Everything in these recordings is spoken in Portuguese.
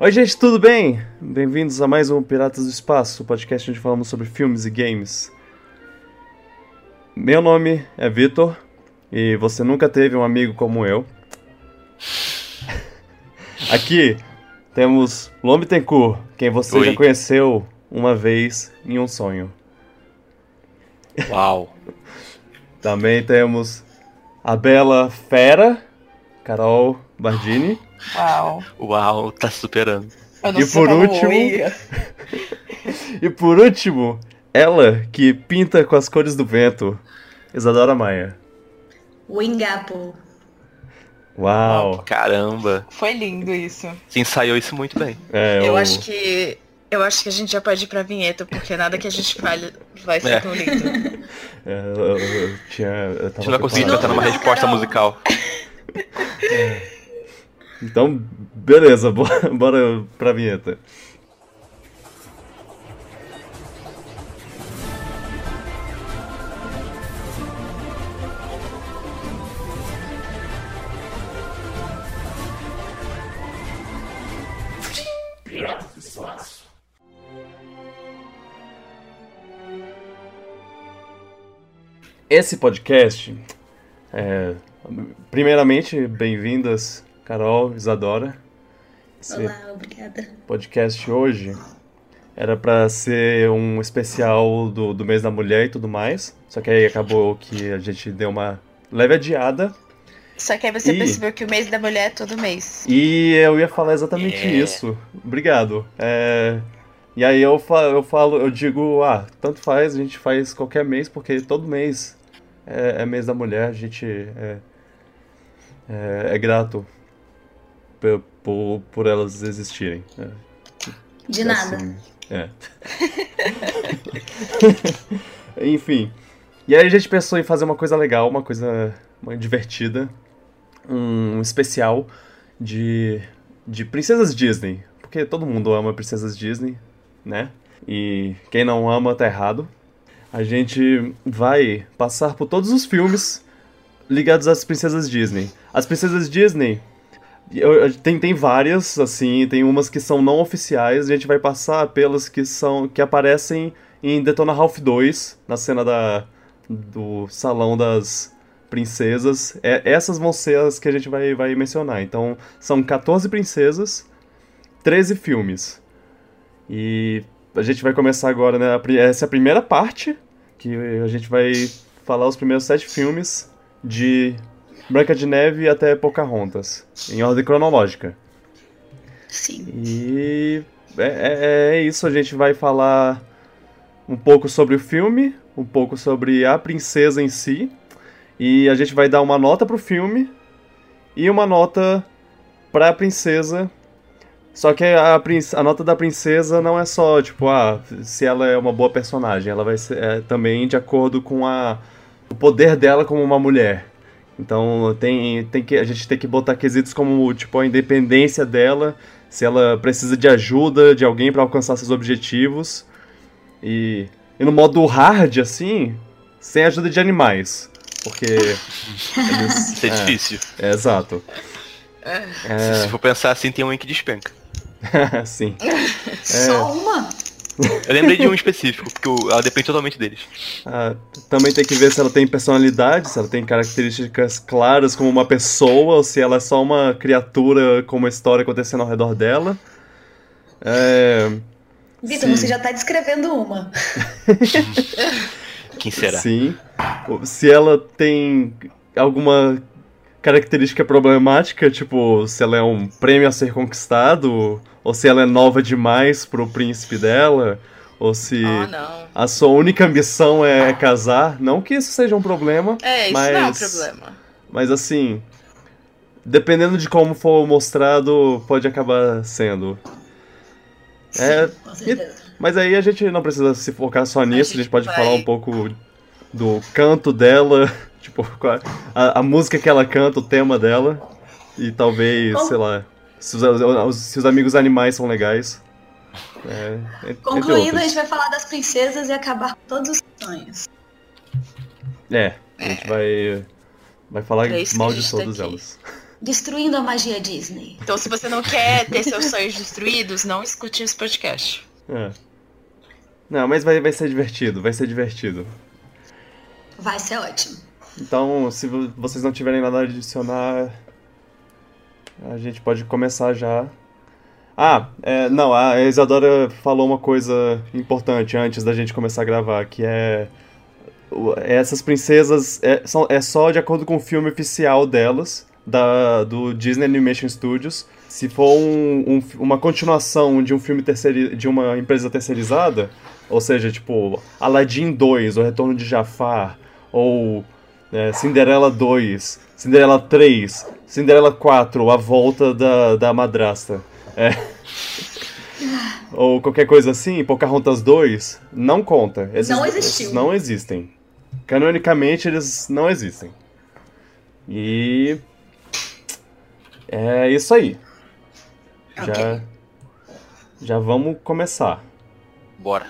Oi, gente, tudo bem? Bem-vindos a mais um Piratas do Espaço, o podcast onde falamos sobre filmes e games. Meu nome é Vitor e você nunca teve um amigo como eu. Aqui temos Lombe Tenku, quem você Oi. já conheceu uma vez em um sonho. Uau. Também temos a bela fera, Carol Bardini. Uau. Uau, tá superando. Eu não E sei por como último- ia. E por último, ela que pinta com as cores do vento, Isadora Maia. Wingapo. Uau! Caramba. Foi lindo isso. Você ensaiou isso muito bem. É, Eu o- acho que. Eu acho que a gente já pode ir pra vinheta, porque nada que a gente fale vai ser É. tão lindo. é, eu, eu tinha, eu A tava gente não vai conseguir preparado. cantar numa Não, resposta Carol. musical. Então, beleza, bora, bora pra vinheta. Esse podcast é, Primeiramente, bem-vindas, Carol, Isadora. Esse Olá, obrigada. podcast hoje era pra ser um especial do, do mês da mulher e tudo mais, só que aí acabou que a gente deu uma leve adiada Só que aí você Ih. percebeu que o mês da mulher é todo mês. e eu ia falar exatamente É. isso. Obrigado. É, E aí eu falo, eu falo, eu digo, ah, tanto faz, a gente faz qualquer mês porque todo mês é, é mês da mulher, a gente é, é- é grato pe- por, por elas existirem. né? De nada. Assim, é. Enfim. E aí a gente pensou em fazer uma coisa legal, uma coisa uma divertida. Um especial de, de princesas Disney. Porque todo mundo ama princesas Disney, né? E quem não ama tá errado. A gente vai passar por todos os filmes ligados às princesas Disney. As princesas Disney eu- eu- tem, tem várias, assim, tem umas que são não oficiais, a gente vai passar pelas que são que aparecem em Detona Ralph 2, na cena da, do Salão das Princesas. É, essas vão ser as que a gente vai, vai mencionar. Então, são 14 princesas, 13 filmes. E a gente vai começar agora, né? a pri- Essa é a primeira parte, que a gente vai falar os primeiros sete filmes de Branca de Neve até Pocahontas, em ordem cronológica. Sim. E é, é- é isso, a gente vai falar um pouco sobre o filme, um pouco sobre a princesa em si, e a gente vai dar uma nota pro filme e uma nota pra princesa. Só que a, prin- a nota da princesa não é só, tipo, ah, se ela é uma boa personagem, ela vai ser é, também de acordo com a, o poder dela como uma mulher. Então tem, tem que, a gente tem que botar quesitos como, tipo, a independência dela, se ela precisa de ajuda de alguém pra alcançar seus objetivos. E, e no modo hard, assim, sem ajuda de animais. Porque. eles- Isso é, difícil. é, exato. Se, se for pensar assim, tem um em que despenca. É, sim. Só uma? Eu lembrei de um específico, porque o- ela depende totalmente deles. Ah, também tem que ver se ela tem personalidade, se ela tem características claras como uma pessoa, ou se ela é só uma criatura com uma história acontecendo ao redor dela. É, Vitor, Sim. você já tá descrevendo uma. Quem será? Sim. Ou Se ela tem alguma característica problemática, tipo, se ela é um prêmio a ser conquistado, ou se ela é nova demais pro príncipe dela, ou se Ah, não. a sua única ambição é casar. Não que isso seja um problema, É, isso não é um Mas- problema. mas assim, dependendo de como for mostrado, pode acabar sendo. É, Sim, com certeza. Mas aí a gente não precisa se focar só nisso, a gente, gente pode vai- falar um pouco do canto dela, tipo, qual é- a, a música que ela canta, o tema dela, e talvez, Con- sei lá, se os, os- se os amigos animais são legais. É, entre Concluindo, a outros. gente vai falar das princesas e acabar com todos os sonhos. É, a gente vai, vai falar É isso que mal a de gente tá todas aqui. elas. destruindo a magia Disney. Então, se você não quer ter seus sonhos destruídos, não escute esse podcast. É. Não, mas vai, vai ser divertido, vai ser divertido. Vai ser ótimo. Então, se vo- vocês não tiverem nada a adicionar, a gente pode começar já. Ah, é, não, a Isadora falou uma coisa importante antes da gente começar a gravar, que é o- essas princesas é, são, é só de acordo com o filme oficial delas, da, do Disney Animation Studios. Se for um- um fi- uma continuação de um filme terceiri- de uma empresa terceirizada, ou seja, tipo Aladdin 2, O Retorno de Jafar, ou é, Cinderela 2, Cinderela 3, Cinderela 4, A Volta da, da Madrasta. É. Ou qualquer coisa assim, Pocahontas 2, não conta. Esses- Não existiu. esses Não existem. Canonicamente, eles não existem. E. É isso aí. Já, Ok. já vamos começar. Bora.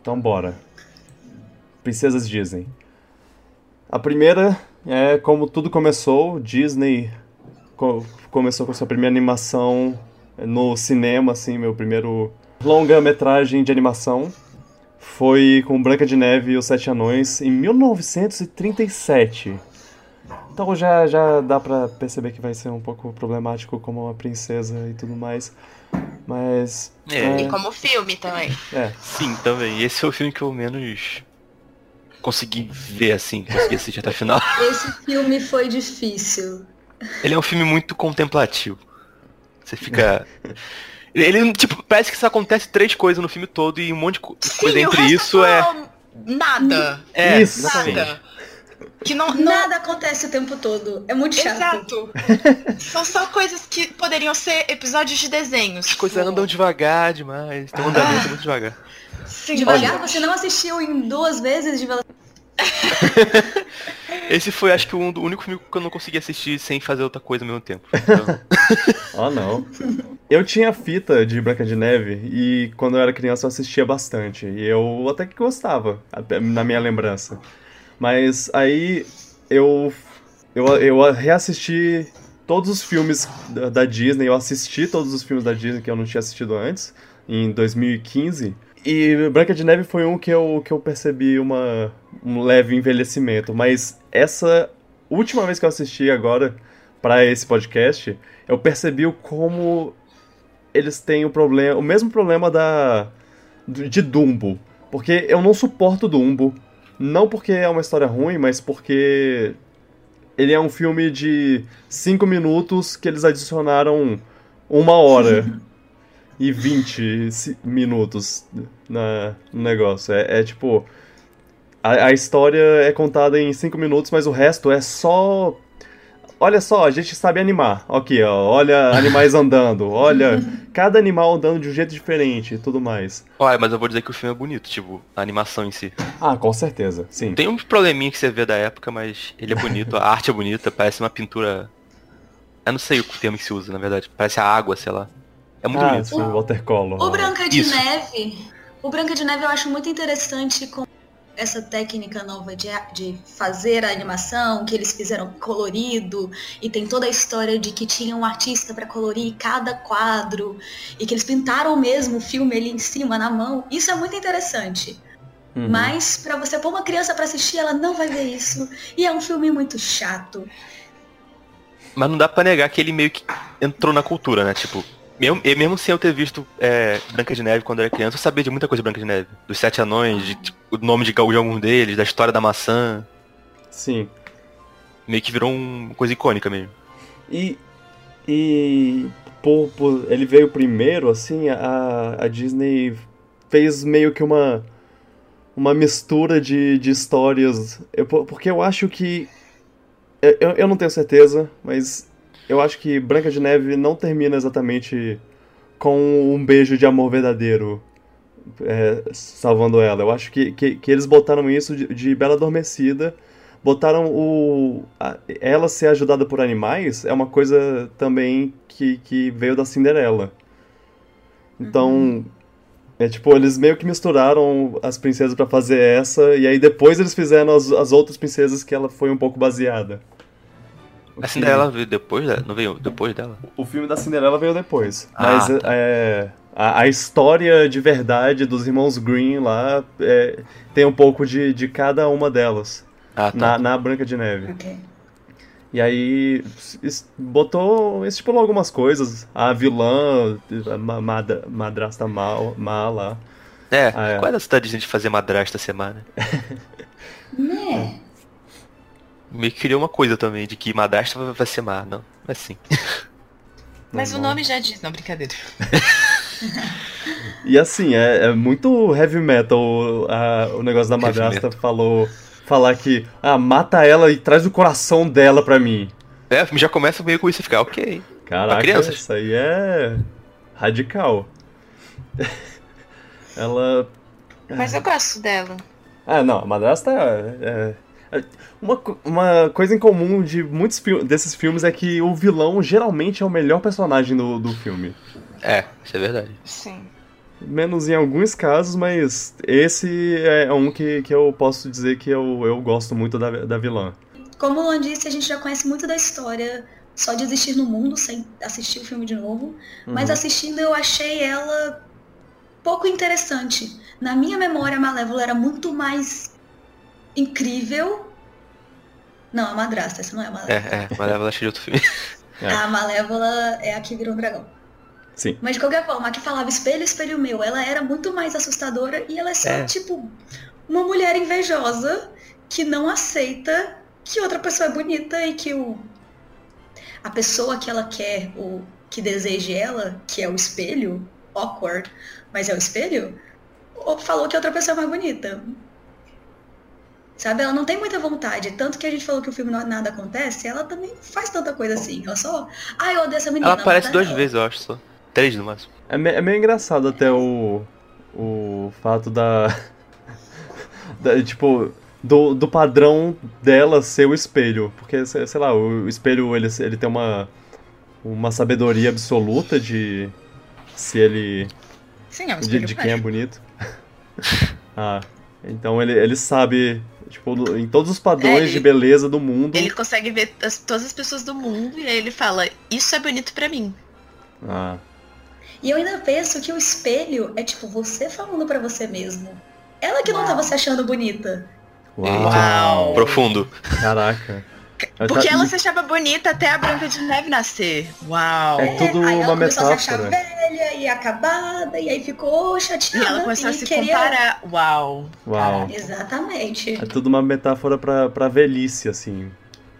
Então bora. Princesas Disney. A primeira é como tudo começou, Disney co- começou com sua primeira animação no cinema, assim, meu primeiro longa-metragem de animação foi com Branca de Neve e os Sete Anões em 1937. Então já já dá pra perceber que vai ser um pouco problemático como uma princesa e tudo mais. Mas É. E como filme também. é, Sim, também. Esse é o filme que eu menos consegui ver, assim. Consegui assistir até o final. Esse filme foi difícil. Ele é um filme muito contemplativo. Você fica. Ele, tipo, parece que só acontece três coisas no filme todo e um monte de co- coisa e o entre resto isso é. não- Nada. É, Isso. exatamente. Nada. Que não. não... Nada acontece o tempo todo. É muito chato. Exato. São só coisas que poderiam ser episódios de desenhos. As coisas andam devagar demais, tem um andamento muito devagar. Sim, Devagar, olha. você não assistiu em duas vezes de velocidade. Esse foi, acho que, um do- o único filme que eu não consegui assistir sem fazer outra coisa ao mesmo tempo. Então, Ah, não. Eu tinha fita de Branca de Neve e quando eu era criança eu assistia bastante. E eu até que gostava, até na minha lembrança. Mas aí eu, eu, eu reassisti todos os filmes da, da Disney, eu assisti todos os filmes da Disney que eu não tinha assistido antes, em 2015. E Branca de Neve foi um que eu, que eu percebi uma, um leve envelhecimento. Mas essa última vez que eu assisti agora pra esse podcast, eu percebi o como eles têm o problema, o mesmo problema da do- de Dumbo, porque eu não suporto Dumbo, não porque é uma história ruim, mas porque ele é um filme de cinco minutos que eles adicionaram uma hora e 20 ci- minutos na, no negócio. É, é tipo. A, a história é contada em cinco minutos, mas o resto é só. Olha só, a gente sabe animar. Aqui, ó. Olha animais andando. Olha cada animal andando de um jeito diferente e tudo mais. olha, mas eu vou dizer que o filme é bonito, tipo, a animação em si. Ah, com certeza. Sim. Tem uns probleminha que você vê da época, mas ele é bonito, a arte é bonita, parece uma pintura. Eu não sei o termo que se usa, na verdade. Parece a água, sei lá. É muito ah, bonito. sim, watercolor. O Branca de Isso. Neve. O Branca de Neve eu acho muito interessante com essa técnica nova de, a- de fazer a animação, que eles fizeram colorido, e tem toda a história de que tinha um artista para colorir cada quadro, e que eles pintaram mesmo o filme ali em cima, na mão. Isso é muito interessante. Uhum. Mas pra você pôr uma criança pra assistir, ela não vai ver isso. E é um filme muito chato. Mas não dá pra negar que ele meio que entrou na cultura, né? Tipo, mesmo, e mesmo sem eu ter visto é, Branca de Neve quando eu era criança, eu sabia de muita coisa de Branca de Neve. Dos Sete Anões, de, de- o nome de, algum- de algum deles, da história da maçã. Sim. Meio que virou um- uma coisa icônica mesmo. E. E. Por, por- ele veio primeiro, assim, a, a Disney fez meio que uma. Uma mistura de, de histórias. Eu- por- porque eu acho que. eu- Eu, eu não tenho certeza, mas eu acho que Branca de Neve não termina exatamente com um beijo de amor verdadeiro é, salvando ela. Eu acho que, que, que eles botaram isso de, de Bela Adormecida botaram o a- ela ser ajudada por animais é uma coisa também que, que veio da Cinderela. Então, é tipo, eles meio que misturaram as princesas pra fazer essa, e aí depois eles fizeram as, as outras princesas que ela foi um pouco baseada. A Cinderela veio depois dela? Não veio depois dela? O filme da Cinderela veio depois. Ah, mas tá. é, a, a história de verdade dos irmãos Green lá é, tem um pouco de, de cada uma delas Ah, tá. na, na Branca de Neve. Ok. E aí es- botou, estipulou algumas coisas. A vilã, a ma- madra- madrasta mal, má lá. É, Ah, é. qual era a cidade de fazer madrasta semana? Né? Meio que criou uma coisa também, de que madrasta vai- vai ser má, não. é assim. Mas sim. Mas o Normal. nome já diz, não, brincadeira. E assim, é, é muito heavy metal o- a- o negócio da Heavy madrasta falou. Falar que, ah, mata ela e traz o coração dela pra mim. É, o filme já começa meio com isso e fica, ok. Pra Caraca, crianças. isso aí é radical. ela. Mas eu gosto dela. Ah, não, a madrasta é. é- é- Uma, co- uma coisa em comum de muitos fil- desses filmes é que o vilão geralmente é o melhor personagem do, do filme. É, isso é verdade. Sim. Menos em alguns casos, mas esse é um que, que eu posso dizer que eu, eu gosto muito da, da vilã. Como o Luan disse, a gente já conhece muito da história só de existir no mundo, sem assistir o filme de novo. Mas Uhum. assistindo eu achei ela pouco interessante. Na minha memória, a Malévola era muito mais incrível. Não, a madrasta, essa não é a É, Malévola. é, mas ela achei de outro filme. É. A Malévola é a que virou um dragão. Sim. Mas de qualquer forma, a que falava espelho, espelho meu, ela era muito mais assustadora e ela é só, É. tipo, uma mulher invejosa que não aceita que outra pessoa é bonita e que o... a pessoa que ela quer, o que deseje ela, que é o espelho, awkward, mas é o espelho, ou falou que outra pessoa é mais bonita. Sabe, ela não tem muita vontade. Tanto que a gente falou que o filme não- nada acontece, ela também faz tanta coisa assim. Ela só. Ai, eu odeio essa menina. Ela aparece mas duas ela- tá vezes, eu acho, só. Três no máximo. É, me- é meio engraçado até o, o fato da, da- Tipo, do, do padrão dela ser o espelho. Porque, se- sei lá, o espelho ele, ele tem uma, uma sabedoria absoluta de se ele. Sim, é um de, espelho de quem é mágico. bonito. ah, então ele, ele sabe, tipo, no- em todos os padrões É, ele- de beleza do mundo. Ele consegue ver as- todas as pessoas do mundo e aí ele fala, isso é bonito pra mim. Ah, E eu ainda penso que o espelho é tipo você falando pra você mesmo. Ela que não Uau. tava se achando bonita. uau! Uau. Profundo. Caraca! Porque tá- ela se achava bonita até a Branca de Neve nascer. Uau. É tudo aí ela uma começou a se achar metáfora. velha e acabada, e aí ficou E chateada. ela começou a e se queria- comparar. Uau. Uau! Exatamente. É tudo uma metáfora pra, pra velhice, assim.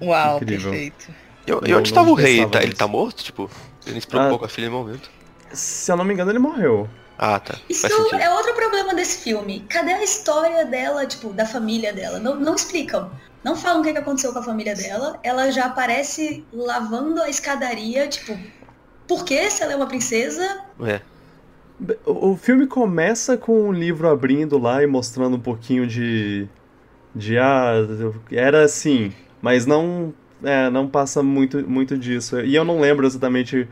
Uau, Incrível. perfeito. E, e Não- onde não tava o rei? pensava Tá- ele nisso. tá morto? Tipo, ele se preocupou Ah. com a filha em momento. Se eu não me engano, ele morreu. Ah, tá. Isso Faz sentido. é outro problema desse filme. Cadê a história dela, tipo, da família dela? Não, não explicam. Não falam o que que aconteceu com a família dela. Ela já aparece lavando a escadaria, tipo, por que se ela é uma princesa? É. Be- O o filme começa com um livro abrindo lá e mostrando um pouquinho de. de ah, era assim, mas não. É, não passa muito, muito disso. E eu não lembro exatamente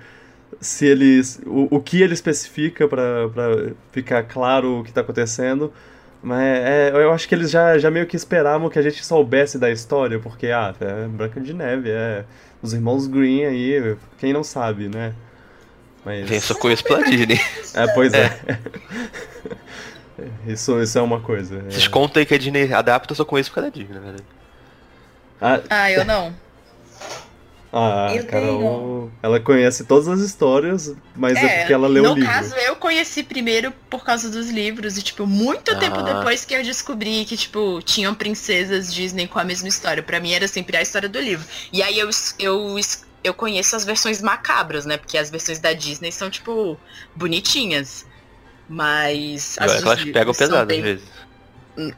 se eles. o, o que ele especifica pra, pra ficar claro o que tá acontecendo. Mas é, eu acho que eles já, já meio que esperavam que a gente soubesse da história, porque, ah, é Branca de Neve, é. Os irmãos Green aí, quem não sabe, né? Mas. Vem, eu só conheço pela Disney. É, pois é. isso, isso é uma coisa. é. Vocês contam aí que a Disney adapta, eu só conheço por causa da Disney, na verdade. Ah, Ah, eu não. ah, a Eu Carol, ela conhece todas as histórias, mas é, porque ela leu no o livro. caso, eu conheci primeiro por causa dos livros. E, tipo, muito Ah. tempo depois que eu descobri que, tipo, tinham princesas Disney com a mesma história. Pra mim era sempre a história do livro. E aí eu, es- eu, es- eu conheço as versões macabras, né? Porque as versões da Disney são, tipo, bonitinhas. Mas. as Agora dos que elas livros pegam são pesado às bem- vezes.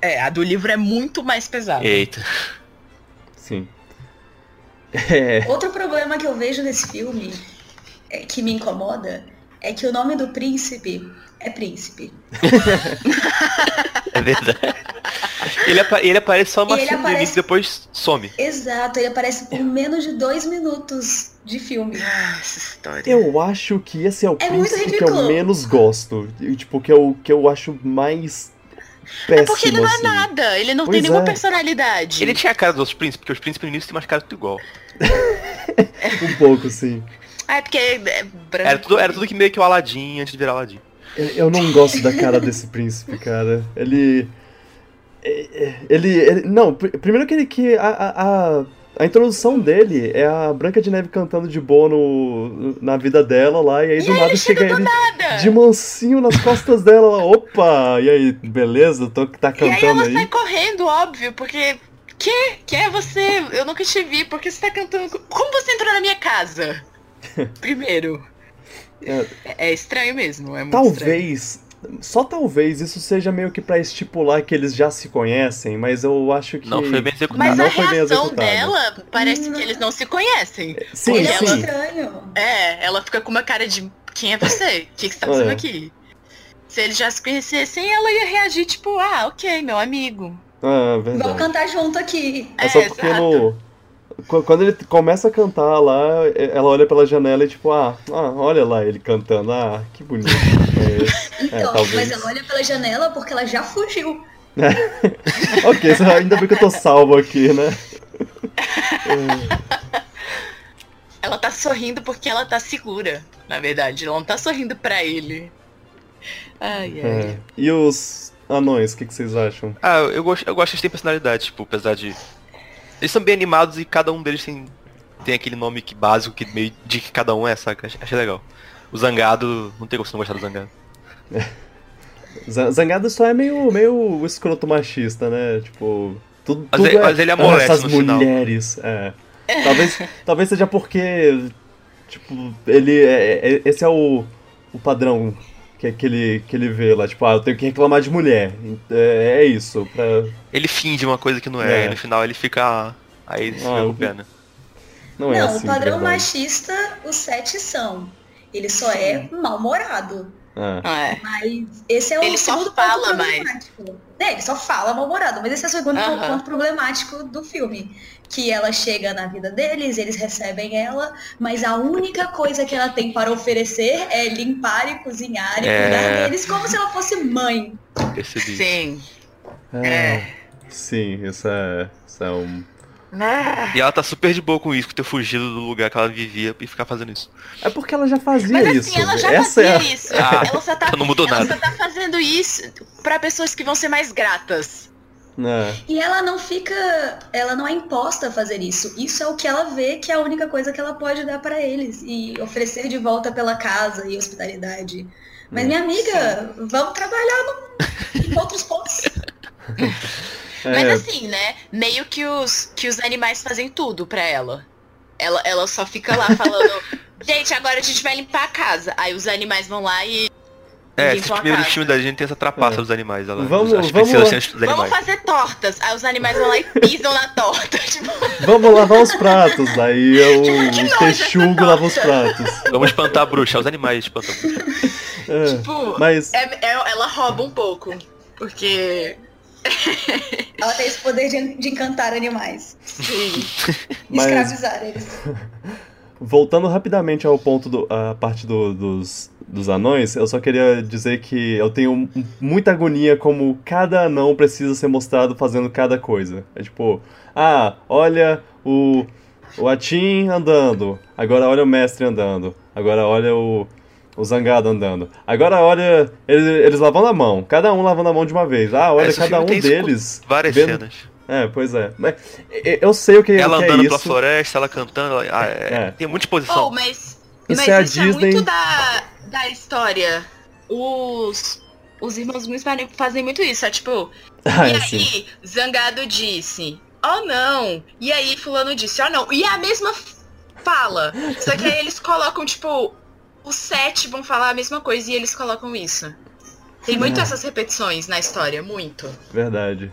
É, a do livro é muito mais pesada. Eita. Sim. É, Outro problema que eu vejo nesse filme, é, que me incomoda, é que o nome do príncipe é príncipe. É verdade. ele, apa- ele aparece só uma E ele cena no aparece- início e depois some. Exato, ele aparece É. por menos de dois minutos de filme. Ah, essa história. eu acho que esse é o É muito príncipe que eu ridículo. menos gosto. E, Tipo, que eu, que eu acho mais péssimo. É porque ele não é assim. nada, ele não Pois tem nenhuma é. personalidade. Ele tinha a cara dos outros príncipes, porque os príncipes no início têm mais cara tudo igual. um pouco, sim. Ah, é porque é branco. Era tudo, era tudo que meio que o Aladdin antes de virar Aladdin. Eu, eu não gosto da cara desse príncipe, cara. Ele. Ele. ele- não, pr- primeiro que ele que. A, a, a, a introdução dele é a Branca de Neve cantando de boa no, na vida dela lá, e aí do nada chega ele Nada. de mansinho nas costas dela. Ela, Opa! E aí, beleza? Tô que tá E aí ela cantando aí. sai correndo, óbvio, porque. Que? Que é você? Eu nunca te vi, porque você tá cantando. co- Como você entrou na minha casa? Primeiro. É. É, é estranho mesmo, é muito estranho. Talvez, só talvez isso seja meio que pra estipular que eles já se conhecem, mas eu acho que. Não, foi bem executado. Mas Não a foi bem reação executado. dela parece Não. que eles não se conhecem. Sim, Ele Olha, é sim. estranho. É, ela fica com uma cara de quem é você? O que, que você tá fazendo É. aqui? Se eles já se conhecessem, ela ia reagir tipo, ah, ok, meu amigo. Ah, verdade. Vamos cantar junto aqui. É só porque exato. no. qu- Quando ele começa a cantar lá, e- ela olha pela janela e tipo, ah, ah olha lá ele cantando, ah, que bonito. É, Então, talvez. mas ela olha pela janela porque ela já fugiu. ok, só- ainda bem que eu tô salvo aqui, né? Ela tá sorrindo porque ela tá segura, na verdade. Ela não tá sorrindo pra ele. Ai, É, ai. é. E os anões, o que, que vocês acham? Ah, eu gosto, eu gosto que eles têm personalidade, tipo, apesar de. Eles são bem animados e cada um deles tem, tem aquele nome que básico que meio de que cada um é, saca? Achei, achei legal. O Zangado, não tem como você não gostar do Zangado. Z- Zangado só é meio, meio escroto machista, né? Tipo, tudo, Mas tudo ele- é, mas ele é "Ah, amorete essas no final." mulheres, é. Talvez, talvez seja porque, tipo, ele é, é- esse é o, o padrão que, que, ele, que ele vê lá. Tipo, ah, eu tenho que reclamar de mulher. É, é isso. pra- Ele finge uma coisa que não é, É. e no final ele fica. ah, Aí ele se Ah, eu- recupera, né? Não, Não, é assim, o padrão de verdade. machista, os sete são. Ele só é mal-humorado. Ah, Ah, é. Mas esse é o Ele só segundo fala ponto mais. problemático. É, ele só fala mal-humorado, mas esse é o segundo po- Aham. ponto problemático do filme. Que ela chega na vida deles, eles recebem ela, mas a única coisa que ela tem para oferecer é limpar e cozinhar e É. cuidar deles como se ela fosse mãe. Percebi. Sim. é. Sim, isso é, isso é um... Ah. E ela tá super de boa com isso, com ter fugido do lugar que ela vivia e ficar fazendo isso. É porque ela já fazia Mas assim, isso. ela já Essa é fazia a- isso. Ah, ela só tá, Não mudou ela nada. só tá fazendo isso pra pessoas que vão ser mais gratas. É. E ela não fica, ela não é imposta a fazer isso. Isso é o que ela vê que é a única coisa que ela pode dar para eles e oferecer de volta pela casa e hospitalidade. Mas Hum. minha amiga, vamos trabalhar no- em outros pontos. Mas É, assim, né? Meio que os, que os animais fazem tudo pra ela. Ela, ela só fica lá falando, gente, agora a gente vai limpar a casa. Aí os animais vão lá e. É, limpam esses a primeiros casa. filmes da gente tem essa trapaça É. dos animais. Ela, Vamos- as vamos princesas lá. têm os- os Vamos animais. fazer tortas. Aí os animais vão lá e pisam na torta. Tipo, Vamos lavar os pratos. Aí eu Que nojo texugo essa lava os torta. pratos. Vamos espantar a bruxa, os animais espantam a bruxa. É. tipo, Mas é- é- ela rouba um pouco. Porque. Ela tem esse poder de, de encantar animais, Sim. Mas- escravizar eles. Voltando rapidamente ao ponto do, à parte do- dos, dos anões, eu só queria dizer que eu tenho m- muita agonia como cada anão precisa ser mostrado fazendo cada coisa. É tipo, ah, olha o, o Atim andando, agora olha o mestre andando, agora olha o, o zangado andando, agora olha eles, eles lavando a mão, cada um lavando a mão de uma vez. Ah, olha Esse cada filme um tem isso com deles. Várias vendo- cenas. É, pois é. Mas e- eu sei o que, Ela o que é andando pela isso. floresta, ela cantando, ela- ah, é- É. tem muita Oh, exposição. mas. Isso mas é a isso Disney. é muito da, da história. Os. Os irmãos Grimm fazem- fazem muito isso. É tipo, Ah, E é, sim. aí, Zangado disse, oh não. E aí, fulano disse, oh não. E é a mesma f- fala. Só que aí eles colocam, tipo, os sete vão falar a mesma coisa e eles colocam isso. Tem muito É. essas repetições na história, muito. Verdade.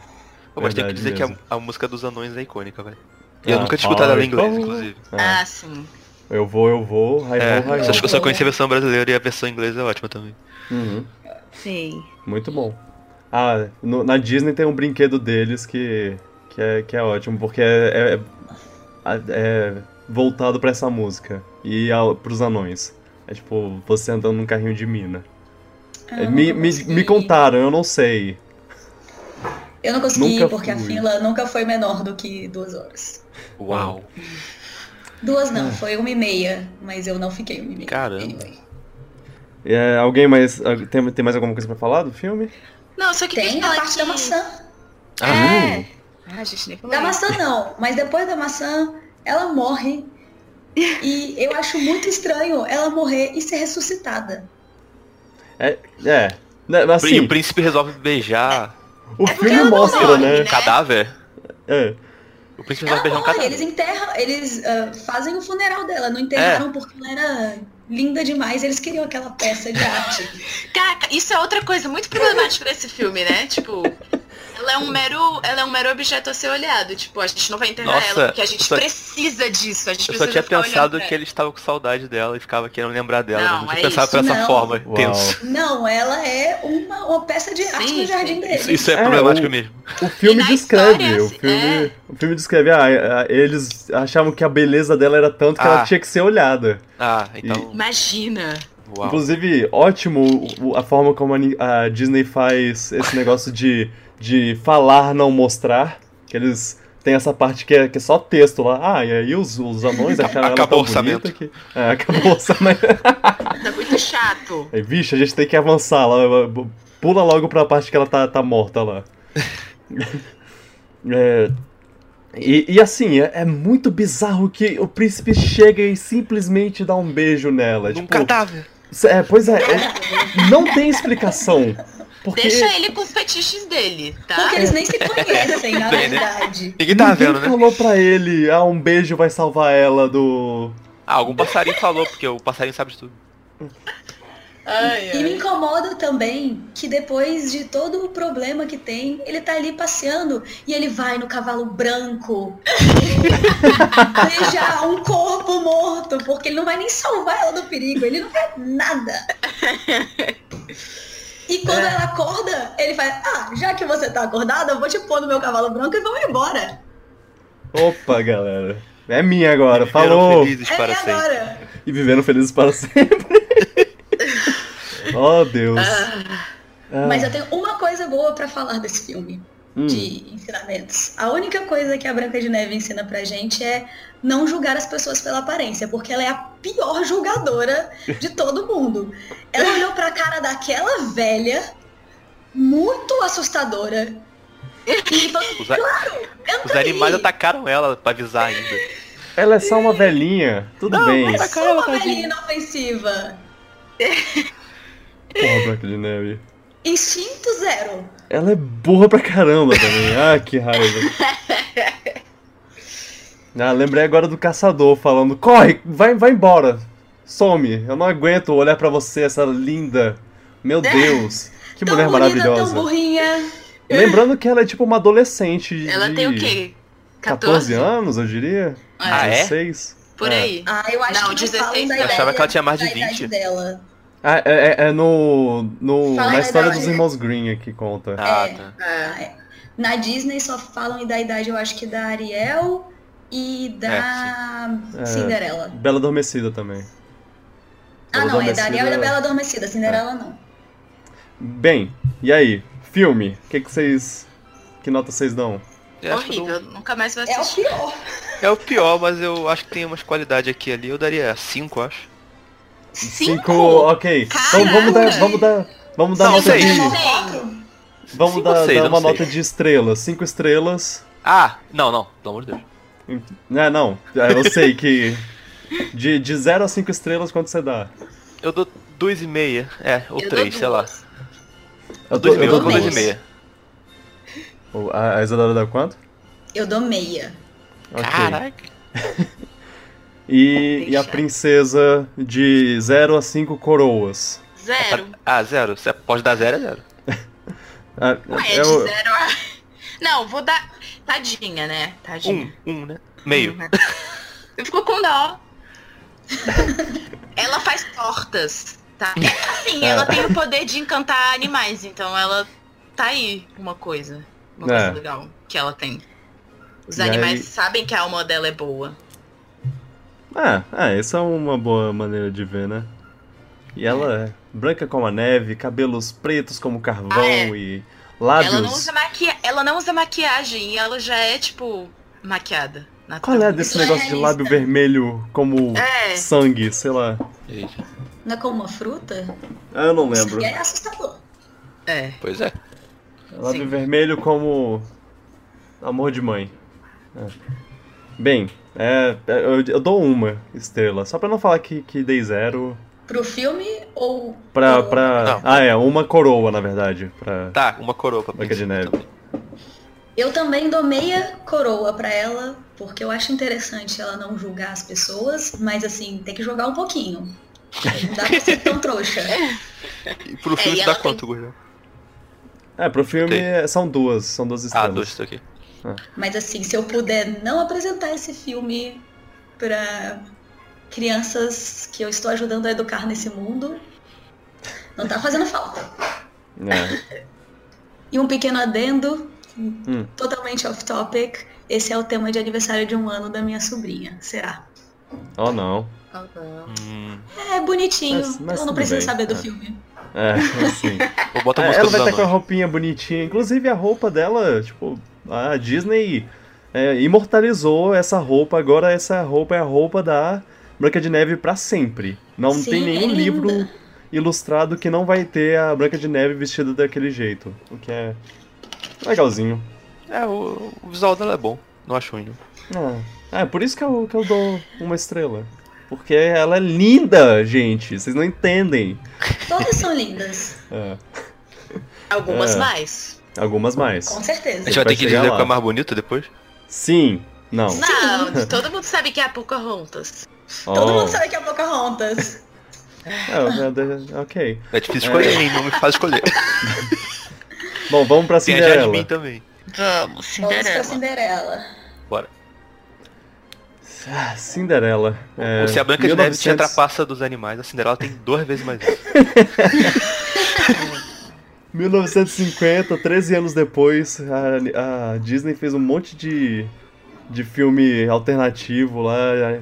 Pô, mas tem que Verdade dizer mesmo. que a, a música dos anões é icônica, velho. E eu Ah, nunca tinha escutado ela em inglês, power. inclusive. Ah, Ah, sim. eu vou, eu vou, hi um- É, ho, hi eu ho. só- eu só conheci a versão brasileira e a versão inglesa é ótima também. Uhum, Sim. Muito bom. Ah, no- na Disney tem um brinquedo deles que, que, é, que é ótimo, porque é, é- é- é voltado pra essa música e ao, pros anões. É tipo, você andando num carrinho de mina. É, me, me, me contaram, eu não sei. Eu não consegui, Nunca porque a fui. fila nunca foi menor do que duas horas. Uau. Duas Ah. não, foi uma e meia, mas eu não fiquei uma e meia. Caramba. Anyway. É, alguém mais. ah, Tem, tem mais alguma coisa pra falar do filme? Não, só que Tem teve a uma parte que- da maçã. É. Ah, gente, nem falou. Da isso. maçã não, mas depois da maçã, ela morre. E eu acho muito estranho ela morrer e ser ressuscitada. É. Né, mas, Pri- Assim, o príncipe resolve beijar o porque filme ela não mostra, morre, né? um cadáver. É. O príncipe Ela resolve Ah, beijar um morre, cadáver. eles enterram, eles ah, fazem o funeral dela, não É. enterraram porque ela era linda demais, eles queriam aquela peça de arte. Caraca, isso é outra coisa muito problemática desse filme, né? Tipo, ela é um mero, ela é um mero objeto a ser olhado. Tipo, a gente não vai enterrar Nossa, ela porque a gente eu só- precisa disso. A gente Eu precisa só tinha ficar pensado olhando pra que ele estava com saudade dela e ficava querendo lembrar dela. Não, Não, tinha é pensado isso, por essa não. forma, Uau. tenso. não, ela é uma, uma peça de arte Sim, no jardim sim. dele. Isso, isso é, É, problemático o- mesmo. O filme E na descreve. história, o, assim, filme, é. o filme descreve. Ah, ah, eles achavam que a beleza dela era tanto que ela Ah. tinha que ser olhada. Ah, então. Imagina. Uau. Inclusive, ótimo o- a forma como a Ni- a Disney faz esse negócio de, de falar, não mostrar. Que eles têm essa parte que é, que é só texto lá. Ah, e aí os, os anões acharam ela Acabou tão o orçamento. bonita que... É, acabou o orçamento. Tá muito É chato. Aí, Vixe, a gente tem que avançar lá. Pula logo pra parte que ela tá, tá morta lá. É, e, e assim, é, é muito bizarro que o príncipe chega e simplesmente dá um beijo nela. Num tipo, cadáver. é, pois é, é- não tem explicação. Porque Deixa ele com os fetiches dele, tá? Porque eles nem se conhecem, na Bem, né? verdade. Ninguém tava ninguém vendo, né? falou pra ele, ah, um beijo vai salvar ela do. Ah, algum passarinho falou, porque o passarinho sabe de tudo. Ai, E me ai. incomoda também que depois de todo o problema que tem, ele tá ali passeando e ele vai no cavalo branco beijar um corpo morto, porque ele não vai nem salvar ela do perigo, ele não faz nada. E quando É. ela acorda, ele faz, ah, já que você tá acordada, eu vou te pôr no meu cavalo branco e vamos embora. Opa, galera. É minha agora, Viveram falou! felizes É para minha sempre. agora. E vivendo felizes para sempre. oh, Deus. Ah, Mas eu tenho uma coisa boa pra falar desse filme. hum. de ensinamentos. A única coisa que a Branca de Neve ensina pra gente é não julgar as pessoas pela aparência, porque ela é a pior julgadora de todo mundo. Ela olhou pra cara daquela velha, muito assustadora, e falou, Os, a- entra os animais aí. atacaram ela pra avisar ainda. Ela é só uma velhinha. Tudo Não, bem. mas- Sou uma Tadinha. velhinha inofensiva. Porra, Branca de Neve. Instinto zero. Ela é burra pra caramba também. Ah, que raiva. Ah, lembrei agora do caçador falando: corre, vai, vai embora. Some. Eu não aguento olhar pra você, essa linda. Meu Deus. Que tão mulher bonita, maravilhosa. tão burrinha. Lembrando que ela é tipo uma adolescente. Ela de tem o quê? 14 14? anos, eu diria. Ah, é? 16. Por É. aí. Ah, eu acho Não, que não 16 falam da Eu idade- achava que ela tinha mais de da idade 20. dela. Ah, é, é- é no, no- Fala na a história verdade. dos irmãos Green que conta. Ah, É. tá. É. Na Disney só falam da idade, eu acho que da Ariel e da É. Cinderela. Bela Adormecida também. Ah, Bela não, é da Ariel e da Adormecida- É. Bela Adormecida, Cinderela não. Bem, e aí? Filme, o que que vocês... Que nota vocês dão? Eu acho que eu dou- Horrível, nunca mais vai É o assistir. pior. É o pior, mas eu acho que tem umas qualidades aqui e ali. Eu daria 5, acho. Cinco, Cinco? ok. Então Caraca! vamos dar, vamos dar, vamos dar Não, nota seis. de, Não. Quatro? vamos Cinco ou dar, seis, dar eu uma não sei. nota de estrelas, cinco estrelas. Ah, não, não. Pelo amor de Deus. É, não, é, eu sei que de de zero a cinco estrelas quanto você dá? Eu dou 2,5. É, ou Eu dou 3, sei lá. duas. Eu Dois e meio, eu eu dou dou duas. dois e meio. A, a Isadora dá quanto? Eu dou meia. Ok. Caraca. E, e a Deixa. princesa de 0 a 5 coroas. Zero. Ah, zero. Você pode dar zero, é zero. Ah, Ué, é de eu- zero a... Não, vou dar... Tadinha, né? Tadinha. Um, um, né? Meio. Uhum. Eu fico com dó. ela faz tortas, tá? Assim, Ah. ela tem o poder de encantar animais, então ela tá aí uma coisa. Uma coisa É. legal que ela tem. Os E animais aí- sabem que a alma dela é boa. Ah, ah, essa é uma boa maneira de ver, né? E ela é branca como a neve, cabelos pretos como carvão Ah, é. e Ah, Ela não, lábios. usa maqui... ela não usa maquiagem e ela já é, tipo, maquiada. Qual é naturalmente. desse negócio de lábio vermelho como É. sangue, sei lá. Eita. Não é como uma fruta? Ah, eu não Isso lembro. aí é assustador. É. Pois é. Lábio Sim. vermelho como amor de mãe. É. Bem, é, é, eu, eu dou uma estrela, só pra não falar que, que dei zero. Pro filme ou. Pra, ou- pra... Não. Ah, é, uma coroa, na verdade. Pra... Tá, uma coroa pra Branca de Neve. princesa também. Eu também dou meia coroa pra ela, porque eu acho interessante ela não julgar as pessoas, mas assim, tem que jogar um pouquinho. Não dá pra ser tão trouxa. E pro É, filme tu e ela dá quanto, Gurgel? É, pro filme Ok. é- são duas, são duas Ah, estrelas. dois, isso aqui. Mas assim, se eu puder não apresentar esse filme pra crianças que eu estou ajudando a educar nesse mundo, não tá fazendo falta. É. E um pequeno adendo, Hum. totalmente off topic, esse é o tema de aniversário de um ano da minha sobrinha, será? Oh, não. Hum, É bonitinho, Mas- mas eu tudo não preciso bem, saber do é. filme. É, assim. Ou bota a É, música ela dos vai estar com a anões. roupinha bonitinha. Inclusive, a roupa dela, tipo, a Disney é, imortalizou essa roupa. Agora, essa roupa é a roupa da Branca de Neve pra sempre. Não Sim, tem nenhum é livro linda. ilustrado que não vai ter a Branca de Neve vestida daquele jeito. O que é legalzinho. É, o, o visual dela é bom. Não acho ruim, não. Ah, é por isso que eu, que eu dou uma estrela. Porque ela é linda, gente. Vocês não entendem. Todas são lindas, É, Algumas É. mais. algumas mais. com A certeza. gente vai vai ter que chegar dizer lá. qual é a mais bonita depois? Sim. Não. Não, todo mundo sabe que é a Pocahontas. Todo Oh. mundo sabe que é Pocahontas. É, é, é, ok. É difícil escolher, hein? Não me faz escolher. Bom, vamos pra Tem a Jasmine Cinderela. também. Vamos, Vamos pra Cinderela. Ah, Cinderela. É, Ou se a Branca de Neve se 1900. atrapassa dos animais, a Cinderela tem duas vezes mais isso. 1950, 13 anos depois, a, a Disney fez um monte de, de filme alternativo lá,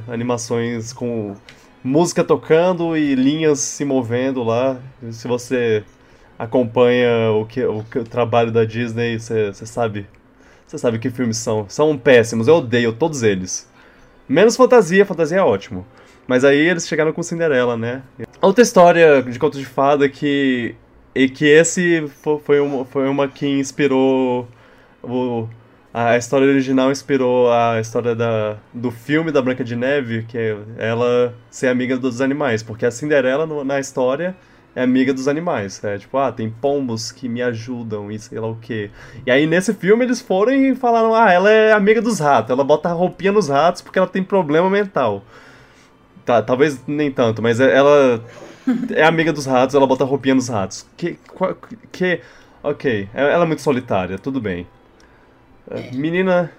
a- animações com música tocando e linhas se movendo lá. Se você acompanha o, que, o, que- o trabalho da Disney, você você sabe. Você sabe que filmes são. São péssimos, eu odeio todos eles. Menos fantasia, fantasia é ótimo. Mas aí eles chegaram com Cinderela, né? Outra história de conto de fada que e que esse fo- foi uma, foi uma que inspirou o, a história original inspirou a história da, do filme da Branca de Neve, que é ela ser amiga dos animais, porque a Cinderela no- na história é amiga dos animais, é tipo, ah, tem pombos que me ajudam e sei lá o quê. E aí nesse filme eles foram e falaram, ah, ela é amiga dos ratos, ela bota a roupinha nos ratos porque ela tem problema mental. Tá, talvez nem tanto, mas é- ela é amiga dos ratos, ela bota roupinha nos ratos. Que. qua- que ok, é- ela é muito solitária, tudo bem. É, Menina.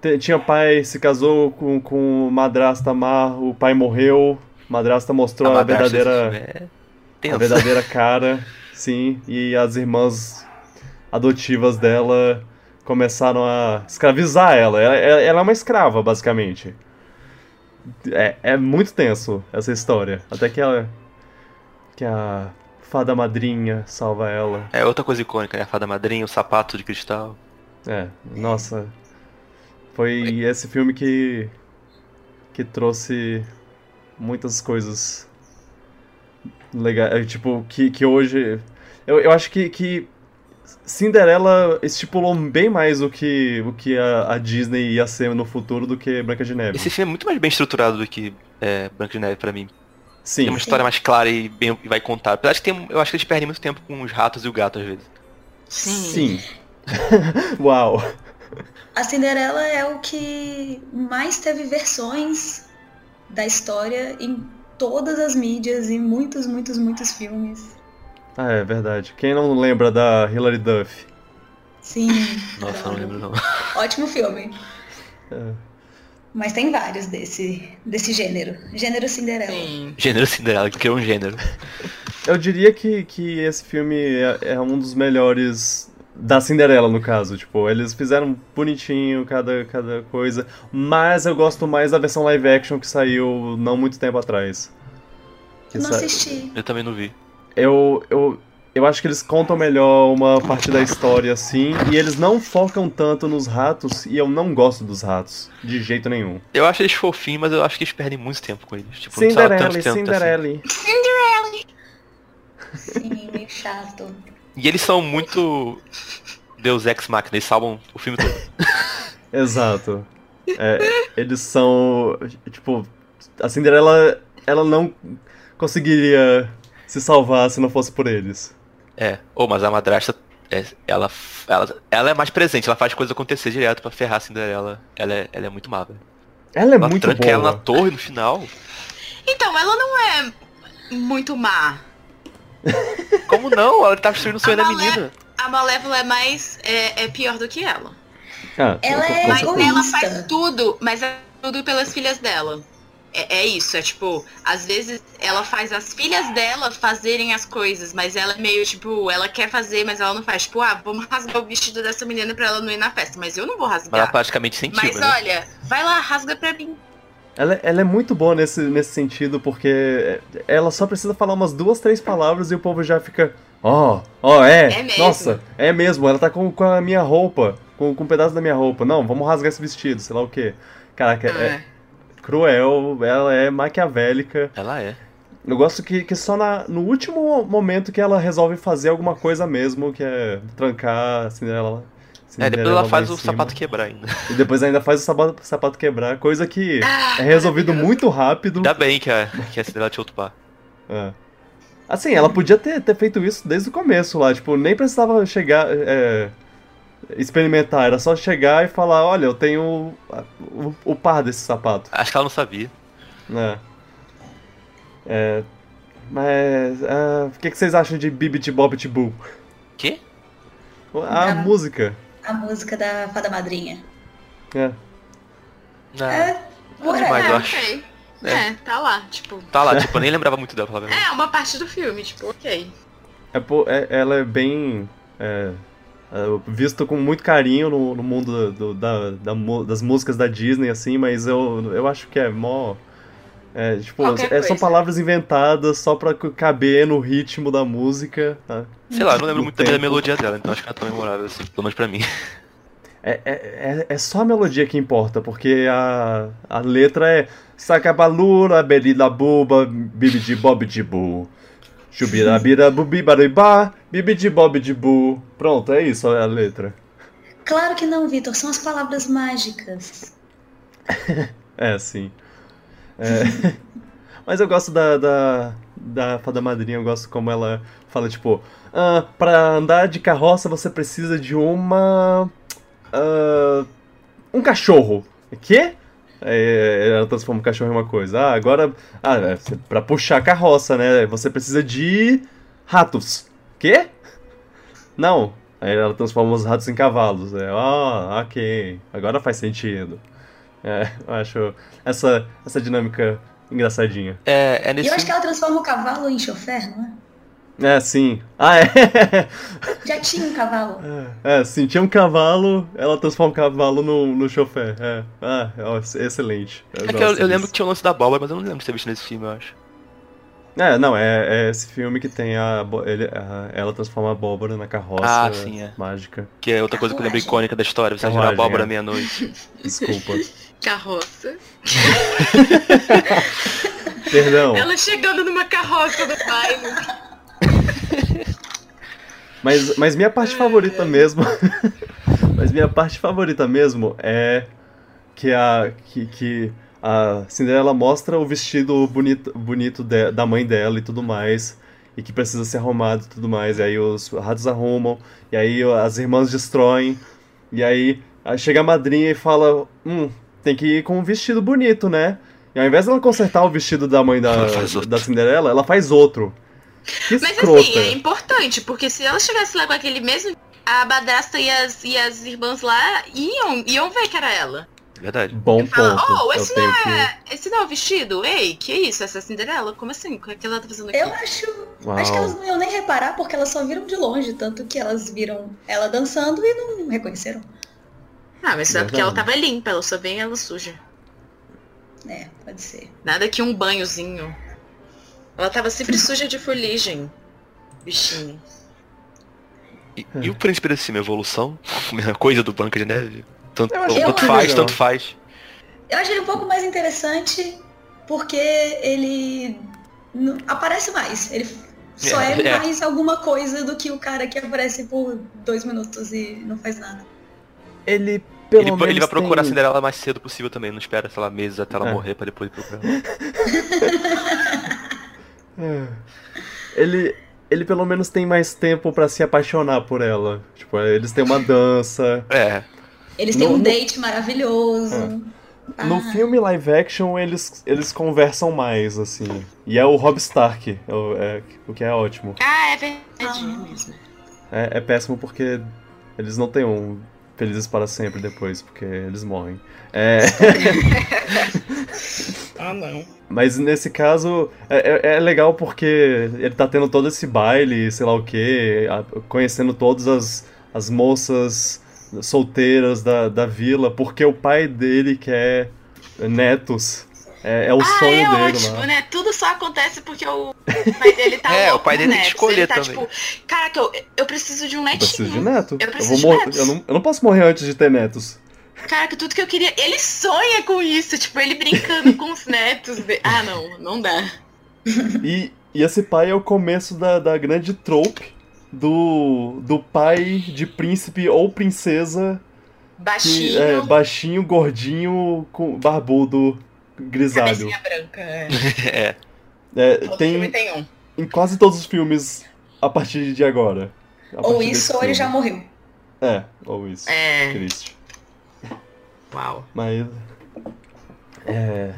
te- Tinha pai, se casou com, com madrasta má, o pai morreu, madrasta mostrou Então, a, madrasta desse verdadeira. filme É A tenso. verdadeira cara, sim. E as irmãs adotivas dela começaram a escravizar ela. Ela, ela- ela é uma escrava, basicamente. É, é muito tenso essa história. Até que ela. Que a fada madrinha salva ela. É outra coisa icônica, né? A fada madrinha, o sapato de cristal. É, nossa. Foi esse filme que. que trouxe muitas coisas legais. Tipo, que, que hoje. Eu, eu acho que, que Cinderela estipulou bem mais o que, o que a, a Disney ia ser no futuro do que Branca de Neve. Esse filme é muito mais bem estruturado do que é, Branca de Neve pra mim. Sim. Tem uma história mais clara e, bem, e vai contar. Apesar de que tem, um, eu acho que eles perdem muito tempo com os ratos e o gato às vezes. Sim. Uau. A Cinderela é o que mais teve versões da história em todas as mídias e muitos, muitos, muitos filmes. Ah, é verdade. Quem não lembra da Hilary Duff? Sim. Nossa, não adoro. lembro não. Ótimo filme. É. Mas tem vários desse, desse gênero. Gênero Cinderela. Sim. Gênero Cinderela, que criou um gênero. Eu diria que, que esse filme é, é um dos melhores da Cinderela, no caso. Tipo, eles fizeram bonitinho cada, cada coisa. Mas eu gosto mais da versão live action que saiu não muito tempo atrás. Que Não sa- assisti. Eu também não vi. Eu, eu, Eu acho que eles contam melhor uma parte da história assim, e eles não focam tanto nos ratos, e eu não gosto dos ratos, de jeito nenhum. Eu acho eles fofinhos, mas eu acho que eles perdem muito tempo com eles. Tipo, não precisava Cinderela, tanto tempo, Cinderela. Sim, meio chato. assim. E eles são muito Deus Ex Machina, eles salvam o filme todo. Exato. É, eles são. Tipo, a Cinderela ela não conseguiria se salvar se não fosse por eles. É. Ô, mas a madrasta, é, ela, ela, ela é mais presente, ela faz coisas acontecer direto pra ferrar a Cinderela. Ela é, ela é muito má, velho. Ela é Ela muito tranca boa. ela na torre no final. Então, ela não é muito má. Como não? Ela tá destruindo o sonho A da Malé- menina. A Malévola é mais. é, é pior do que ela. Ah, Ela é com Mas certeza. ela egoísta. faz tudo, mas é tudo pelas filhas dela. É, é isso, é tipo, às vezes ela faz as filhas dela fazerem as coisas, mas ela é meio tipo, ela quer fazer, mas ela não faz. Tipo, ah, vamos rasgar o vestido dessa menina pra ela não ir na festa, mas eu não vou Mas ela rasgar. praticamente incentiva, Mas né? olha, vai lá, rasga pra mim. Ela, ela é muito boa nesse, nesse sentido, porque ela só precisa falar umas duas, três palavras e o povo já fica. Ó, ó, é. É mesmo. Nossa, é mesmo. Ela tá com, com a minha roupa, com, com um pedaço da minha roupa. Não, vamos rasgar esse vestido, sei lá o quê. Caraca, é É. cruel, ela é maquiavélica. Ela é. Eu gosto que, que só na- no último momento que ela resolve fazer alguma coisa mesmo, que é trancar a Cinderela. É, depois Cinderela ela lá faz em o cima. sapato quebrar ainda. E depois ainda faz o saba- sapato quebrar, coisa que Ah, é resolvido muito rápido. Ainda bem que a, que a Cinderela tinha outro par. É. Assim, ela podia ter, ter feito isso desde o começo lá, tipo, nem precisava chegar. é, experimentar, era só chegar e falar: olha, eu tenho o, o- o par desse sapato. Acho que ela não sabia. né? É. Mas. ah, o que, que vocês acham de Bibit Bobbit Boo? Quê? A Ah. música. A música da Fada Madrinha. É. Não. É, Ah. Tá demais, é, mas eu whatever. acho- ok. É. É. tá lá, tipo. Tá lá, tipo, eu nem lembrava muito dela, pra falar a verdade. É uma parte do filme, tipo, ok. É, po- é- ela é bem. É, é, visto com muito carinho no, no mundo do- da, da mu- das músicas da Disney, assim, mas eu, eu acho que é mó. é, tipo, Qualquer é- são coisa. palavras inventadas só pra c- caber no ritmo da música. tá? Sei lá, eu não lembro No muito também da tempo. melodia dela, então acho que não é tão memorável assim, pelo menos pra mim. É, é, é, é só a melodia que importa, porque a, a letra é Sacabalura, Belida Buba, Bibidi Bobidi Bu. Chubirabira Bubibaribá, Bibidi Bobidi Bu. Pronto, é isso a letra. Claro que não, Vitor. São as palavras mágicas. É, sim. É. Mas eu gosto da, da, da Fada Madrinha, eu gosto como ela fala, tipo, ah, pra andar de carroça você precisa de uma. ah, um cachorro. Quê? É, ela transforma o cachorro em uma coisa. Ah, agora. Ah, é, você- pra puxar a carroça, né? Você precisa de. ratos. Quê? Não. Aí ela transforma os ratos em cavalos. né? Ah, ok. Agora faz sentido. É, eu acho essa, essa dinâmica engraçadinha. É, é E nesse. eu acho que ela transforma o cavalo em chofer, não É, sim. Ah, é. é? Já tinha um cavalo. É, sim, tinha um cavalo, ela transforma o cavalo no, no chofé. É. Ah, ó, excelente. É que eu, gosto eu lembro que disso. tinha o lance da abóbora, mas eu não lembro de ter visto nesse filme, eu acho. É, não, é, é esse filme que tem a, abó- ele- a- Ela transforma a abóbora na carroça Ah, sim, é. mágica. Que é outra coisa que eu lembro Carruagem. icônica da história, você girar Carruagem, abóbora é. à meia-noite. Desculpa. Carroça. Perdão. Ela chegando numa carroça do bairro. Mas, mas minha parte É. favorita mesmo. mas minha parte favorita mesmo é que a. que, que a Cinderela mostra o vestido bonito, bonito de- da mãe dela e tudo mais. E que precisa ser arrumado e tudo mais. E aí os ratos arrumam. E aí as irmãs destroem. E aí, aí chega a madrinha e fala: Hum, tem que ir com um vestido bonito, né? E ao invés dela consertar o vestido da mãe da, Ela faz outro. da Cinderela, ela faz outro. Que Mas escrota. assim, é importante, porque se ela chegasse lá com aquele mesmo. A badasta e as, e as irmãs lá iam, iam ver que era ela. Verdade. Bom Fala, ponto. oh, eu esse tenho que... É, esse não é o vestido? Ei, que isso? Essa é a Cinderela? Como assim? O que é que ela tá fazendo aqui? Eu acho. Uau. Acho que elas não iam nem reparar porque elas só viram de longe, tanto que elas viram ela dançando e não reconheceram. Ah, mas isso é porque ela Verdade. tava limpa, ela só vem ela suja. É, pode ser. Nada que um banhozinho. Ela tava sempre suja de fuligem. Bichinho. E, É. e o Príncipe da Cima, evolução? Mesma coisa do Branca de Neve? Tanto, Eu acho que é tanto não. faz, tanto faz. Eu acho ele um pouco mais interessante porque ele n- aparece mais. Ele só é, É, é. mais alguma coisa do que o cara que aparece por dois minutos e não faz nada. Ele, pelo ele, menos, ele vai procurar tem... acelerar ela mais cedo possível também, não espera, sei lá, meses até ela É. morrer pra depois ir procurar. É. Ele, ele pelo menos tem mais tempo pra se apaixonar por ela. Tipo, eles têm uma dança. É, Eles têm No- um no- date maravilhoso. No Ah. filme live action, eles, eles conversam mais, assim. E é o Rob Stark, é o, é- o que é ótimo. Ah, é verdade Ah. mesmo. É, é péssimo porque eles não têm um Felizes para sempre depois, porque eles morrem. É, Ah, não. mas nesse caso, é, é- é legal porque ele tá tendo todo esse baile, sei lá o quê, a- conhecendo todas as, as moças solteiras da, da vila, porque o pai dele quer netos. É, é o ah, sonho é dele ótimo, lá. né? Tudo só acontece porque o pai dele tá É, louco o pai dele tem que por netos. escolher Ele tá, também. tipo, caraca, eu, eu preciso de um Eu preciso de netinho. neto. Eu preciso vou de mor- netos. eu não, eu não posso morrer antes de ter netos. Caraca, tudo que eu queria. Ele sonha com isso, tipo, ele brincando com os netos. de- Ah, não, não dá. E, e esse pai é o começo da, da grande trope do, do pai de príncipe ou princesa que Baixinho, é baixinho, gordinho, com barbudo, grisalho. cabecinha branca. É. é. É, Todo filme tem tem um. em quase todos os filmes a partir de agora. A Ou partir desse isso, ou filme. ele já morreu. É, ou isso. É. Triste. Uau. Mas. É.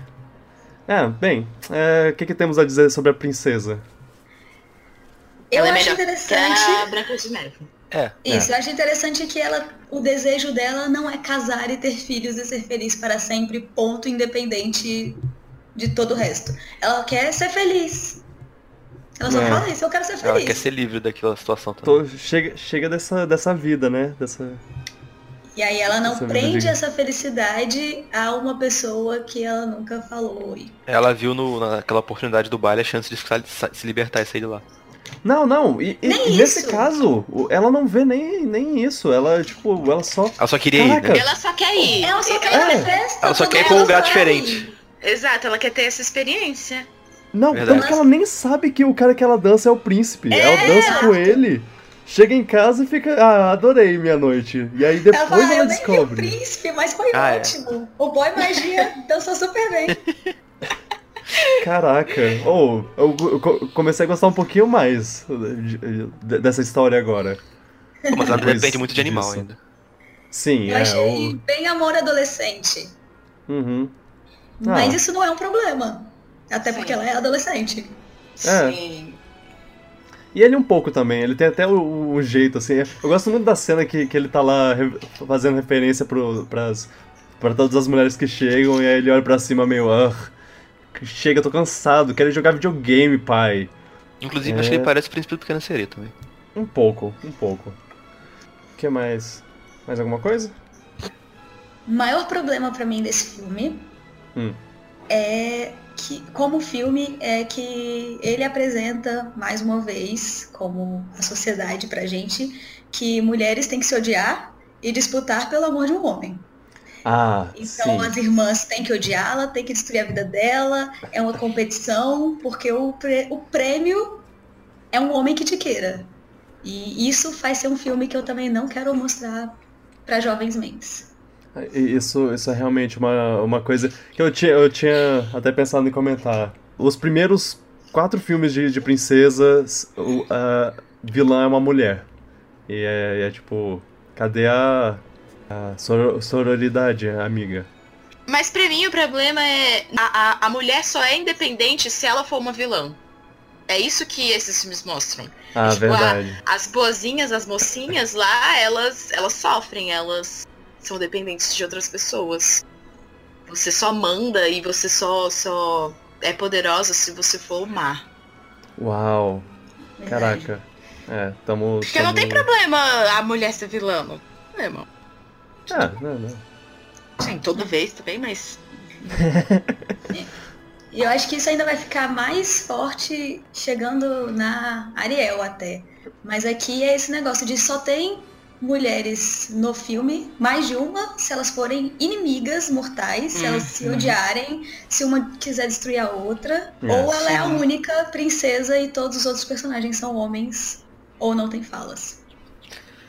É, bem, é, o que, que temos a dizer sobre a princesa? Eu Ela é acho melhor interessante. Pra Branca de Neve. é. Isso, eu acho interessante que ela, o desejo dela não é casar e ter filhos e ser feliz para sempre, ponto, independente de todo o resto. Ela quer ser feliz. Ela só É. fala isso, eu quero ser Ela feliz. quer ser livre daquela situação também. Tô- chega chega dessa, dessa vida, né? Dessa, E aí ela não Essa vida prende de- essa felicidade a uma pessoa que ela nunca falou. E- Ela viu no- naquela oportunidade do baile a chance de sa- sa- se libertar e sair de lá. Não, não. E, e- Nem e nesse isso. caso, o- ela não vê nem, nem isso. Ela, tipo, ela só. Ela só queria ir, Caraca. né? Ela só quer ir. Ela só quer ir É. pra festa. Ela só todo quer ir mundo pra um lugar vai. diferente. é, Exato, ela quer ter essa experiência. Não, Verdade. tanto que ela nem sabe que o cara que ela dança é o príncipe. Ela dança com ele, chega em casa e fica. Ah, adorei minha noite. E aí Ela depois fala, ela, "Ah, eu nem vi o descobre. príncipe, mas foi Ah, é. ótimo. O boy magia dançou super bem. Caraca. Ou, eu, eu co- comecei a gostar um pouquinho mais de- de- dessa história agora. Pô, Mas ela Depois depende muito de animal disso. ainda. Sim, Eu é. achei o- bem amor adolescente. Uhum. Ah, Mas isso não é um problema. Até porque Sim. ela é adolescente. É. Sim. E ele um pouco também, ele tem até o, o jeito, assim. Eu gosto muito da cena que, que ele tá lá re- fazendo referência pro, pras, pra todas as mulheres que chegam, e aí ele olha pra cima meio, ah, chega, tô cansado, quero jogar videogame, pai. Inclusive, É. acho que ele parece o príncipe do Pequena Sereia também. Um pouco, um pouco. O que mais? Mais alguma coisa? O maior problema pra mim desse filme Hum. é que, como filme, é que ele apresenta, mais uma vez, como a sociedade pra gente, que mulheres têm que se odiar e disputar pelo amor de um homem. Ah, Então sim. as irmãs têm que odiá-la, têm que destruir a vida dela, é uma competição, porque o, prê- o prêmio é um homem que te queira. E isso faz ser um filme que eu também não quero mostrar pra jovens mentes. E- Isso, isso é realmente uma, uma coisa que eu tinha, eu tinha até pensado em comentar. Os primeiros quatro filmes de, de princesas, o a vilã é uma mulher. E é, é tipo, cadê a, a soro- sororidade, amiga? Mas pra mim o problema é. A, a, a mulher só é independente se ela for uma vilã. É isso que esses filmes mostram. Ah, Tipo, verdade. As boazinhas, as mocinhas lá, elas, elas sofrem, elas são dependentes de outras pessoas. Você só manda e você só, só é poderosa se você for o mar. Uau, Verdade. caraca. É, tamo. Porque não tamo- tem problema a mulher ser vilã, não tem problema. Ah, não, não. Sim, toda vez também, mas. E eu acho que isso ainda vai ficar mais forte chegando na Ariel até. Mas aqui é esse negócio de só tem mulheres no filme, mais de uma, se elas forem inimigas mortais, se elas Uhum. se odiarem, se uma quiser destruir a outra, ou ela é a única princesa e todos os outros personagens são homens ou não tem falas.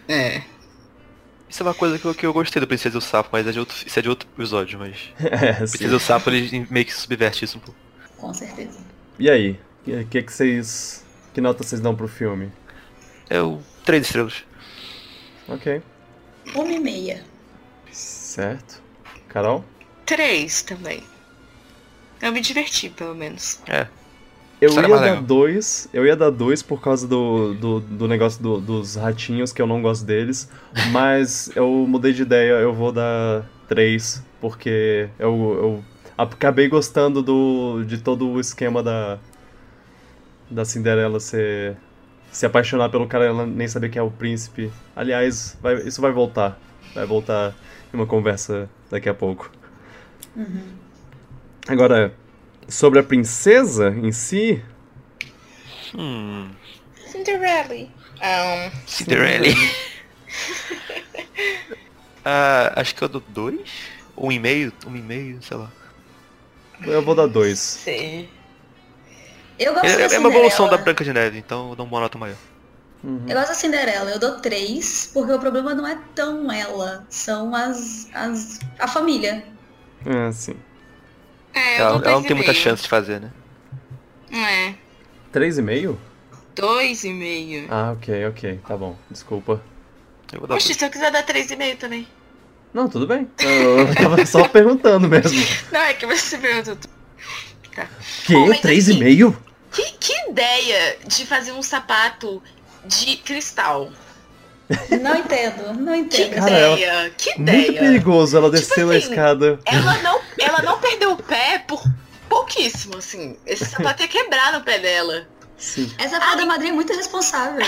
É. Isso é uma coisa que eu, que eu gostei do Princesa e o Sapo, mas é de outro, isso é de outro episódio, mas. É, Princesa e o Sapo, ele meio que subverte isso um pouco. Com certeza. E aí? O que, que vocês. Que nota vocês dão pro filme? É o três estrelas. Ok. Uma e meia. Certo. Carol? Três também. Eu me diverti, pelo menos. É. Eu Será ia mais dar legal. dois, eu ia dar dois por causa do, do, do negócio do- dos ratinhos, que eu não gosto deles, mas eu mudei de ideia, eu vou dar três, porque eu, eu acabei gostando do, de todo o esquema da, da Cinderela ser, se apaixonar pelo cara e ela nem saber quem é o príncipe. Aliás, vai- isso vai voltar, vai voltar em uma conversa daqui a pouco. Uhum. Agora, sobre a princesa em si... Hum. Cinderella. Um, Cinderella. ah, acho que eu dou dois? Um e meio? Um e meio, sei lá. Eu vou dar dois. sei. Eu gosto da É, é uma Cinderela. evolução da Branca de Neve, então eu dou uma nota maior. Uhum. Eu gosto da Cinderela, eu dou três, porque o problema não é tão ela, são as. as a família. É, sim. É, eu Ela, dou ela não dois e tem muita meio. chance de fazer, né? É. Três e meio? Dois e meio. Ah, ok, ok. Tá bom. Desculpa. Eu vou dar Poxa, dois. se eu quiser dar três e meio também. Não, tudo bem. Eu, eu tava só perguntando mesmo. Não, é que você perguntou. Que? Bom, mas Três e assim- meio? Que, que ideia de fazer um sapato de cristal? Não entendo, não Que entendo. Cara, ela- ideia, que Muito ideia. perigoso. Ela Tipo desceu a assim, escada. Ela não, ela não perdeu o pé por pouquíssimo, assim. Esse sapato ia quebrar no pé dela. Sim. Essa fada madrinha é muito responsável.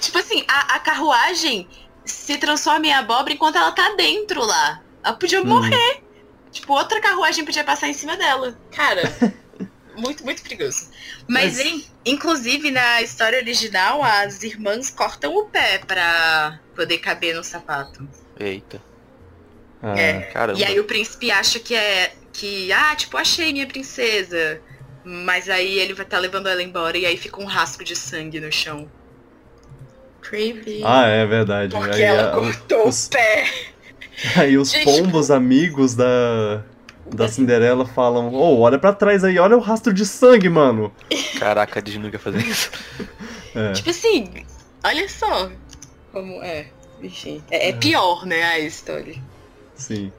Tipo assim, a, a carruagem se transforma em abóbora enquanto ela tá dentro lá. Ela podia Uhum. morrer. Tipo, outra carruagem podia passar em cima dela. Cara, muito, muito perigoso. Mas, Mas- em- inclusive, na história original, as irmãs cortam o pé pra poder caber no sapato. Eita, Ah, É. caramba. E aí o príncipe acha que é. que, ah, tipo, achei minha princesa. Mas aí ele vai estar levando ela embora e aí fica um rasgo de sangue no chão. Creepy. ah é verdade. Porque Aí, ela a- cortou os- o pé. aí os Gente, pombos amigos da, da Cinderela falam: Ô, olha pra trás aí, olha o rastro de sangue, mano. Caraca, a Disney nunca fazer isso. É. Tipo assim, olha só como é. Enfim, é, é pior, né, a história. Sim.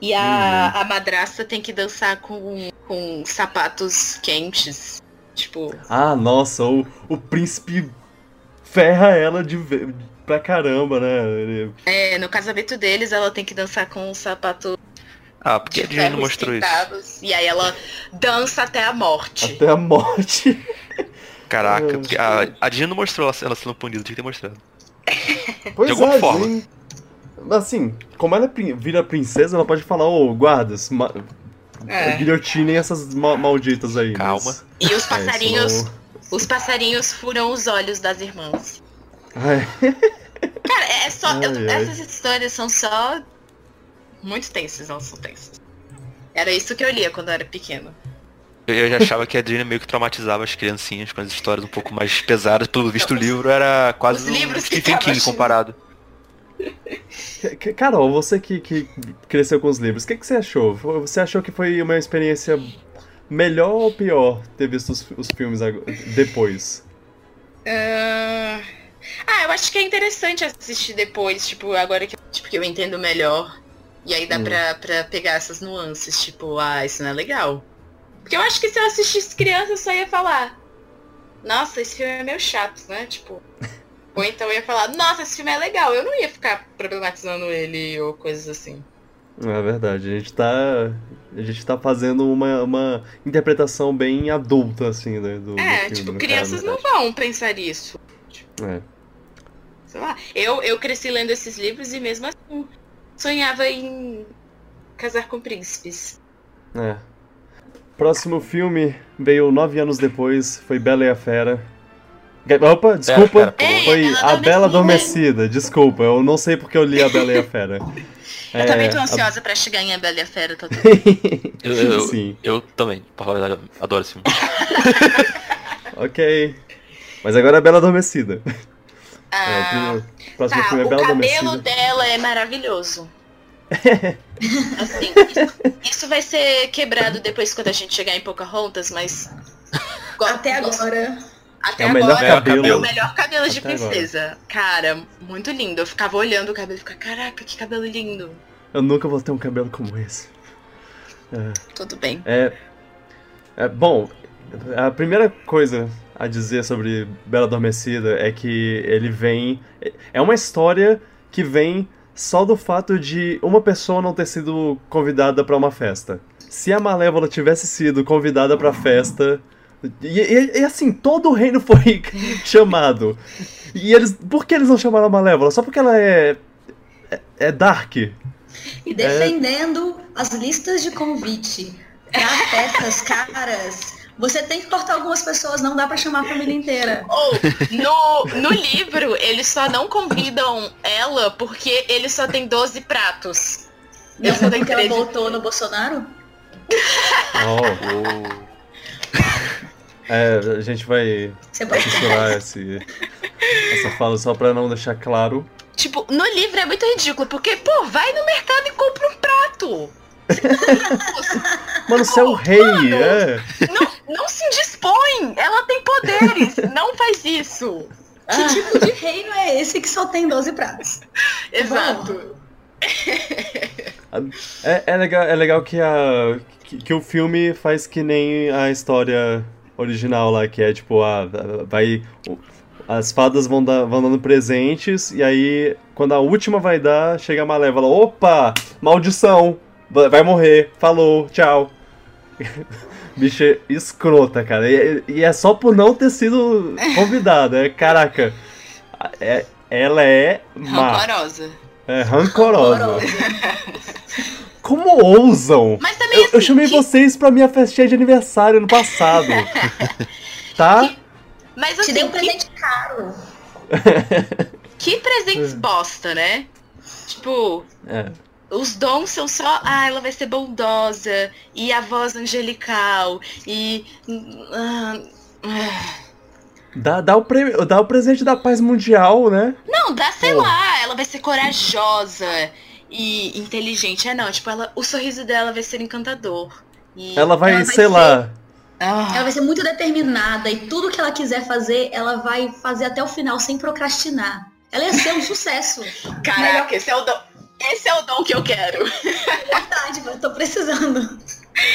E a, a madrasta tem que dançar com, com sapatos quentes. Tipo, Ah, nossa, o, o príncipe ferra ela de ve- pra caramba, né? Ele- é, no casamento deles ela tem que dançar com um sapato Ah, por que a de Disney não ferros mostrou isso? pintados. E aí ela dança até a morte. até a morte. Caraca, porque a, a Disney não mostrou ela, ela sendo punida, tinha que ter mostrado. Pois De alguma é, forma. gente. Assim, como ela é prin- vira princesa, ela pode falar, ô, guardas, ma- É. guilhotinem essas ma- malditas aí. Calma. mas- E os é, passarinhos, senão- os passarinhos furam os olhos das irmãs. Ai, Cara, é só. eu- Ai, ai. essas histórias são só muito tensas, não são tensas. Era isso que eu lia quando eu era pequena. Eu, eu já achava que a Disney meio que traumatizava as criancinhas com as histórias um pouco mais pesadas. Pelo visto, o livro era quase os um livros que Stephen tava King achando. comparado. C- C- Carol, você que, que cresceu com os livros, o que, que você achou? Fo- Você achou que foi uma experiência melhor ou pior ter visto os, os filmes ago- depois? Ah, Ah, eu acho que é interessante assistir depois, tipo, agora que, tipo, que eu entendo melhor. E aí dá Hum. pra, pra pegar essas nuances, tipo, ah, isso não é legal. Porque eu acho que se eu assistisse criança, eu só ia falar, nossa, esse filme é meio chato, né? Tipo. Ou então eu ia falar, nossa, esse filme é legal, eu não ia ficar problematizando ele ou coisas assim. É verdade, a gente tá. A gente tá fazendo uma, uma interpretação bem adulta, assim, né? Do, do é, filme, tipo, no crianças caso. né? não vão pensar isso. É. sei lá, eu, eu cresci lendo esses livros e mesmo assim sonhava em casar com príncipes. É. Próximo filme veio nove anos depois, foi Bela e a Fera. Opa, desculpa. Fera, pulou. Foi Ei, tá A assim, Bela né? Bela Adormecida. Adormecida, desculpa. Eu não sei porque eu li A Bela e a Fera. Eu também tô É, a- É, ansiosa pra chegar em A Bela e a Fera, tá tudo. Eu, eu, Sim. eu também, pra falar a verdade, eu adoro esse filme. Ok. Mas agora a Bela Adormecida. É, o Ah, primeiro- o próximo tá, filme é o Bela cabelo Adormecida. dela é maravilhoso. assim, isso vai ser quebrado depois quando a gente chegar em Pocahontas, mas... Até agora. Até É o melhor agora, cabelo. é o melhor cabelo de Até agora. princesa. Cara, muito lindo. Eu ficava olhando o cabelo e ficava, caraca, que cabelo lindo. Eu nunca vou ter um cabelo como esse. Tudo bem. É, é, bom, a primeira coisa a dizer sobre Bela Adormecida é que ele vem. É uma história que vem só do fato de uma pessoa não ter sido convidada pra uma festa. Se a Malévola tivesse sido convidada pra festa. E, e- e, assim, todo o reino foi chamado. E eles. Por que eles não chamaram a Malévola? Só porque ela é. é- É Dark. É. E defendendo as listas de convite pra festas caras. Você tem que cortar algumas pessoas, não dá pra chamar a família inteira. Ou, no, no livro, eles só não convidam ela porque ele só tem 12 pratos. Eu Mesmo só tenho porque ela 13. voltou no Bolsonaro? Oh. O- É, a gente vai Ah. Você pode censurar esse, essa fala só pra não deixar claro. Tipo, no livro é muito ridículo, porque, pô, vai no mercado e compra um prato. Mano, você é o rei, é. Não, não se dispõe, ela tem poderes, não faz isso. Que tipo de reino é esse que só tem 12 pratos? Exato. É, é legal, é legal que, a, que, que o filme faz que nem a história original lá, que é tipo, a, vai, o- as fadas vão, dar, vão dando presentes, e aí quando a última vai dar, chega a Malévola, opa, maldição, va- vai morrer, falou, tchau. Bicha escrota, cara. E, e é só por não ter sido convidada. é, Caraca, é, ela é má, Rancorosa. é rancorosa. Como ousam? Mas também Eu, assim, eu chamei que- vocês pra minha festinha de aniversário no passado. tá? Mas Te assim, dei um que, presente caro. que presentes É. bosta, né? Tipo, É. os dons são só, ah, ela vai ser bondosa, e a voz angelical, e. ah, ah. Dá, dá, o prêmio, dá o presente da paz mundial, né? Não, dá, sei Pô. lá, ela vai ser corajosa e inteligente. É não, tipo, ela, o sorriso dela vai ser encantador. E... Ela vai, Ela vai sei ser- lá. Ah. Ela vai ser muito determinada e tudo que ela quiser fazer, ela vai fazer até o final sem procrastinar. Ela ia ser um sucesso. Caraca, esse é o dom. Esse é o dom que eu quero. Verdade, eu tô precisando.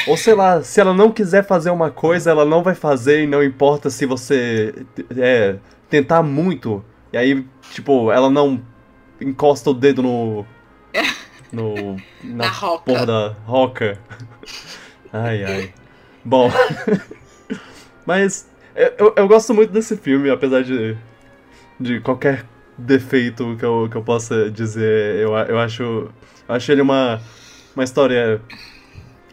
Ou sei lá, se ela não quiser fazer uma coisa, ela não vai fazer e não importa se você é, tentar muito. E aí, tipo, ela não encosta o dedo no. no Na, na roca. porra da roca. Ai, ai. Bom. Mas eu- eu, eu gosto muito desse filme, apesar de, de qualquer defeito que eu, que eu possa dizer. Eu, a- eu acho. Eu acho ele uma, uma história.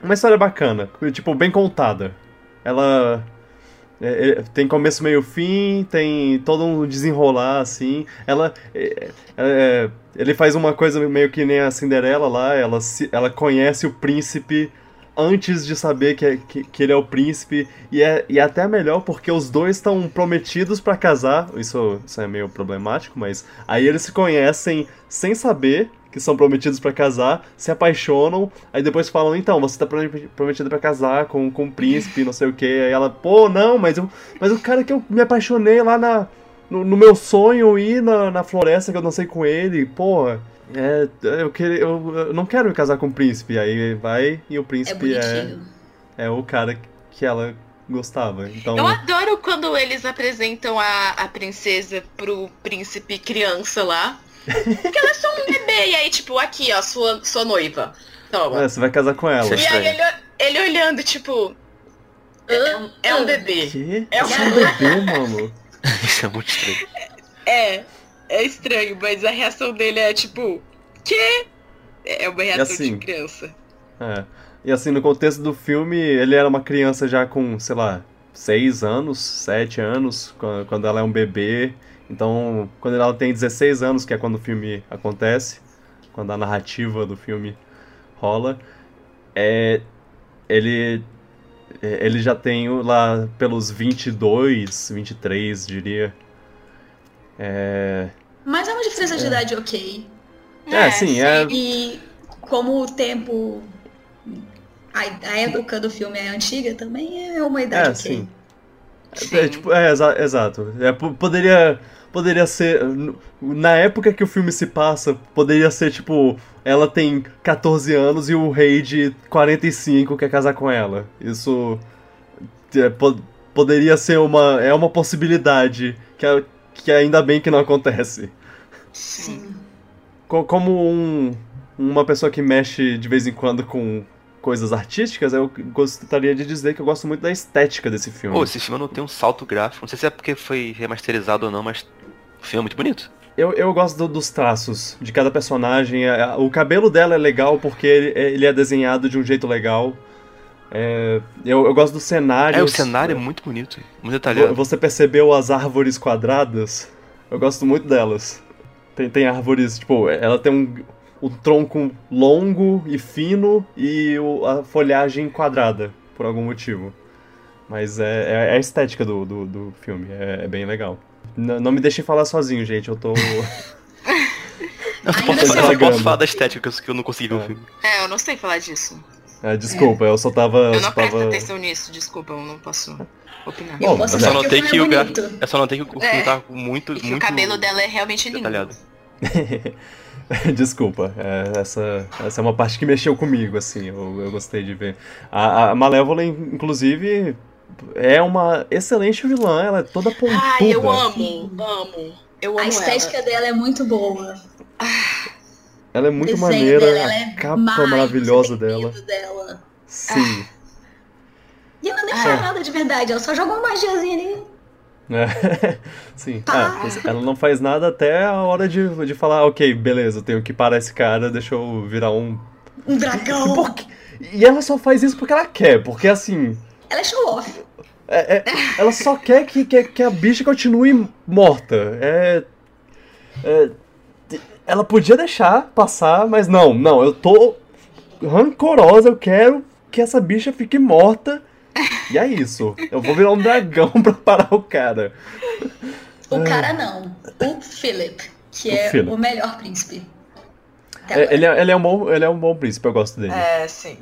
Uma história bacana. Tipo, bem contada. Ela. é- é- tem começo, meio, fim, tem todo um desenrolar, assim. Ela. é- é, ele faz uma coisa meio que nem a Cinderela lá, ela, se, ela conhece o príncipe antes de saber que, é- que, que ele é o príncipe, e é, e é até melhor porque os dois estão prometidos pra casar, isso, isso é meio problemático, mas aí eles se conhecem sem saber que são prometidos pra casar, se apaixonam, aí depois falam, então, você tá prome- prometida pra casar com, com o príncipe, não sei o que, aí ela, pô, não, mas, eu, mas o cara que eu me apaixonei lá na, no, no meu sonho ir na, na floresta que eu dancei com ele, porra. É, eu, queria, eu, eu não quero me casar com o príncipe. Aí vai e o É príncipe é, bonitinho. é, o cara que ela gostava. Então, Eu adoro quando eles apresentam a, a princesa pro príncipe criança lá. Porque elas são um bebê. E aí, tipo, aqui, ó, sua, sua noiva. Toma. é, você vai casar com ela. E aí ele, ele olhando, tipo, é um, é um bebê. Que? É Você é um bebê, mano. Isso é muito estranho. É, é estranho, mas a reação dele é tipo, que? É uma reação assim, de criança. É. E assim, no contexto do filme, ele era uma criança já com, sei lá, 6 anos, 7 anos, quando- quando ela é um bebê. Então, quando ela tem 16 anos, que é quando o filme acontece, quando a narrativa do filme rola, é, ele, é, ele já tem o- lá pelos 22, 23, diria. Mas é uma diferença de idade ok. É, sim, é, E como o tempo. A, a época do filme é antiga, também é uma idade É, ok. sim. sim. É, tipo, é, exa- exato. É, po- poderia, poderia ser. n- Na época que o filme se passa, poderia ser tipo. Ela tem 14 anos e o rei de 45 quer casar com ela. Isso. é, po- poderia ser uma. É uma possibilidade que, a- que ainda bem que não acontece. Sim. Co- como um, uma pessoa que mexe de vez em quando com coisas artísticas, eu gostaria de dizer que eu gosto muito da estética desse filme. Pô, esse filme não tem um salto gráfico. Não sei se é porque foi remasterizado ou não, mas o filme é muito bonito. Eu, eu gosto do- dos traços de cada personagem. A- a- O cabelo dela é legal porque ele, ele é desenhado de um jeito legal. É, eu, eu gosto do cenário. É, o cenário é muito bonito, muito Vo- detalhado. Você percebeu as árvores quadradas? Eu gosto muito delas. Tem, tem árvores, tipo, ela tem um, um tronco longo e fino e o- a folhagem quadrada, por algum motivo. Mas é, é- é a estética do, do, do filme, é, é bem legal. N- não me deixem falar sozinho, gente, eu tô. Eu não Ainda posso, eu não assim- posso falar da estética que eu não consegui ver É. o filme. É, eu não sei falar disso. É, desculpa, eu só tava. Eu só não presto tava- atenção nisso, desculpa, eu não posso opinar. Bom, Eu posso eu só achar que o notei filme que é o gra- bonito. Eu só notei que o filme É. tá muito, E que muito o cabelo dela é realmente lindo. detalhado. Desculpa, é, essa, essa é uma parte que mexeu comigo, assim, eu, eu gostei de ver. A, a Malévola, in- inclusive, é uma excelente vilã, ela é toda pontuda. Ai, eu amo, amo. Eu amo A estética dela é muito boa. Ela é muito o desenho maneira, dela, ela a é capa mais Ah. maravilhosa bem-vindo dela. dela. Sim. E ela nem Ah. faz nada de verdade, ela só joga uma magiazinha ali. É. Sim. Tá. É, ela não faz nada até a hora de, de falar, ok, beleza, eu tenho que parar esse cara, deixa eu virar um. Um E dragão. por quê? E ela só faz isso porque ela quer, porque assim. Ela é show off. É- é- ela só quer que, que, que a bicha continue morta. É, é, te- ela podia deixar passar, mas não, não, eu tô rancorosa, eu quero que essa bicha fique morta. E é isso. Eu vou virar um dragão pra parar o cara. O cara não. O Philip, que É. O é Philip. o melhor prínspe. Até É, agora. ele, é, ele é um bom, ele é um bom príncipe, eu gosto dele. É, sim.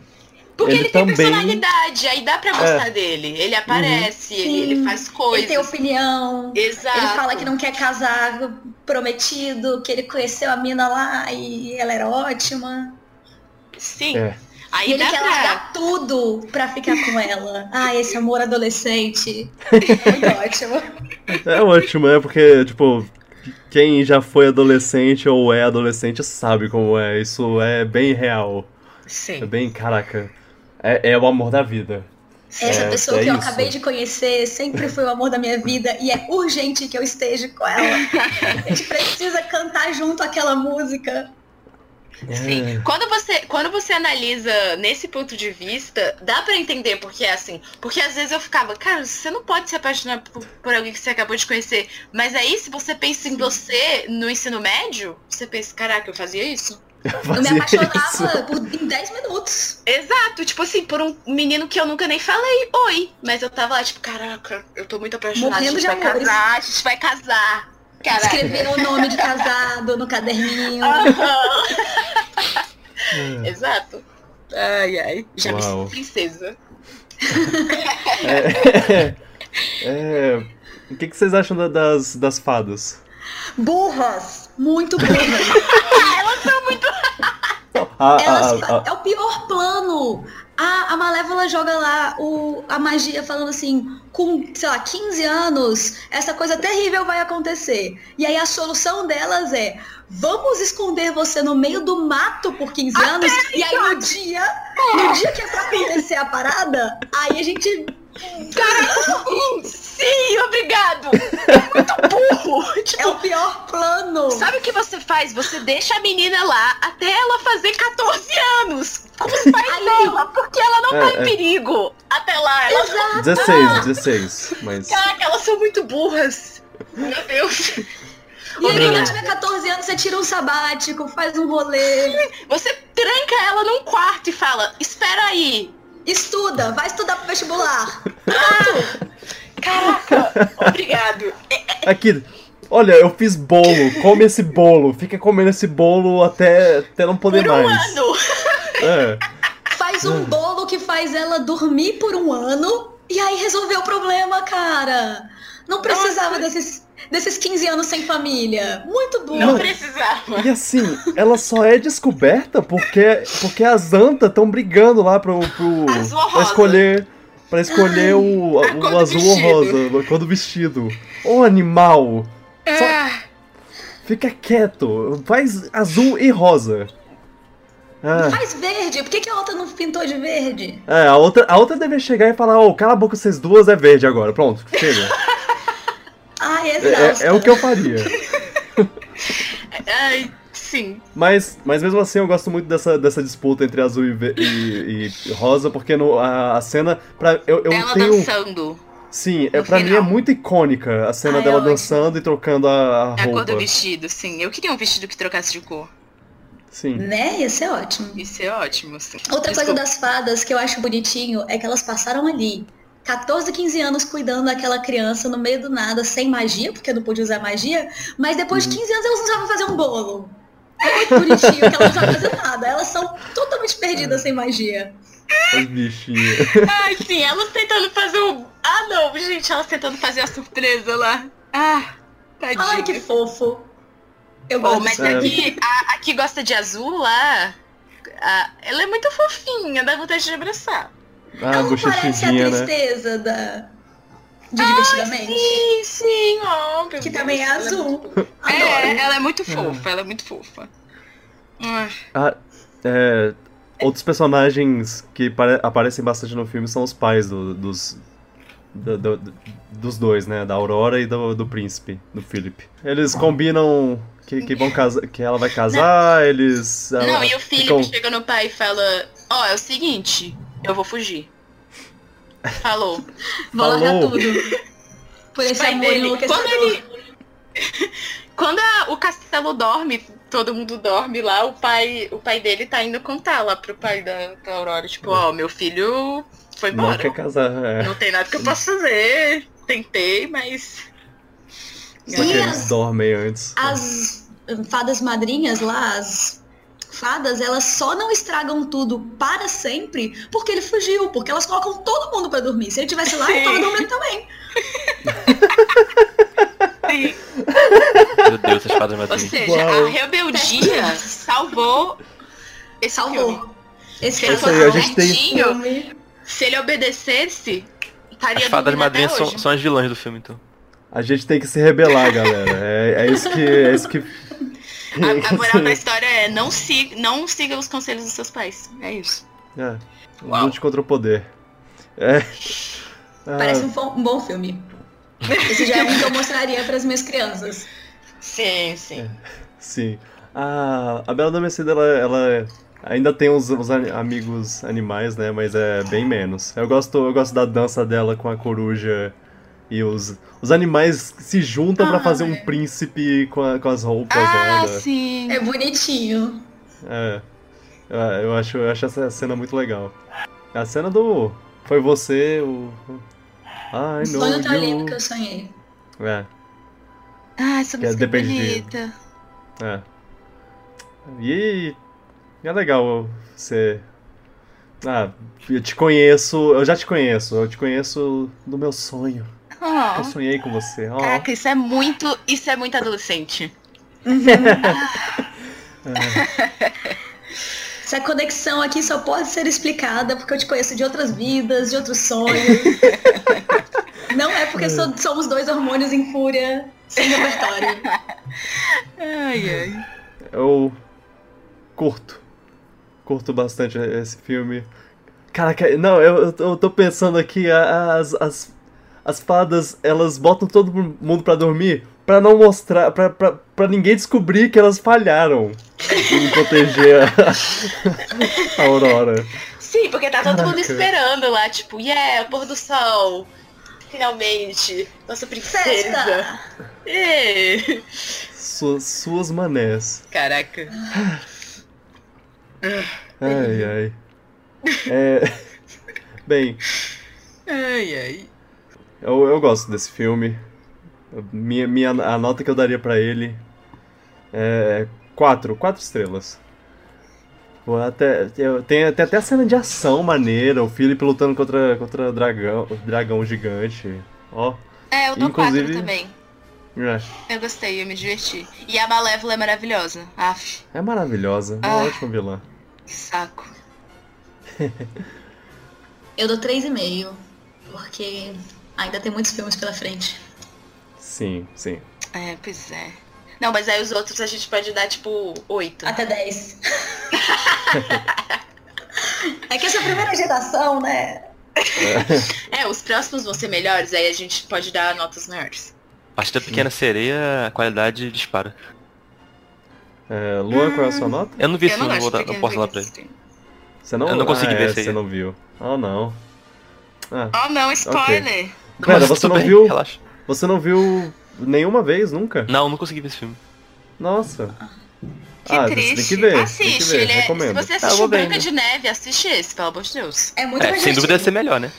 Porque Ele ele, tem também- É. personalidade, aí dá pra gostar dele. Ele aparece, ele, Sim. Uhum. ele faz coisas. Ele tem opinião. Exato. Ele fala que não quer casar prometido, que ele conheceu a mina lá e ela era ótima. Sim. É. Aí E ele dá quer pra. largar tudo pra ficar com ela. Ah, esse amor adolescente. Muito ótimo. É ótimo, é porque, tipo, quem já foi adolescente ou é adolescente sabe como é. Isso é bem real. É Sim. bem, caraca. É, é o amor da vida. Essa É, pessoa é que eu isso. acabei de conhecer sempre foi o amor da minha vida e é urgente que eu esteja com ela. A gente precisa cantar junto aquela música. É. Sim. Quando você, quando você analisa nesse ponto de vista, dá pra entender porque é assim. Porque às vezes eu ficava, cara, você não pode se apaixonar por, por alguém que você acabou de conhecer. Mas aí, se você pensa em você no ensino médio, você pensa, caraca, eu fazia isso? Eu me É, Fazer isso. apaixonava por, em 10 minutos. Exato, tipo assim, por um menino que eu nunca nem falei, oi. Mas eu tava lá, tipo, caraca, eu tô muito apaixonada. Morrendo a gente de vai amores. casar, a gente vai casar. Caraca. Ah, Escrever o nome de casado no caderninho. Aham. É. Exato. Ai, ai. Já me Uau. sinto princesa. É. É. O que, que vocês acham da- das, das fadas? Burras! Muito burras. A, a, Elas- a, a- É o pior plano. A, a Malévola joga lá o, a magia falando assim, com, sei lá, 15 anos, essa coisa terrível vai acontecer. E aí a solução delas é, vamos esconder você no meio do mato por 15 anos, e aí no dia, no dia que é pra acontecer a parada, aí a gente Sim, obrigado! Muito burro! Tipo, é o pior plano. Sabe o que você faz? Você deixa a menina lá até ela fazer 14 anos com os pais dela, porque ela não É, tá em é. perigo. Até lá, ela... ah. 16, 16. Mas. Caraca, elas são muito burras. Meu Deus. E aí, quando Menina. ela tiver 14 anos, você tira um sabático, faz um rolê, Você tranca ela num quarto e fala, espera aí. estuda, vai estudar pro vestibular. Caraca, obrigado. Aqui. é Olha, eu fiz bolo, come esse bolo, fica comendo esse bolo até, até não poder Por um mais. ano. É. Faz Hum. um bolo que faz ela dormir por um ano e aí resolveu o problema, cara. Não precisava desses, desses 15 anos sem família. Muito bom. Não precisava. E assim, ela só é descoberta porque, porque as antas estão brigando lá pro, pro, Azul ou pra rosa? escolher. Pra escolher o, a cor o do azul ou vestido. rosa, a cor do vestido. Ô animal, Ah, fica quieto, faz azul e rosa. Ah, Faz verde. Por que, que a outra não pintou de verde? é, a, outra, a outra deve chegar e falar: Ô, cala a boca, vocês duas é verde agora. Pronto, chega. É- Ai, é- Ah, exausta. é o que eu faria. ai, sim. Mas, mas mesmo assim eu gosto muito dessa, dessa disputa entre azul e, ve- e- e rosa, porque no, a, a cena. Pra, eu, eu Ela tenho. dançando Sim, é, no pra mim é final. muito icônica a cena Ah, é dela ótimo. dançando e trocando a, a É a roupa. cor do vestido, sim. Eu queria um vestido que trocasse de cor. Sim. Né? Ia ser ótimo. Isso é ótimo, sim. Outra coisa Desculpa. das fadas que eu acho bonitinho é que elas passaram ali 14, 15 anos cuidando daquela criança no meio do nada, sem magia, porque não podia usar magia, mas depois Uhum. de 15 anos elas não sabem fazer um bolo. É muito bonitinho que elas não sabem fazer nada. Elas são totalmente É. perdidas sem magia. As bichinhas. É Ai, sim, elas tentando fazer um. Ah, não, gente, elas tentando fazer a surpresa lá. Ah, tadinha. Ai, que fofo. Eu Pô, gosto. mas disso. É. aqui, a, a que gosta de azul lá, a- ela é muito fofinha, dá vontade de abraçar. Ah, Ela um não parece a bochechinha, né? tristeza da... de divertidamente. Sim, sim, ó. meu Que Deus, também é ela azul. muito fofa. Adoro. É, ela é Hum. muito fofa, ela é muito fofa. Ah, Ah, é, outros personagens que pare- aparecem bastante no filme são os pais do- dos. do- do- do- dos dois, né? Da Aurora e do, do príncipe, do Philip. Eles combinam que, que, vão casa, que ela vai casar, eles. Não, ela- e o Philip ficam- chega no pai e fala, ó, é o seguinte, eu vou fugir. Falou. Vou largar Falou. tudo. Por esse Pai amor dele, enlouquecedor. quando ele. quando a- o castelo dorme, todo mundo dorme lá, o pai, o pai dele tá indo contar lá pro pai da, da Aurora, tipo, ó, meu filho foi Não embora. quer casar, é. Não tem nada que eu possa fazer. Tentei, mas. Só que E eles as- dormem antes. as hum, fadas madrinhas lá, as fadas, elas só não estragam tudo para sempre porque ele fugiu, porque elas colocam todo mundo pra dormir. Se ele tivesse lá, ele Sim. tava dormindo também. é assim. Sim. Meu Deus, essas fadas Ou madrinhas. seja, Uau. a rebeldia salvou. Esse filme. Salvou. Esse um Se ele É Isso fosse aí, a gente tem- certinho, filme. se ele obedecesse, estaria As fadas dormindo até madrinhas são, hoje. são as vilãs do filme, então. A gente tem que se rebelar, galera. É, é isso que. É isso que... A, a moral da história é não, si, não siga os conselhos dos seus pais. É isso. É, Uau. lute contra o poder. É. Ah, Parece um, fo- um bom filme. Esse já é um que eu mostraria para as minhas crianças. Sim, sim. Sim. A, a Bela Adormecida, ela, ela ainda tem uns, uns a- amigos animais, né? Mas é bem menos. Eu gosto, eu gosto da dança dela com a coruja e os, os animais se juntam pra Ah, fazer um é. príncipe com, a- com as roupas Ah, lá. né? sim. É bonitinho. É. É, Eu acho, eu acho essa cena muito legal. A cena do. Foi você, o. Ai, não. Sonho tão lindo tá que eu sonhei. É, Ah, essa Que é música é depende bonita. é. E é legal você. Ah, eu te conheço, eu já te conheço, eu te conheço do meu sonho. Ah. Eu sonhei com você. ó. Caraca, isso é muito. Isso é muito adolescente. Essa conexão aqui só pode ser explicada porque eu te conheço de outras vidas, de outros sonhos. Não é porque so- somos dois hormônios em fúria sem repertório. Ai, ai. Eu curto. Curto bastante esse filme. Caraca, não, eu, eu tô- eu tô pensando aqui, a- as, as, as fadas, elas botam todo mundo pra dormir Pra não mostrar, pra, pra, pra ninguém descobrir que elas falharam em proteger a, a Aurora. Sim, porque tá todo mundo Caraca. esperando lá, tipo, yeah, pôr do sol. Finalmente, nossa princesa. É. Festa! Ê. Suas, suas manés. Caraca. Ai, ai. É, Bem, Ai, ai. eu, eu gosto desse filme. Minha, minha, a nota que eu daria pra ele é quatro, quatro estrelas. Pô, Até, eu- tem, tem até a cena de ação maneira, o Philip lutando contra, contra dragão, dragão gigante. Ó, É, eu dou Inclusive- quatro também. é, Eu gostei, eu me diverti. E a Malévola é maravilhosa. Aff, é maravilhosa, é Ah. uma ótima vilã. que saco. Eu dou 3,5, porque ainda tem muitos filmes pela frente. Sim, sim. É, pois é. Não, mas aí os outros a gente pode dar, tipo, oito. Até 10. é que essa é a primeira geração, né? É, os próximos vão ser melhores, aí a gente pode dar notas maiores. A partir da pequena sereia, a qualidade dispara. É, Luan, qual é a sua nota? Eu não vi esse eu não filme, não, gosto vou dar- porque não posso eu falar vi pra ele. esse filme. Você não, Eu não consegui ah, ver é, esse aí. Você não viu. Oh, não. Ah, Oh não, spoiler! Pera, Mas você tudo não bem, viu? Relaxa. você não viu nenhuma vez, nunca? Não, não consegui ver esse filme. Nossa. Que ah, triste. você tem que ver. tem que Assiste, ver, ele é... se recomendo. você Ah, eu assistiu vou Branca vendo. de Neve, assiste esse, pelo amor de Deus. É muito É, mais sem dúvida ia divertido. ser melhor, né?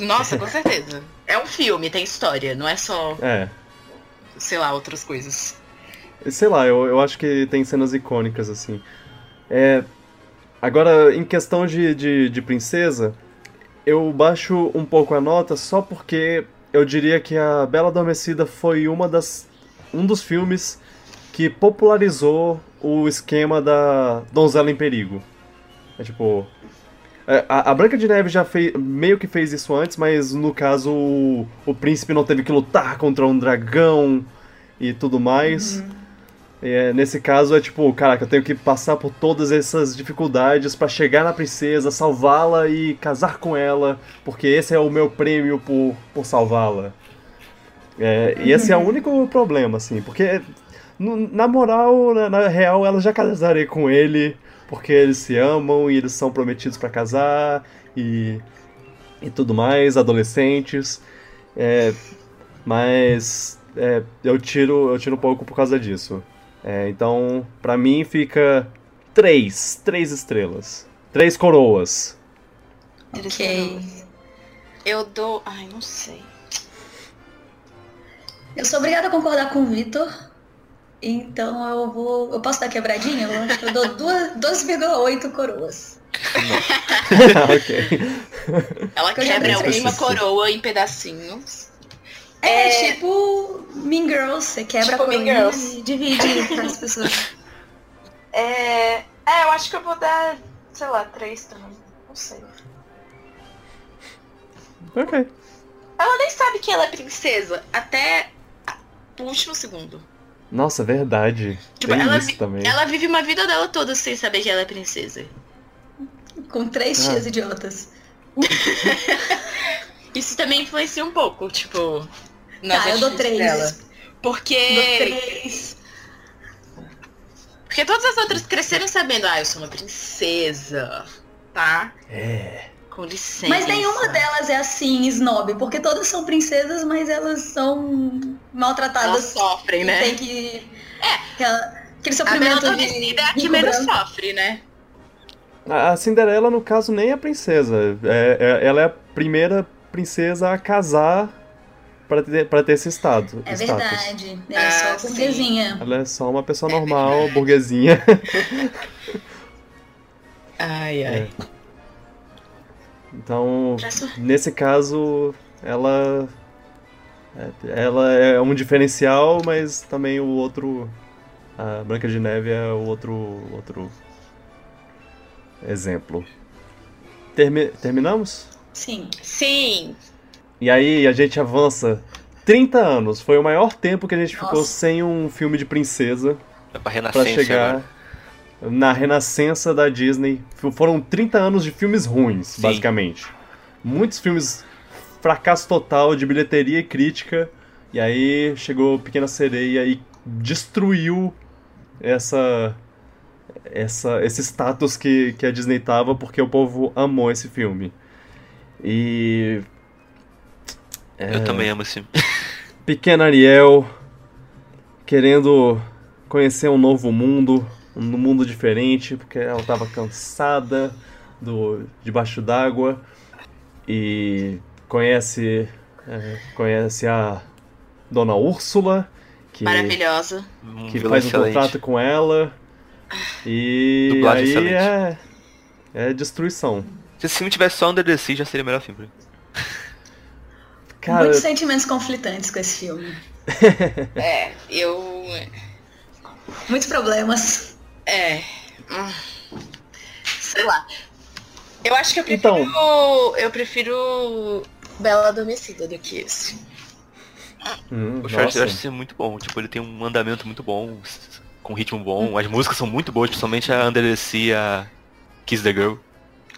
Nossa, com certeza. É um filme, tem história, não é só, É. sei lá, outras coisas. Sei lá, eu, eu acho que tem cenas icônicas, assim. É. Agora, em questão de, de, de princesa, eu baixo um pouco a nota só porque eu diria que a Bela Adormecida foi uma das. um dos filmes que popularizou o esquema da Donzela em Perigo. É tipo. é, A, a Branca de Neve já fez, meio que fez isso antes, mas no caso o, o príncipe não teve que lutar contra um dragão e tudo mais. É, nesse caso é tipo, caraca, eu tenho que passar por todas essas dificuldades pra chegar na princesa, salvá-la e casar com ela, porque esse é o meu prêmio por, por salvá-la. É, E esse é o único problema, assim, porque no- na moral, na, na real, ela já casaria com ele, porque eles se amam e eles são prometidos pra casar e, e tudo mais, adolescentes. É, mas é, eu tiro eu tiro um pouco por causa disso. É, então, pra mim fica três, três estrelas, três coroas. Ok. Eu dou. Ai, não sei. Eu sou obrigada a concordar com o Vitor. Então eu vou. Eu posso dar quebradinha? Eu acho que eu dou duas- 2,8 coroas. ok. Ela Eu já quebra pensei uma nisso. coroa em pedacinhos. É, tipo Mean Girls, você quebra Tipo a Mean coroinha Girls. e divide as pessoas. É. É, eu acho que eu vou dar, sei lá, três também. Não sei. Ok. Ela nem sabe que ela é princesa até a- o último segundo. Nossa, verdade. Tipo, Tem ela isso vi- também. Ela vive uma vida dela toda sem saber que ela é princesa. Com três Ah. tias idiotas. Isso também influencia um pouco, tipo. nas Tá, eu dou atitudes três. dela. Porque. Dou três. Porque todas as outras cresceram sabendo, ah, eu sou uma princesa, tá? É. Com licença. Mas nenhuma delas é assim, snob, porque todas são princesas, mas elas são Elas maltratadas. sofrem, né? Tem que. É. Aquela, aquele A Bela sofrimento de. Adormecida é a que rico menos branco. sofre, né? A, a Cinderela, no caso, nem é princesa. É, é- ela é a primeira princesa a casar pra ter, pra ter esse estado. É status. verdade. Ela é Ah, só sim. burguesinha. Ela é só uma pessoa normal, burguesinha. Ai, ai. Então, Próximo. nesse caso, ela. é- Ela é um diferencial, mas também o outro. A Branca de Neve é o outro. outro exemplo. Termi- terminamos? Sim. É. Sim. E aí a gente avança 30 anos. Foi o maior tempo que a gente ficou Nossa. sem um filme de princesa É pra pra renascença chegar agora. na renascença da Disney. F- Foram 30 anos de filmes ruins, Sim. basicamente. Muitos filmes fracasso total de bilheteria e crítica E aí chegou Pequena Sereia e destruiu essa essa esse status que, que a Disney tava porque o povo amou esse filme. E é. Eu também amo esse filme. Pequena Ariel querendo conhecer um novo mundo, um mundo diferente, porque ela tava cansada do debaixo d'água e conhece é, conhece a Dona Úrsula que Maravilhosa. Um que vilão faz um excelente. contrato com ela e Dublagem aí excelente. é é destruição. Se esse filme tivesse só Under the Sea, já seria o melhor filme. pra mim. Cara, Muitos sentimentos conflitantes com esse filme. É, eu. Muitos problemas. É. hum, Sei lá. Eu acho que eu Então prefiro. Eu prefiro Bela Adormecida do que esse. hum, O Charles eu acho nossa, esse filme muito bom. Tipo, ele tem um andamento muito bom, s- s- com um ritmo bom. As músicas são muito boas, principalmente a Under the Sea e a Kiss the Girl.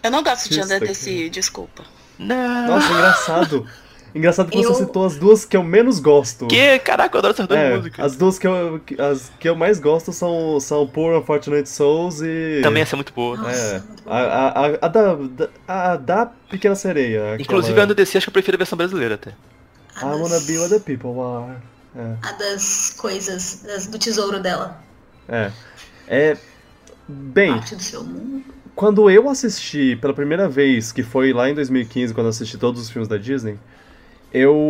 Eu não gosto de Isso andar daqui. desse, desculpa. Não. nossa, engraçado. Engraçado que Eu- você citou as duas que eu menos gosto. Que? Caraca, eu adoro essas duas É, músicas. as duas que eu, que- as que eu mais gosto são, são Poor Unfortunate Souls e. Também essa é muito boa. É, Nossa, a, a, a, a da, da, a da Pequena Sereia. Inclusive a aquela- Under the Sea acho que eu prefiro a versão brasileira até. a I wanna das- be what the people are. A ah, das coisas, das- do tesouro dela. É. É. Bem, Parte do seu mundo. quando eu assisti pela primeira vez, que foi lá em 2015, quando eu assisti todos os filmes da Disney, eu.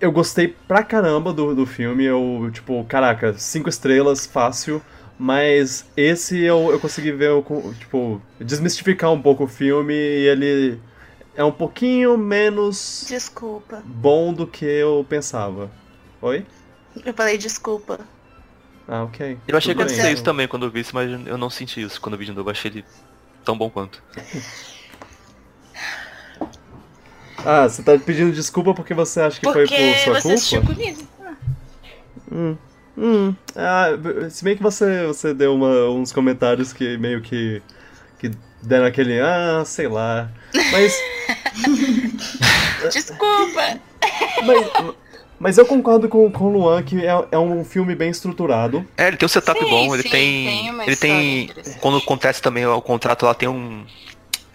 Eu gostei pra caramba do, do filme. Eu, tipo, caraca, cinco estrelas, fácil. Mas esse eu, eu consegui ver, eu co- tipo, desmistificar um pouco o filme e ele é um pouquinho menos Desculpa. bom do que eu pensava. Oi? Eu falei desculpa. Ah, ok. Eu achei Tudo que Tudo acontecia bem. isso então. também quando eu vi isso, mas eu não senti isso quando eu vi de novo. Eu achei ele tão bom quanto. Ah, você tá pedindo desculpa porque você acha que foi Porque por sua você culpa? assistiu comigo. Hum. Hum. Ah, b- se bem que você, você deu uma- uns comentários que meio que, que deram aquele. Ah, sei lá. Mas, É. Desculpa. mas, mas eu concordo com, com o Luan que é, é um filme bem estruturado. É, ele tem um setup Sim, bom, ele sim, tem. tem uma ele tem. história interessante. Quando acontece também o contrato lá, tem um.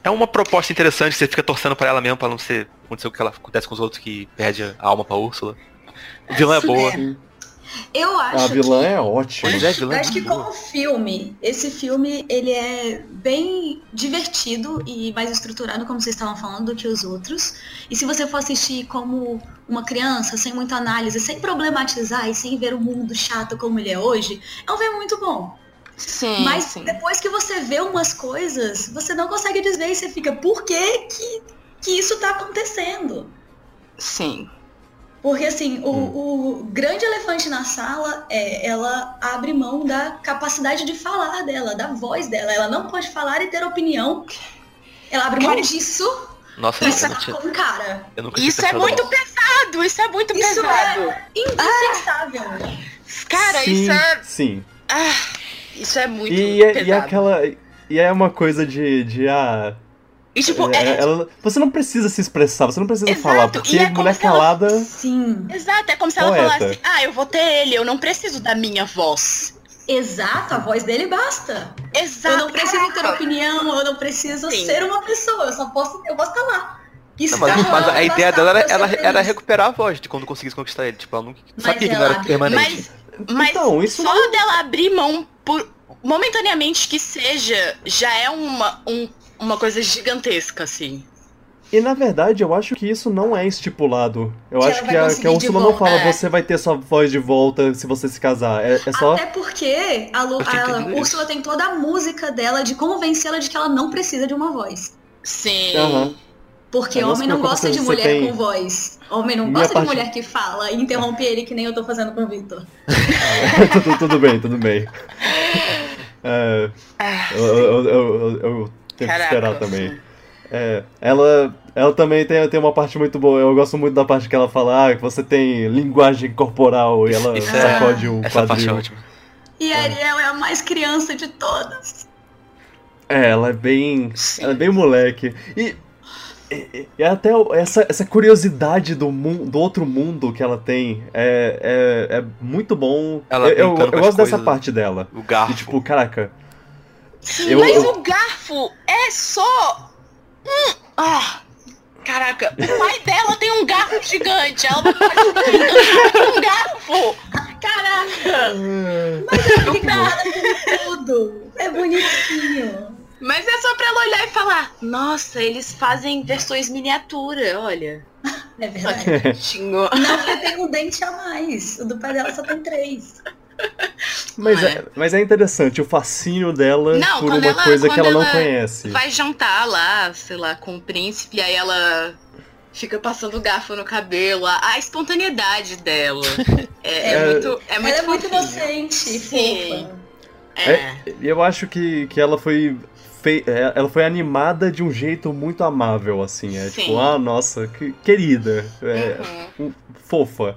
É uma proposta interessante, você fica torcendo pra ela mesmo, pra não ser. acontecer o que ela acontece com os outros que perde a alma pra Úrsula. O vilão é Isso boa. Eu A acho vilã que... é ótima. Pois é, vilã é acho que boa. como filme, esse filme ele é bem divertido e mais estruturado, como vocês estavam falando, do que os outros. E se você for assistir como uma criança, sem muita análise, sem problematizar e sem ver o mundo chato como ele é hoje, é um filme muito bom. Sim, Mas sim. depois que você vê umas coisas, você não consegue dizer e você fica, por que que, que isso tá acontecendo? Sim. Porque assim, o, o grande elefante na sala é ela abre mão da capacidade de falar dela, da voz dela. Ela não pode falar e ter opinião. Ela abre mão Cara, é disso Nossa, pra eu nunca, estar tinha, com um cara. eu nunca tá tinha Isso é pensado muito um. nisso. pesado, isso é muito Isso pesado. Indefensável. Cara, sim, isso é. Sim. Isso é muito E, é- pesado. e é aquela. E é uma coisa de. de ah, E, tipo, é- é- ela- você não precisa se expressar, você não precisa Exato, falar, e porque é como mulher se ela- calada. Sim. Exato, é como se ela Poeta. falasse, ah, eu vou ter ele, eu não preciso da minha voz. Exato, a voz dele basta. Exato. Eu não preciso ter Tá, caraca. opinião, eu não preciso Sim. ser uma pessoa, eu só posso, eu posso falar. Isso Não, mas, tá mas bom, a ideia bastava dela era, eu ser ela- feliz. era recuperar a voz de quando conseguisse conquistar ele. Tipo, ela não Mas sabia que não ela- era permanente. Mas, mas Então, isso só dela abrir mão por momentaneamente que seja, já é uma, um- uma coisa gigantesca, assim. E na verdade, eu acho que isso não é estipulado. Eu Que acho ela que vai a, que conseguir a de Úrsula não volta, fala, é. você vai ter sua voz de volta se você se casar. É, é só. Até porque a, Lu, Eu tô a entendendo Úrsula tem toda a música dela de convencê-la de que ela não precisa de uma voz. Sim. Aham. Porque É, Aí não se homem não preocupa gosta se de você mulher tem- com voz. Homem não Minha gosta parte- de mulher que fala e interrompe ele que nem eu tô fazendo com o Victor. tudo, tudo bem, tudo bem. É, Ah, eu, eu, eu- eu- eu tenho que caraca. esperar também. É, ela, ela também tem, tem uma parte muito boa. Eu gosto muito da parte que ela fala ah, que você tem linguagem corporal e Isso- ela isso é- sacode o Essa parte é quadril. ótima. E a Ariel é a mais criança de todas. É, ela é bem. Sim. Ela é bem moleque. E É, é até o- essa, essa curiosidade do, mun- do outro mundo que ela tem é, é, é muito bom. Ela eu eu, brincando eu com as gosto dessa coisas. parte dela. O E garfo. tipo, caraca, Sim, Eu- mas eu- o garfo é só. Hum, ah, caraca, o pai dela tem um garfo gigante. Ela não pode ter um garfo. Caraca! Tudo. É bonitinho. Mas é só pra ela olhar e falar: Nossa, eles fazem versões miniatura, olha. É Só verdade. que bonitinho. Não, porque tem um dente a mais. O do pai dela só tem três. mas Não é, mas é interessante o fascínio dela Não, por quando uma ela- coisa que quando ela não ela conhece. Vai jantar lá, sei lá, com o príncipe, e aí ela fica passando garfo no cabelo. A, a espontaneidade dela. É, é É. muito. É muito Ela é muito fofinho. inocente, Sim. fofa. É. E Eu acho que, que ela foi. fei- é, Ela foi animada de um jeito muito amável, assim. É Sim. tipo, ah, nossa, que querida. é, Uhum. fofa.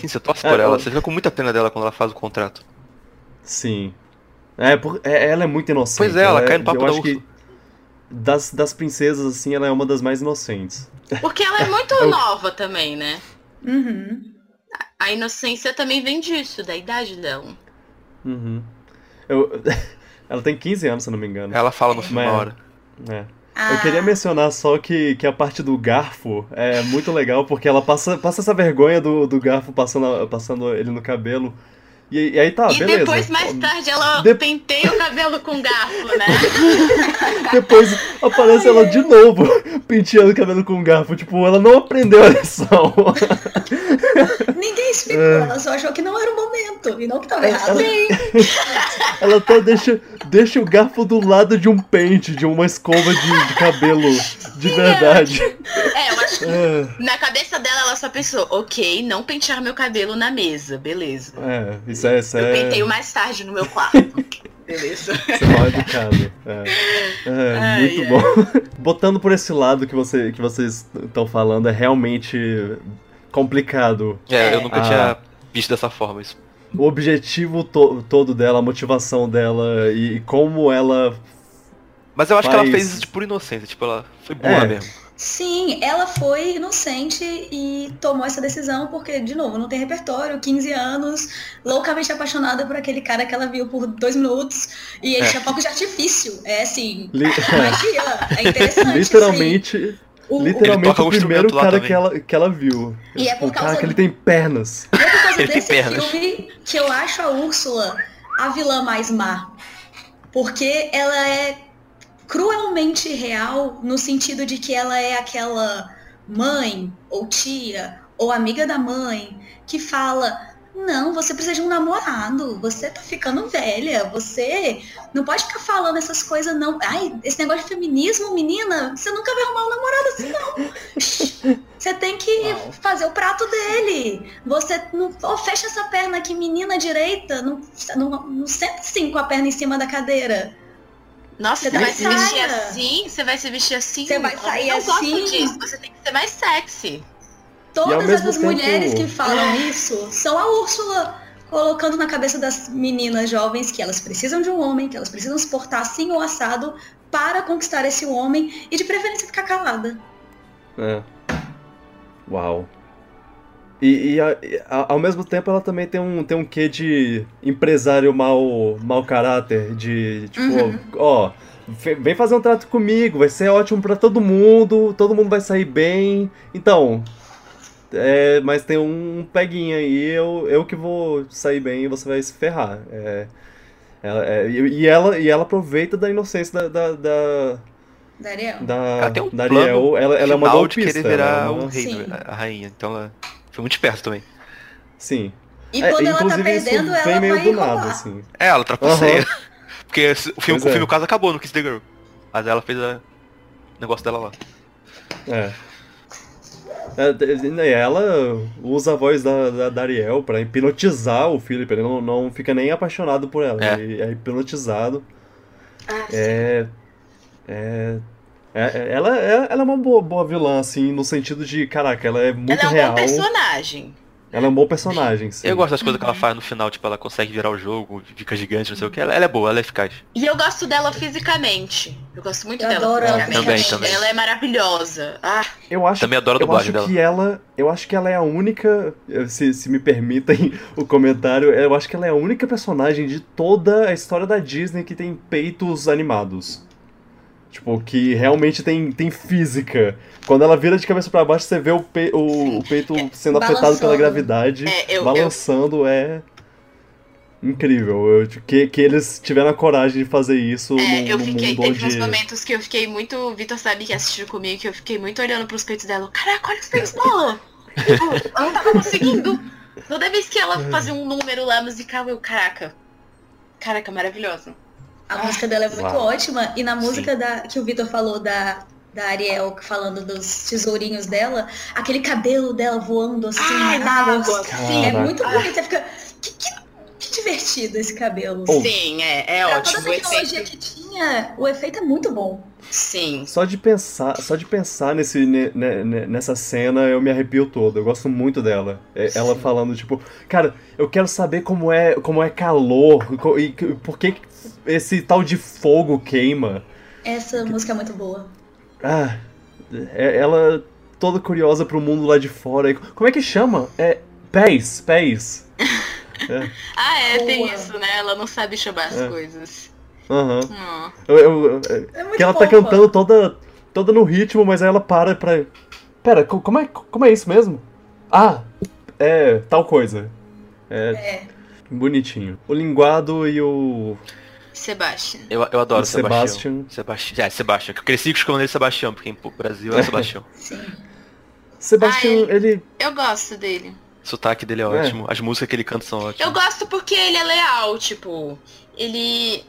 Sim, você torce É, por ela. eu- Você fica com muita pena dela quando ela faz o contrato. Sim. É, por, é- ela é muito inocente. Pois é, ela cai no papo eu da acho que Úrsula. das, das princesas, assim, ela é uma das mais inocentes. Porque ela é muito Eu- nova também, né? Uhum. A inocência também vem disso, da idade dela. Uhum. Eu- ela tem 15 anos, se eu não me engano. Ela fala no filme Mas- na hora. É. Ah, Eu queria mencionar só que, que a parte do garfo é muito legal, porque ela passa, passa essa vergonha do, do garfo passando, passando ele no cabelo. E, e aí tá, e beleza. depois, mais tarde, ela De- penteia o cabelo com garfo, né? Depois aparece ela de novo, penteando o cabelo com um garfo. Tipo, ela não aprendeu a lição. Ninguém explicou, É. ela só achou que não era o momento. E não que tava errado. Ela- Ela até deixa, deixa o garfo do lado de um pente, de uma escova de, de cabelo. De verdade. É, eu acho que É, na cabeça dela ela só pensou, ok, não pentear meu cabelo na mesa, beleza. é, isso é, isso Eu é, penteio isso mais tarde no meu quarto. Beleza. é mal educado. É, É, Ai, muito ai. bom. Botando por esse lado que, você, que vocês estão falando, é realmente complicado. É, eu nunca Ah. tinha visto dessa forma isso. o objetivo to- todo dela, a motivação dela e, e como ela. Mas eu acho que ela Mas- fez isso de pura inocência. Tipo, ela foi burra É. mesmo. Sim, ela foi inocente e tomou essa decisão porque, de novo, não tem repertório, 15 anos, loucamente apaixonada por aquele cara que ela viu por dois minutos e É. encheu é. foco de artifício. É assim, li- magia, é interessante. literalmente, isso aí. O- Ele literalmente toca o o primeiro instrumento lá cara também. que ela, que ela viu. E é por o causa cara que do- ele tem pernas. E é por causa Ele tem desse pernas. filme que eu acho a Úrsula a vilã mais má. Porque ela é cruelmente real no sentido de que ela é aquela mãe ou tia ou amiga da mãe que fala. Não, você precisa de um namorado. Você tá ficando velha. Você não pode ficar falando essas coisas, não. Ai, esse negócio de feminismo, menina, você nunca vai arrumar um namorado assim, não. Você tem que Uau. fazer o prato dele. Você não. ó, fecha essa perna aqui, menina direita. Não, não, não senta assim com a perna em cima da cadeira. Nossa, Você você vai tá se vestir cara. assim? Você vai se vestir assim? Você vai Eu sair não assim? gosto disso. Você tem que ser mais sexy. Todas mesmo essas tempo- Ah. mulheres que falam isso são a Úrsula colocando na cabeça das meninas jovens que elas precisam de um homem, que elas precisam se portar assim ou assado para conquistar esse homem e de preferência ficar calada. É. Uau. E, e a- e a- ao mesmo tempo ela também tem um, tem um quê de empresário mau, mau caráter, de tipo, Uhum. ó, fe- vem fazer um trato comigo, vai ser ótimo pra todo mundo, todo mundo vai sair bem. Então, é, mas tem um peguinha aí, eu, eu que vou sair bem e você vai se ferrar. É, ela- é, e, e ela, e ela aproveita da inocência da- da- da, Dariel. da, Ela tem um da plano Ariel, ela, ela é uma Final de golpista. querer virar ela é uma- o rei, Sim. né, a rainha. Então ela foi muito esperta também. Sim. E É, quando ela tá inclusive, isso perdendo, vem ela meio vai do nada, roubar. assim. É, ela trapaceia. Aham. Porque esse- o filme, Pois o filme é. no caso acabou no Kiss the Girl. Mas ela fez a- o negócio dela lá. É. É, de- e Ela usa a voz da, da, da Ariel pra hipnotizar o Philip, ele não, não fica nem apaixonado por ela, É. ele é hipnotizado. Ah, É, é, é- ela, é- ela é uma boa, boa vilã, assim, no sentido de, caraca, ela é muito ela é um real. bom personagem. Ela é um bom personagem. sim. Eu gosto das coisas que ela faz no final, tipo, ela consegue virar o jogo, fica gigante, não sei o que. Ela, ela é boa, ela é eficaz. E eu gosto dela fisicamente. Eu gosto muito Eu dela adoro ela fisicamente. fisicamente. Também, também. Ela é maravilhosa. Ah, Eu acho, Também adoro a eu acho dublagem que ela, eu acho que ela é a única, eh, se, se me permitem o comentário, eu acho que ela é a única personagem de toda a história da Disney que tem peitos animados. Tipo, que realmente tem, tem física. Quando ela vira de cabeça pra baixo, você vê o, pe- o, o peito sendo afetado pela Balançando. gravidade, é, eu, eu, balançando, é incrível. Eu- que, que eles tiveram a coragem de fazer isso é, no, eu no fiquei, mundo teve uns onde... momentos que eu fiquei muito. O Vitor sabe que assistiu comigo, que eu fiquei muito olhando pros peitos dela. Caraca, olha os peitos dela! tipo, ela não tava conseguindo. Toda vez que ela fazia um Uhum. número lá musical, eu, caraca. Caraca, maravilhosa. A música dela é muito Uau. ótima. E na música da, que o Vitor falou da, da Ariel, falando dos tesourinhos dela, aquele cabelo dela voando assim Ai, na na água. água, Sim, é Caraca. muito bonito. Você fica. Que, que- que divertido esse cabelo. Ou- Sim, é, é pra ótimo. toda a o tecnologia efeito. que tinha, o efeito é muito bom. Sim. Só de pensar, só de pensar nesse, ne- ne- ne- nessa cena, eu me arrepio todo. Eu gosto muito dela. É, Ela falando, tipo, cara, eu quero saber como é, como é calor co- e que- por que que esse tal de fogo queima. Essa música é muito boa. Ah, é- ela toda curiosa pro mundo lá de fora. E Como é que chama? É pés, pés. Ah, é, tem Boa. isso, né? Ela não sabe chamar as É. coisas. Aham. Hum. Eu- eu- eu- É muito que ela tá fofa. cantando toda, toda no ritmo, mas aí ela para pra. Pera, co- como é, como é isso mesmo? Ah, é tal coisa. É. Bonitinho. O Linguado e o, Sebastian. Eu, eu adoro o o Sebastião. Sebastian. Sebastião. É, Sebastião. que Eu cresci escutando ele Sebastião, porque em Brasil é Sebastião. Sebastian, ele. Eu gosto dele. O sotaque dele é ótimo. As músicas que ele canta são Eu ótimas. gosto porque ele é leal, tipo, ele.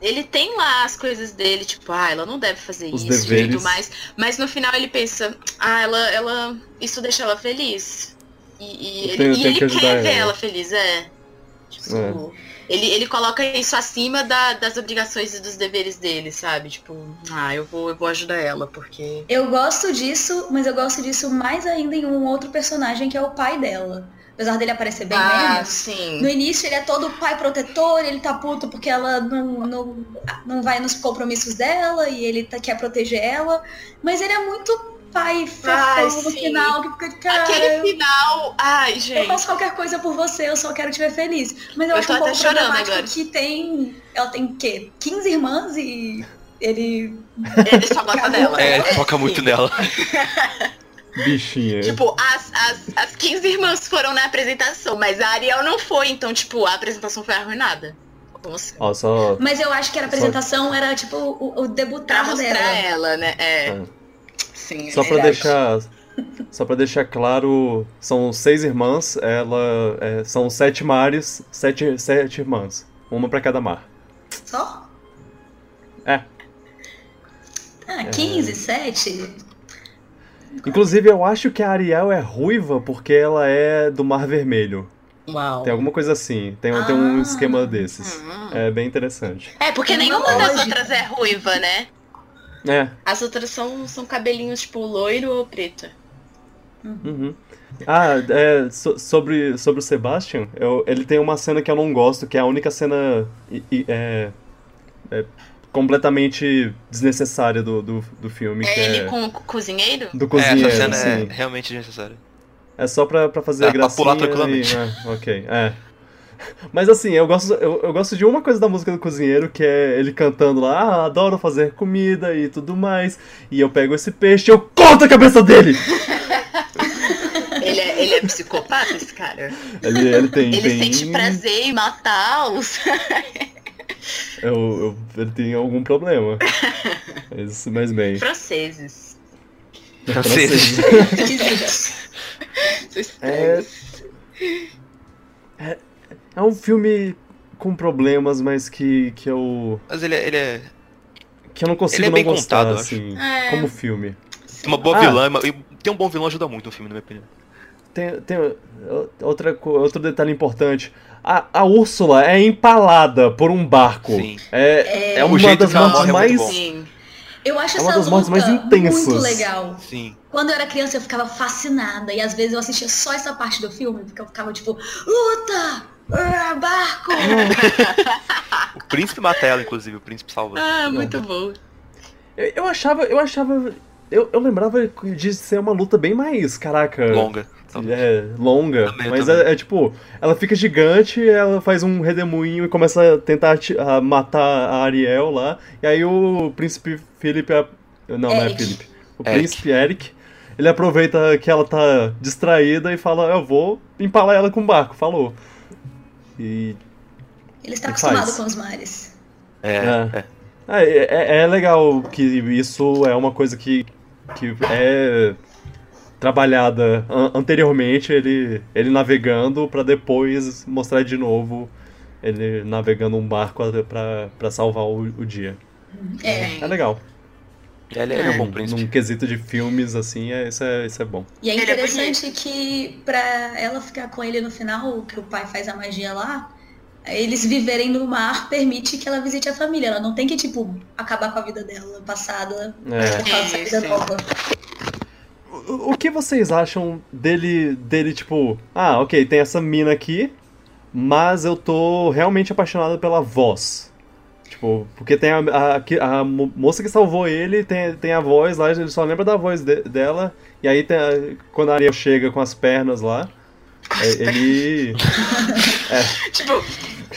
Ele tem lá as coisas dele, tipo, ah, ela não deve fazer Os isso e deveres. tudo mais. Mas no final ele pensa, ah, ela. ela isso deixa ela feliz. E, e Eu ele, tenho- e tenho ele que quer ajudar ver ela. É. ela feliz, é. Tipo, Ele, ele coloca isso acima da- das obrigações e dos deveres dele, sabe? Tipo, ah, eu vou, eu vou ajudar ela, porque. Eu gosto disso, mas eu gosto disso mais ainda em um outro personagem que é o pai dela. Apesar dele aparecer bem ah, menos. sim. No início ele é todo pai protetor, ele tá puto porque ela não, não, não vai nos compromissos dela e ele tá- quer proteger ela. Mas ele é muito pai Ai, fofão no sim. final, que fica, cara, Aquele final. Ai, eu gente. faço qualquer coisa por você, eu só quero te ver feliz. Mas eu, Eu acho tô um até pouco chorando problemático agora. que tem... Ela tem o quê? 15 irmãs e ele... Ele só gosta dela. É, ele foca muito nela. É, Bichinha. Tipo, as, as, as 15 irmãs foram na apresentação, mas a Ariel não foi, então, tipo, a apresentação foi arruinada. Como assim? Ó, só. Mas eu acho que era a apresentação era, tipo, o, o Pra debutar mostrar dela. ela, né? É. É. Sim, é Só pra verdade. deixar. Só pra deixar claro, são seis irmãs, ela. é, são sete mares, sete, sete irmãs. Uma pra cada mar. Só? É. Ah, 15, 7? Inclusive, eu acho que a Ariel é ruiva porque ela é do Mar Vermelho. Uau. Tem alguma coisa assim. Tem, tem um Ah. esquema desses. Hum. É bem interessante. É, porque Tem nenhuma uma das lógica. outras é ruiva, né? É. As outras são, são cabelinhos, tipo, loiro ou preto. Uhum. Ah, é, so- sobre, sobre o Sebastian, eu- ele tem uma cena que eu não gosto, que é a única cena i- i- é, é completamente desnecessária do, do, do filme, que É é ele com o cozinheiro? do É, cozinheiro, essa cena é assim. realmente desnecessária. É só pra, pra fazer Dá a pra pular gracinha e- tranquilamente. é, ok, é. Mas assim, eu gosto, eu, eu gosto de uma coisa da música do cozinheiro, que é ele cantando lá, ah, adoro fazer comida e tudo mais, e eu pego esse peixe e eu corto a cabeça dele! Ele é, ele é psicopata, esse cara. Ele, ele tem, Ele tem... sente prazer em matá-los. Eu, eu, ele tem algum problema. Mas, mas bem. né? Franceses. Franceses. São É- estranhos. É um filme com problemas, mas que, que eu. Mas ele, é- ele é que eu não consigo Ele é não bem gostar, contado, eu acho. assim. É. Como filme. tem uma boa Ah. vilã. e Tem um bom vilão ajuda muito no filme, na minha opinião. Tem, tem o- outra, co- outro detalhe importante. A, a Úrsula é empalada por um barco. Sim. É, é O uma jeito das que ela mortes morre é muito mais. bom. Sim. Eu acho É essa uma das mortes luta mais intensas. muito legal. Sim. Quando eu era criança, eu ficava fascinada. E às vezes eu assistia só essa parte do filme, porque eu ficava tipo, luta! Ah, barco! O príncipe mata ela, inclusive, o príncipe salva. Ah, muito bom. Eu, eu achava, eu achava. Eu, eu lembrava de ser uma luta bem mais, caraca. Longa. Então, É, longa. Também, mas também. É, é tipo, ela fica gigante, ela faz um redemoinho e começa a tentar ati- a matar a Ariel lá. E aí o príncipe Felipe. a- Não, não é Eric. Felipe. O Eric. príncipe Eric. Ele aproveita que ela tá distraída e fala: Eu vou empalar ela com o barco, falou. E. Ele E está faz. acostumado com os mares. É, É. é. É, é- é legal que isso é uma coisa que, que é trabalhada an- anteriormente, ele, ele navegando pra depois mostrar de novo ele navegando um barco até pra, pra salvar o, o dia. É. É legal. Ele, ele é um bom Num- príncipe. Num quesito de filmes, assim, é, isso, é, isso é bom. E é Ele é interessante que pra ela ficar com ele no final, que o pai faz a magia lá, eles viverem no mar permite que ela visite a família. Ela não tem que, tipo, acabar com a vida dela passada. É. por causa da vida Sim, nova. O, o que vocês acham dele, dele, tipo, ah, ok, tem essa mina aqui, mas eu tô realmente apaixonado pela voz. Tipo, porque tem a, a- que- a mo- moça que salvou ele, tem, tem a voz lá, ele só lembra da voz de- dela, e aí tem a- quando a Ariel chega com as pernas lá, é, ele. Tipo,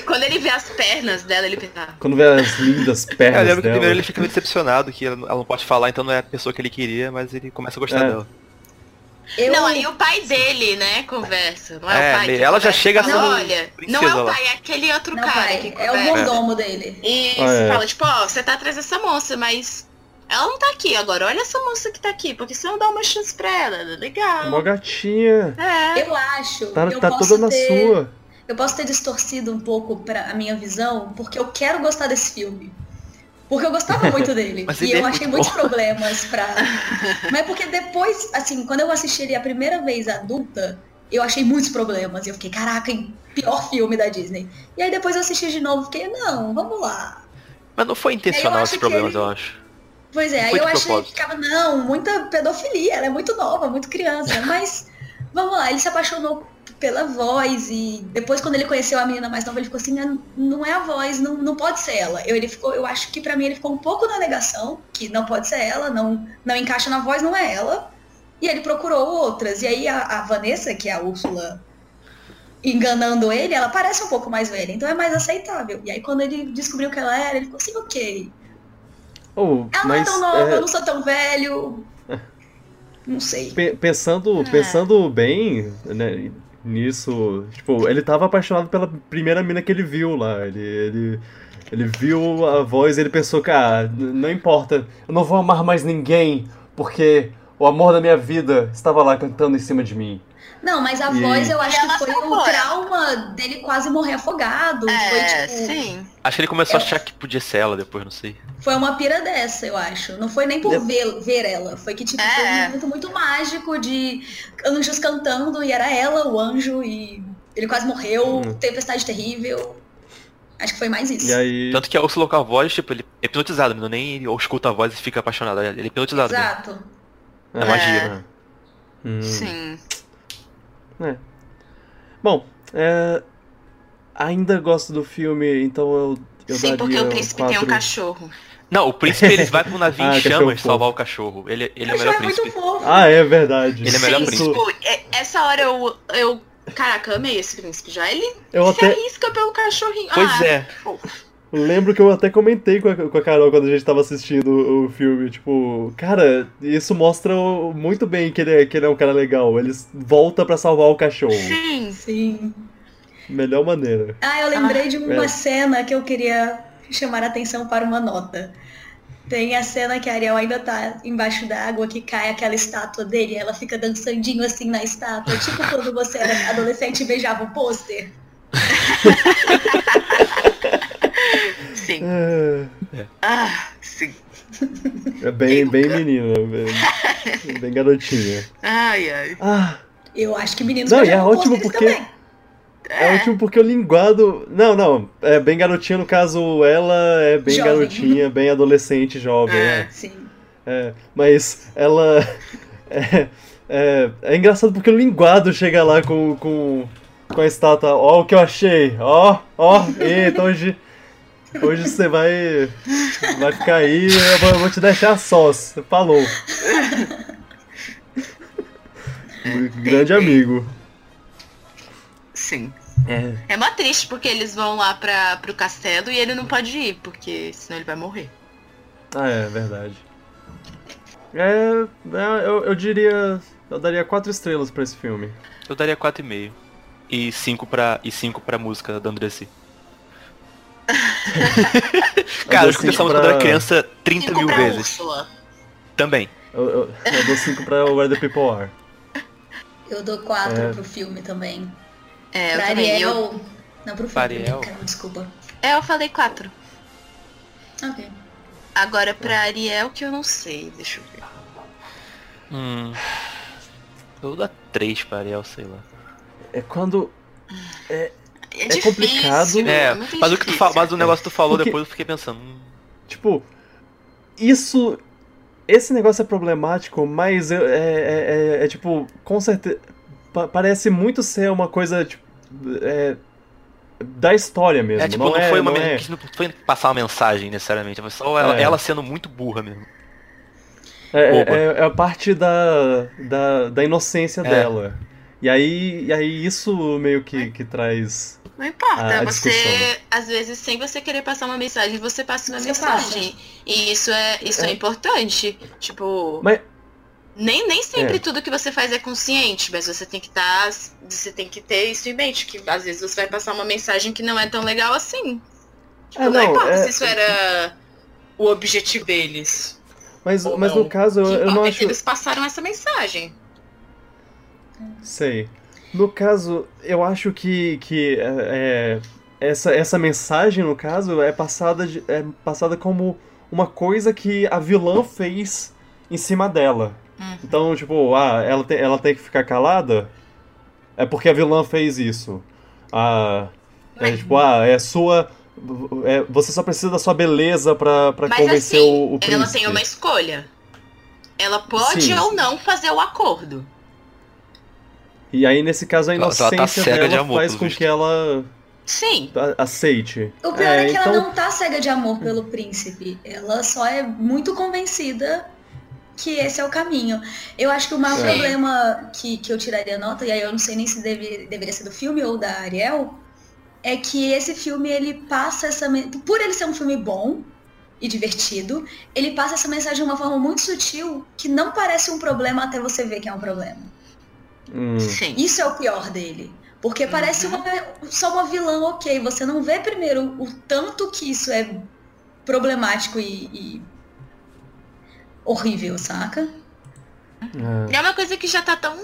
quando ele vê as pernas dela, ele pensa. Quando vê as lindas É, eu pernas lembro que dela. primeiro ele fica meio decepcionado que ela ela não pode falar, então não é a pessoa que ele queria, mas ele começa a gostar É. dela. Eu, Não, aí é o pai dele, né, conversa. Não É, é, o pai. que ela já conversa. chega Não, sendo olha, não é princesa o lá. pai, é aquele outro não, cara pai, que é o conversa. mordomo dele. E Ah, é. fala, tipo, ó, você tá atrás dessa moça, mas ela não tá aqui agora. Olha essa moça que tá aqui, porque você não dá uma chance pra ela. Legal. Mó gatinha, É. Eu acho. tá, eu tá posso toda na ter- sua. Eu posso ter distorcido um pouco pra a minha visão, porque eu quero gostar desse filme. Porque eu gostava muito dele. Mas e ele eu é achei muito muitos problemas pra. Mas porque depois, assim, quando eu assisti ele a primeira vez adulta, eu achei muitos problemas. Eu fiquei, caraca, hein, pior filme da Disney. E aí depois eu assisti de novo, fiquei, não, vamos lá. Mas não foi intencional acho esses que problemas, ele- eu acho. Pois é, aí Foi de eu achei que propósito. ficava, não, muita pedofilia, ela é muito nova, muito criança. Mas vamos lá, ele se apaixonou pela voz e depois quando ele conheceu a menina mais nova, ele ficou assim, "Ah, não é a voz, não, não pode ser ela. Eu, ele ficou, eu acho que pra mim ele ficou um pouco na negação, que não pode ser ela, não, não encaixa na voz, não é ela. E ele procurou outras. E aí a, a Vanessa, que é a Úrsula enganando ele, ela parece um pouco mais velha, então é mais aceitável. E aí quando ele descobriu que ela era, ele ficou assim, ok, Oh, ela não é mas, tão nova, é, eu não sou tão velho. Não sei. Pe- pensando, É. pensando bem né, nisso, tipo, ele tava apaixonado pela primeira mina que ele viu lá. Ele, ele, ele viu a voz e ele pensou, cara, n- não importa, eu não vou amar mais ninguém, porque o amor da minha vida estava lá cantando em cima de mim. Não, mas a E- voz eu acho Ela que foi o salvou ela. trauma dele quase morrer afogado. É, foi, tipo, sim. Acho que ele começou a Eu- achar que podia ser ela depois, não sei. foi uma pira dessa, eu acho. Não foi nem por Eu- ver, ver ela. Foi que tipo, É. foi um momento muito mágico de anjos cantando e era ela, o anjo, e ele quase morreu. Hum. Tempestade terrível. Acho que foi mais isso. E aí. Tanto que a Ursula com a voz, tipo, ele é hipnotizado, não nem ele ou escuta a voz e fica apaixonado. Ele é hipnotizado. mesmo. Exato. É magia. Ah. Hum. Sim. Bom, é, ainda gosto do filme, então eu. eu Sim, porque o daria príncipe tem quatro- um cachorro. Não, o príncipe ele vai pro navio Ah, em cachorro chamas fofo. salvar o cachorro. Ele, ele é o Mas foi melhor Tipo, muito príncipe. fofo. Ah, é verdade. Ele é melhor Sim, príncipe. Isso- tipo, é- essa hora eu, eu. Caraca, eu amei esse príncipe já. Ele Eu se até, arrisca pelo cachorrinho. Pois ah, é. Lembro que eu até comentei com a, com a Carol quando a gente tava assistindo o filme, tipo, cara, isso mostra o- muito bem que ele, é, que ele é um cara legal. Ele s- volta pra salvar o é. cachorro. Sim. Sim. Melhor maneira. Ah, eu lembrei de uma é. cena que eu queria chamar a atenção para uma nota. Tem a cena que a Ariel ainda tá embaixo da água, que cai aquela estátua dele, e ela fica dançandinho assim na estátua, tipo quando você era adolescente e beijava o pôster. Sim. É, Ah, sim. é bem, bem menina, bem, bem garotinha. Ai, ai. Ah, Eu acho que meninos Não, e é beijavam ótimo pôsteres porque- também. É ótimo porque o linguado. Não, não. É bem garotinha, no caso, ela é bem Jovem. garotinha, bem adolescente, jovem. É. É. Sim. É, mas ela. É, é- é engraçado porque o linguado chega lá com, com, com a estátua. Ó, o que eu achei! Ó, ó, eita, hoje. Hoje você vai. Vai ficar aí, eu vou, eu vou te deixar sós. Falou. Um Grande amigo. Sim. É. É mó triste porque eles vão lá pra, pro castelo e ele não pode ir, porque senão ele vai morrer. Ah, é verdade. É. é, eu, eu diria. Eu daria quatro estrelas pra esse filme. Eu daria 4,5. E 5 pra, e cinco pra música da Andressi. Cara, eu escutei essa cinco música pra- quando era criança 30 Cinco mil pra vezes. Úrsula. Também. Eu, eu, eu dou cinco pra Where the People Are. Eu dou quatro É. pro filme também. É, eu Pra também. Ariel. Eu, Não, pro Pra filme. Ariel. Cara, desculpa. é, eu falei quatro. Ok. Agora pra Ariel que eu não sei, deixa eu ver. Hum. Eu vou dar 3 pra Ariel, sei lá. É quando. É, complicado. difícil, É, muito mas o que tu difícil. fala, mas o negócio que tu falou Porque- depois eu fiquei pensando. hum, Tipo. Isso. Esse negócio é problemático, mas eu- é, é, é- é, tipo. Com certeza. parece muito ser uma coisa. Tipo, é, da história mesmo. É, tipo, não, é- foi uma não men- é- quis não foi passar uma mensagem necessariamente, mas só ela, É. ela sendo muito burra mesmo. É, Boba. é, é a parte da, da, da inocência É. dela. E aí, e aí isso meio que, que traz. Não a- importa, a você, Ah, discussão, às vezes, sem você querer passar uma mensagem, você passa uma Você mensagem. E isso é, isso é. É. importante. Tipo. Mas- Nem, nem sempre É. tudo que você faz é consciente, mas você tem que estar. você tem que ter isso em mente, que às vezes você vai passar uma mensagem que não é tão legal assim. Tipo, É, não, não, importa é- se isso era o objetivo deles. Mas, Ou mas não. no caso, eu, O que eu não importa é que acho. eles passaram essa mensagem. Sei. No caso, eu acho que, que é, é, essa, essa mensagem, no caso, é passada, de- é passada como uma coisa que a vilã fez em cima dela. Uhum. Então, tipo, ah, ela tem, ela tem que ficar calada? É porque a vilã fez isso. Ah, é, Mas- tipo, ah, é sua. é, você só precisa da sua beleza pra, pra Mas convencer assim, o, o príncipe. Ela tem uma escolha. Ela pode Sim. ou não fazer o acordo. E aí, nesse caso, a Ela- ela tá inocência cega de dela amor, faz pelo com visto. que ela Sim. a- aceite. O pior é, É, que ela então- não tá cega de amor pelo príncipe. Ela só é muito convencida que esse é o caminho. Eu acho que o maior Sim. problema que, que eu tiraria nota, e aí eu não sei nem se deve- deveria ser do filme ou da Ariel, é que esse filme, ele passa essa... men- Por ele ser um filme bom e divertido, ele passa essa mensagem de uma forma muito sutil que não parece um problema até você ver que é um problema. Hum. Sim. Isso é o pior dele. Porque Uhum. parece uma- só uma vilã, ok. Você não vê primeiro o tanto que isso é problemático e, e horrível, saca? É. E é uma coisa que já tá tão.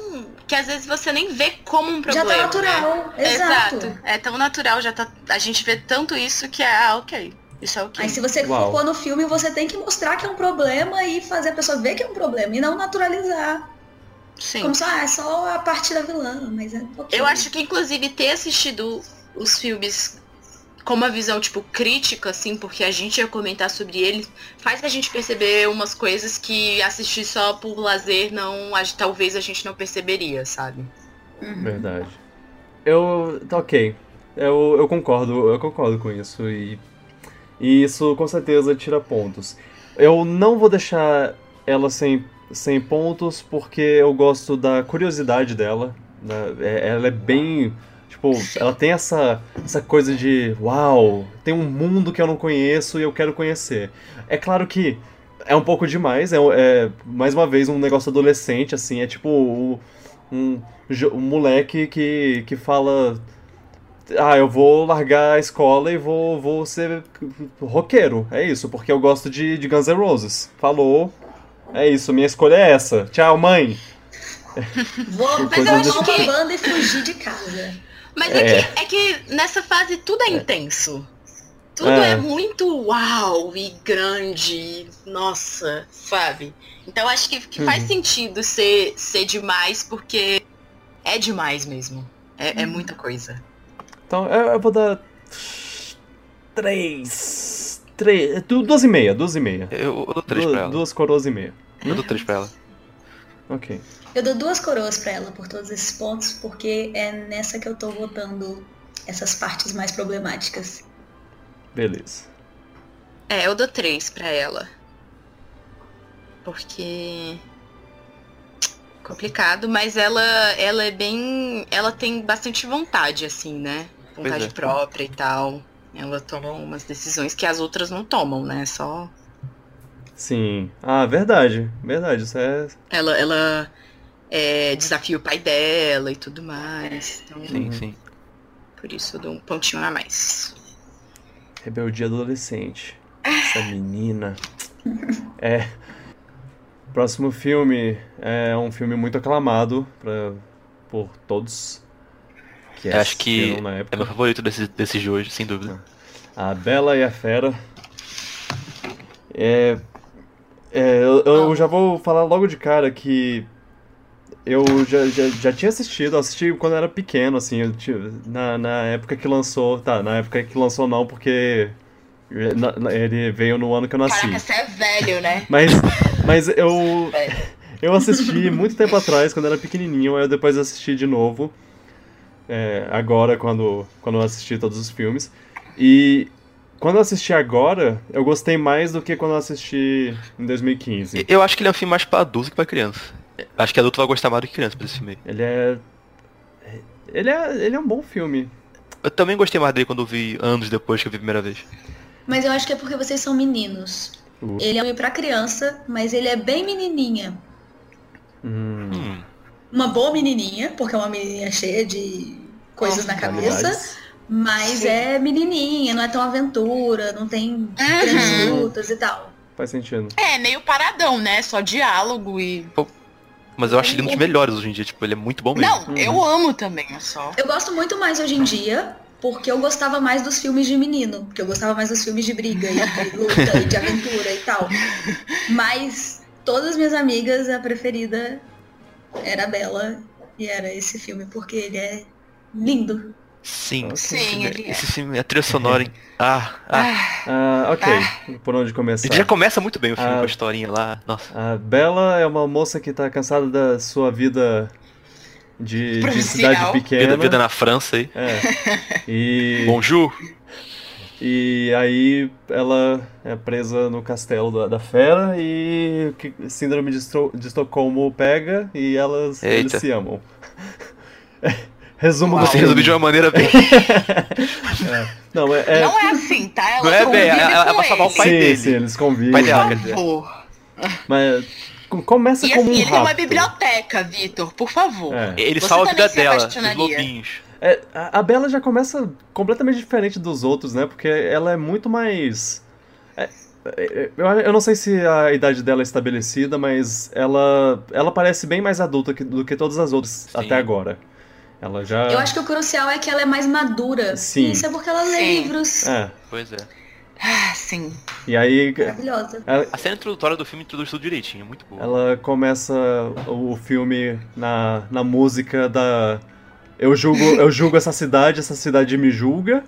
que às vezes você nem vê como um Já problema. tá né? natural. Exato. É tão natural, já tá. A gente vê tanto isso que é, ah, ok. Isso é ok. Aí se você Uau. for pôr no filme, você tem que mostrar que é um problema e fazer a pessoa ver que é um problema e não naturalizar. Sim. Como só, ah, é só a parte da vilã, mas é ok. Eu acho que inclusive ter assistido os filmes com uma visão, tipo, crítica, assim, porque a gente ia comentar sobre eles, faz a gente perceber umas coisas que assistir só por lazer não. a- Talvez a gente não perceberia, sabe? Uhum. Verdade. Eu. Tá ok. Eu, eu concordo, eu concordo com isso. E, e isso com certeza tira pontos. Eu não vou deixar ela sem, sem pontos, porque eu gosto da curiosidade dela. né? É- ela é bem. Tipo, ela tem essa, essa coisa de uau, tem um mundo que eu não conheço e eu quero conhecer. É claro que é um pouco demais, é, um- é mais uma vez um negócio adolescente, assim, é tipo o- um, jo- um moleque que, que fala. Ah, eu vou largar a escola e vou, vou ser roqueiro. É isso, porque eu gosto de, de Guns N' Roses. Falou. É isso, minha escolha é essa. Tchau, mãe. Vou É. Coisa pegar do- uma banda e fugir de casa. Mas é. que, é que nessa fase tudo é intenso. Tudo é. É. muito uau e grande, e nossa, sabe? Então acho que, que faz Uhum. sentido ser, ser demais, porque é demais mesmo. É, é Uhum. muita coisa. Então eu, eu vou dar. Três. Três. du- Duas e meia, duas e meia. Eu, eu dou três Du- pra ela. Duas coroas e meia. Eu dou três pra ela. Ok. Eu dou duas coroas pra ela por todos esses pontos, porque é nessa que eu tô votando essas partes mais problemáticas. Beleza. É, eu dou três pra ela. Porque. Complicado, mas ela, ela é bem. Ela tem bastante vontade, assim, né? Vontade é. própria e tal. Ela toma umas decisões que as outras não tomam, né? Só. Sim. Ah, verdade. Verdade. Isso é. Ela, ela é, desafia o pai dela e tudo mais. Então, Sim, sim. por isso eu dou um pontinho a mais. Rebeldia adolescente. Essa menina. É. Próximo filme é um filme muito aclamado pra, por todos. Que Eu acho que assistiram na É época. meu favorito desses desses de hoje, sem dúvida. A Bela e a Fera. É, é, eu, eu já vou falar logo de cara que eu já, já, já tinha assistido, eu assisti quando eu era pequeno, assim, eu tinha- na, na época que lançou, tá, na época que lançou não, porque eh, na- na- ele veio no ano que eu nasci. Caraca, você é velho, né? Mas, mas eu, Velho. eu assisti muito tempo atrás, quando eu era pequenininho, aí eu depois assisti de novo. é, agora, quando, quando eu assisti todos os filmes. E quando eu assisti agora, eu gostei mais do que quando eu assisti em 2015. Eu acho que ele é um filme mais pra adulto que pra criança. Acho que adulto vai gostar mais do que criança pra esse filme. aí. Ele é. Ele é, ele é um bom filme. Eu também gostei mais dele quando eu vi anos depois que eu vi a primeira vez. Mas eu acho que é porque vocês são meninos. Uh. Ele é um filme pra criança, mas ele é bem menininha. Hum, Hum. Uma boa menininha, porque é uma menininha cheia de coisas na cabeça. qualidades. Mas Sim. é menininha, não é tão aventura, não tem grandes Uhum. lutas e tal. Faz sentido. É, meio paradão, né? Só diálogo e. Mas eu acho ele um dos melhores hoje em dia, tipo, ele é muito bom mesmo. Não, eu amo também, é só. Eu gosto muito mais hoje em dia, porque eu gostava mais dos filmes de menino, porque eu gostava mais dos filmes de briga e de luta e de aventura e tal. Mas todas minhas amigas, a preferida era a Bela e era esse filme, porque ele é lindo. Sim, Ok. Sim, ele é. esse filme, a trilha sonora, hein? Ah, ah. Ah, Ah, ok, por onde começar? Ele já começa muito bem o filme Ah. com a historinha lá. Nossa. A Bella é uma moça que tá cansada da sua vida de, de Provincial. cidade pequena. Vida, vida na França aí. É. E, Bonjour. e aí ela é presa no castelo da, da fera e que- síndrome de, Estro- de Estocolmo pega e elas eles Eita. se amam. Resumo do Você filme. resumiu de uma maneira bem. Não, é, é- Não é assim, tá? Ela Não é, convive véi, ela- ela com vai salvar o ele. pai sim, dele. sim, eles convivem. Pai dela, Por quer dizer. favor. Mas com- começa E como assim, um ele tem uma rapto. biblioteca, Vitor, por favor. É. Ele Você salva a também vida se dela, dos apaixonaria. lobinhos. É, a a Bella já começa completamente diferente dos outros, né? Porque ela é muito mais. é, é, Eu eu não sei se a idade dela é estabelecida, mas ela, ela parece bem mais adulta que- do que todas as outras até agora. Ela já. Eu acho que o crucial é que ela é mais madura. Sim. E isso é porque ela lê Sim. livros. É. Pois é. Ah, sim. E aí Maravilhosa. ela, A cena introdutória do filme introduz tudo direitinho, muito boa. ela começa o filme na, na música da. Eu julgo, eu julgo essa cidade, essa cidade me julga.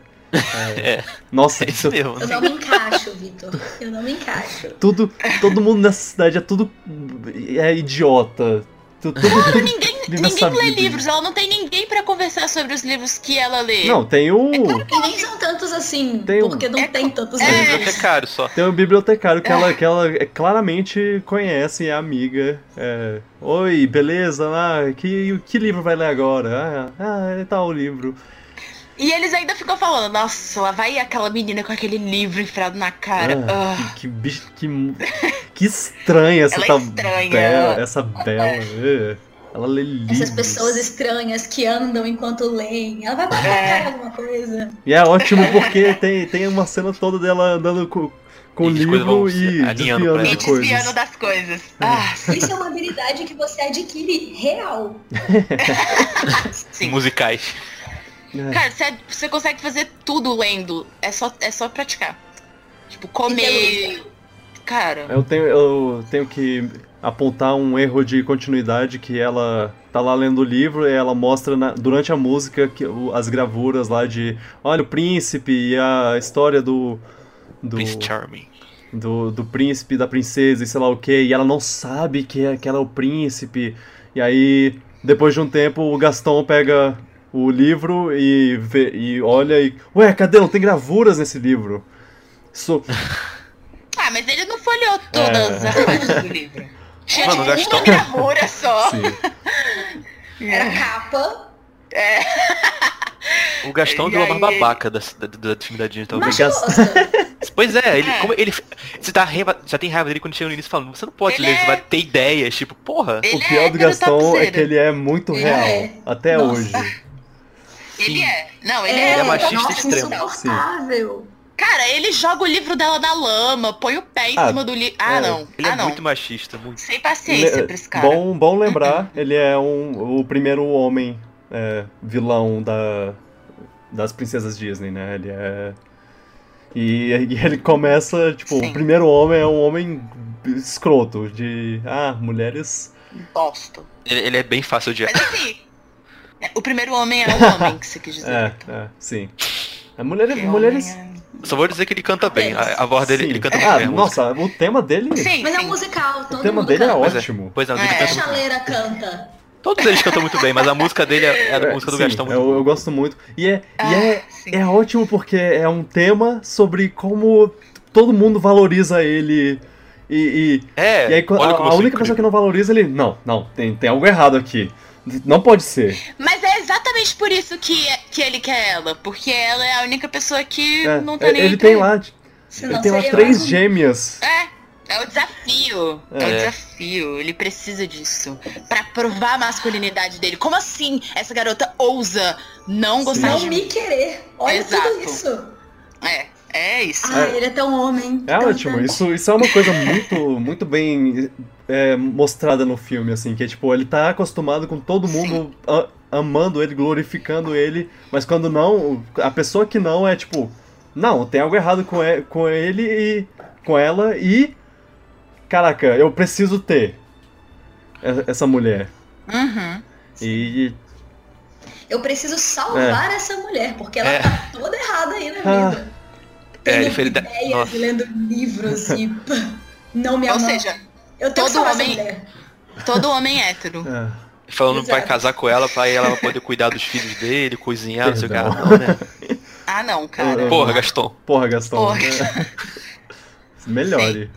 É, Nossa, é isso mesmo. Eu não me encaixo, Vitor. Eu não me encaixo. Tudo, todo mundo nessa cidade é tudo é idiota. Tu- Tudo, Ninguém, Viva essa ninguém lê vida. livros, ela não tem ninguém pra conversar sobre os livros que ela lê. Não, tem um, o E nem são tantos assim, Tem um- porque não É tem tantos É livros. bibliotecário só. tem o bibliotecário que ela que ela é- claramente conhece é amiga. É, Oi, beleza? Ah, que que livro vai ler agora? Ah, ah, é tal livro. E eles ainda ficam falando, nossa, lá vai aquela menina com aquele livro enfiado na É. cara. Ah, Ah, Que que bicho- que que estranha essa Ela é tal estranha. Bela, essa bela. é. Ela lê livros. Essas pessoas estranhas que andam enquanto leem. Ela vai bater a É. cara em alguma coisa. E é ótimo porque tem, tem uma cena toda dela andando com, com E as coisas livro vão e se alinhando pra desviando e de ela. desviando coisas. das coisas. Ah, Isso é uma habilidade que você adquire real. sim. Musicais. É. Cara, você, você consegue fazer tudo lendo. É só, é só praticar. Tipo, E comer. Cara. Eu tenho, eu tenho que apontar um erro de continuidade que ela tá lá lendo o livro e ela mostra na- durante a música que, o- as gravuras lá de olha o príncipe e a história do do, Prince Charming. do, do príncipe da princesa e sei lá o que e ela não sabe que, é, que ela é o príncipe e aí depois de um tempo o Gaston pega o livro e vê, e olha e ué cadê não tem gravuras nesse livro So- Ah, mas ele não folheou É. todas as páginas do livro. Tinha Mano, tipo Gastão- uma gravura só. sim. É. Era capa. O Gastão E virou a aí mais ele- babaca da, da, da intimidade talvez. Mas- Machosa. Pois é, ele, É. Como ele. Você tá raiva, já tem raiva dele quando chega no início falando, você não pode Ele ler, você é- vai ter ideias, tipo, porra. Ele o pior do hétero Gastão é topzera. que ele é muito Ele real é. até Nossa. hoje Ele Sim. é. Não, ele É, é. é machista nossa, extremo. insuportável. Cara, ele joga o livro dela na lama, põe o pé em Ah, cima do livro. Ah, é. não. Ele ah, é não. muito machista, muito. Sem paciência Le- pra esse cara. bom bom lembrar ele é um, o primeiro homem é, vilão da das princesas Disney né ele é e, e ele começa tipo Sim. o primeiro homem é um homem escroto de ah mulheres Gosto. Ele, ele é bem fácil de. Mas assim, né, o primeiro homem é o homem que você quis dizer. é, Então. é sim é mulheres Porque mulheres homem é- Só vou dizer que ele canta bem. A, a voz dele, sim. ele canta muito ah, bem. a música. nossa o tema dele Sim, Mas é um sim. musical, o todo tema mundo dele é canta. Mas é. ótimo Pois não, ele É. canta A muito. chaleira canta. Todos eles cantam muito bem, mas a música dele é, é a É, música do sim, Gastão muito eu, eu boa. gosto muito e é, e Ah, é sim. É ótimo porque é um tema sobre como todo mundo valoriza ele. E, e, É, e aí, quando- a, olha como a eu sou única pessoa que incrível. não valoriza ele. Não, não, tem, tem algo errado aqui. Não pode ser. Mas é exatamente por isso que, que ele quer ela. Porque ela é a única pessoa que É, não tá é, nem. ele pra tem lá, Senão ele tem lá seria três mais um- gêmeas. É, é o desafio. É. o É. desafio. Ele precisa disso. Pra provar a masculinidade dele. Como assim essa garota ousa não gostar Não de mim? me querer. Olha Exato. tudo isso. É, é isso. Ah, É. ele é tão homem. É ótimo, isso, isso é uma coisa muito, muito bem é, mostrada no filme, assim, que é tipo, ele tá acostumado com todo mundo a- amando ele, glorificando ele, mas quando não, a pessoa que não é tipo, não, tem algo errado com e- com ele e com ela e. Caraca, eu preciso ter e- essa mulher. Uhum. E. Eu preciso salvar essa mulher, porque ela É. tá toda errada aí na É. Ah. vida. É, Tendo ele fez- ideias, Nossa. lendo livros e pá, não me Ou amando. seja, eu tenho que todo salvar essa homem- mulher. todo homem hétero. é, Falando que vai Exato. casar com ela, pra ela poder cuidar dos filhos dele, cozinhar, não sei o que. Ah, Perdão. não, né? Ah, não, cara. Eu- Porra, Gastão. porra, Gastão. Porra. né? Melhore.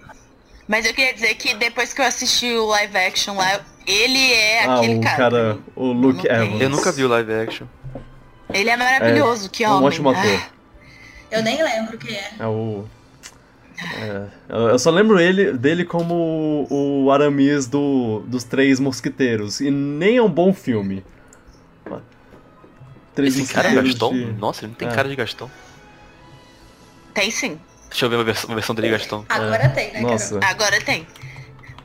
Mas eu queria dizer que depois que eu assisti o live action lá, ele é Ah, aquele o cara. cara, o Luke Não tem. Evans. Eu nunca vi o live action. Ele é maravilhoso, que É homem. Ah, um ótimo ator. Eu nem lembro quem é. É o. é, eu eu só lembro ele, dele como o o Aramis do, dos Três Mosquiteiros. E nem é um bom filme. Três Esse cara é Mosquiteiros Gastão? de- Nossa, ele não tem É. cara de Gastão. Ah, tem sim. Deixa eu ver uma vers- uma versão, dele Gastão. Agora tem, né, É. Nossa. Agora tem.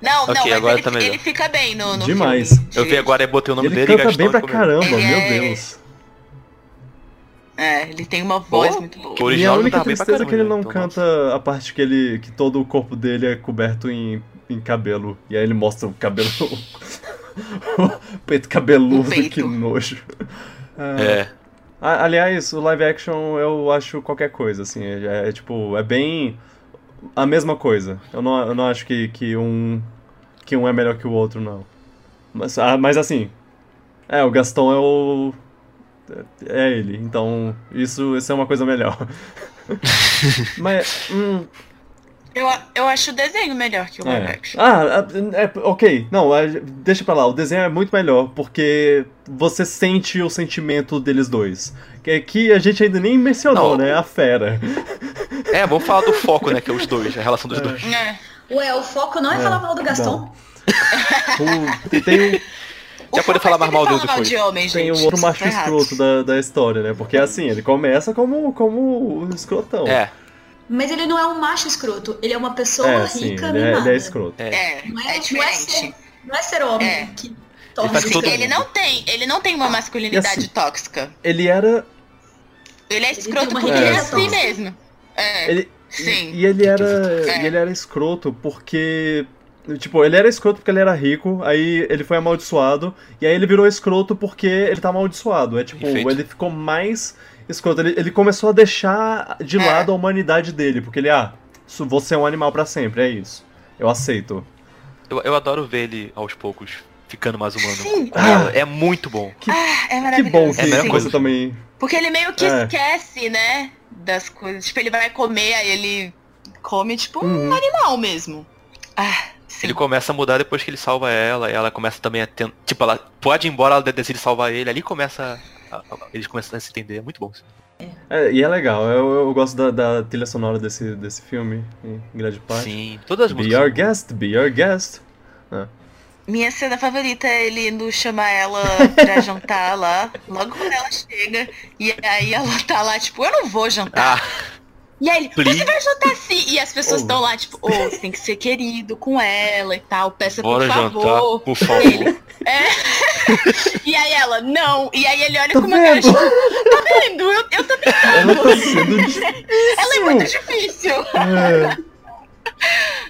Não, Ok, não, mas agora ele, tá melhor. ele fica bem no, no Demais. filme. Eu vi agora e botei o nome Ele dele e canta Gastão. bem pra ficou melhor. caramba, Ele meu é- Deus. É, ele tem uma voz Boa. muito boa. Que E a original não única tá bem pra tristeza é caramba. que ele não então, canta a parte que ele. que todo o corpo dele é coberto em, em cabelo. E aí ele mostra o cabelo. o peito cabeludo, O peito. que nojo. nossa. É. A- Aliás, o live action eu acho qualquer coisa, assim, é, é tipo, é bem a mesma coisa. Eu não, eu não acho que, que um que um é melhor que o outro, não. Mas, ah, mas assim, é, o Gaston é o. É ele, então isso, isso é uma coisa melhor. mas, hum, Eu, eu acho o desenho melhor que o live é. action. Ah, é, é, ok. Não, é, deixa pra lá. O desenho é muito melhor, porque você sente o sentimento deles dois. É Que aqui a gente ainda nem mencionou, Não. né? A fera. É, vamos falar do foco, né? Que é os dois, a relação dos É. dois. É. Ué, o foco não é, É, falar mal do Gaston. não. O- e tem, o- O Já poder foco falar é mais sempre mal dele falar mal depois. de homem, tem o gente. outro Isso macho tá errado. escroto da, da história, né? Porque assim, ele começa como, como um escrotão. É, Mas ele não é um macho escroto. Ele é uma pessoa É, sim, rica, ele né, é, mimada. ele é escroto. é. É, Não é- é diferente. Não é ser homem É. que torna faz isso todo Ele, escroto. mundo. Tá. não tem, ele não tem uma masculinidade E assim- tóxica. Ele era. Ele é Ele tem escroto uma porque ele é riqueza assim tóxica. mesmo. É, Ele, sim. E ele era, É. e ele era escroto porque Tipo, ele era escroto porque ele era rico, aí ele foi amaldiçoado, e aí ele virou escroto porque ele tá amaldiçoado. É tipo, Perfeito. ele ficou mais escroto. Ele, ele começou a deixar de É. lado a humanidade dele, porque ele, ah, su- você é um animal pra sempre, é isso. Eu aceito. Eu, eu adoro ver ele aos poucos ficando mais humano. Sim. Ah. com ela. É muito bom. É Que bom maravilhoso. que É a melhor sim. você coisa. também. Porque ele meio que É. esquece, né? Das coisas. Tipo, ele vai comer, aí ele come, tipo, um Uhum. animal mesmo. Ah, sim. Ele começa a mudar depois que ele salva ela, e ela começa também a tentar. Tipo, ela pode ir embora, ela decide salvar ele, ali começa. a- a- eles começam a se entender, é muito bom. isso. É, e é legal, eu, eu gosto da, da trilha sonora desse, desse filme, em grande parte. Sim, todas as Be our músicas. guest, be our guest. Minha cena favorita é ele indo chamar ela pra jantar lá. Logo quando ela chega. E aí ela tá lá, tipo, eu não vou jantar. Ah, E aí ele, please, vai jantar sim. E as pessoas Oh. estão lá, tipo, ô, você tem que ser querido com ela e tal. Peça bora por jantar, favor. por favor. E aí ela, não. E aí ele olha Tá com uma cara, vendo? tipo, tá vendo? Eu, eu tô Ela tá tentando. sendo Ela é muito difícil. difícil.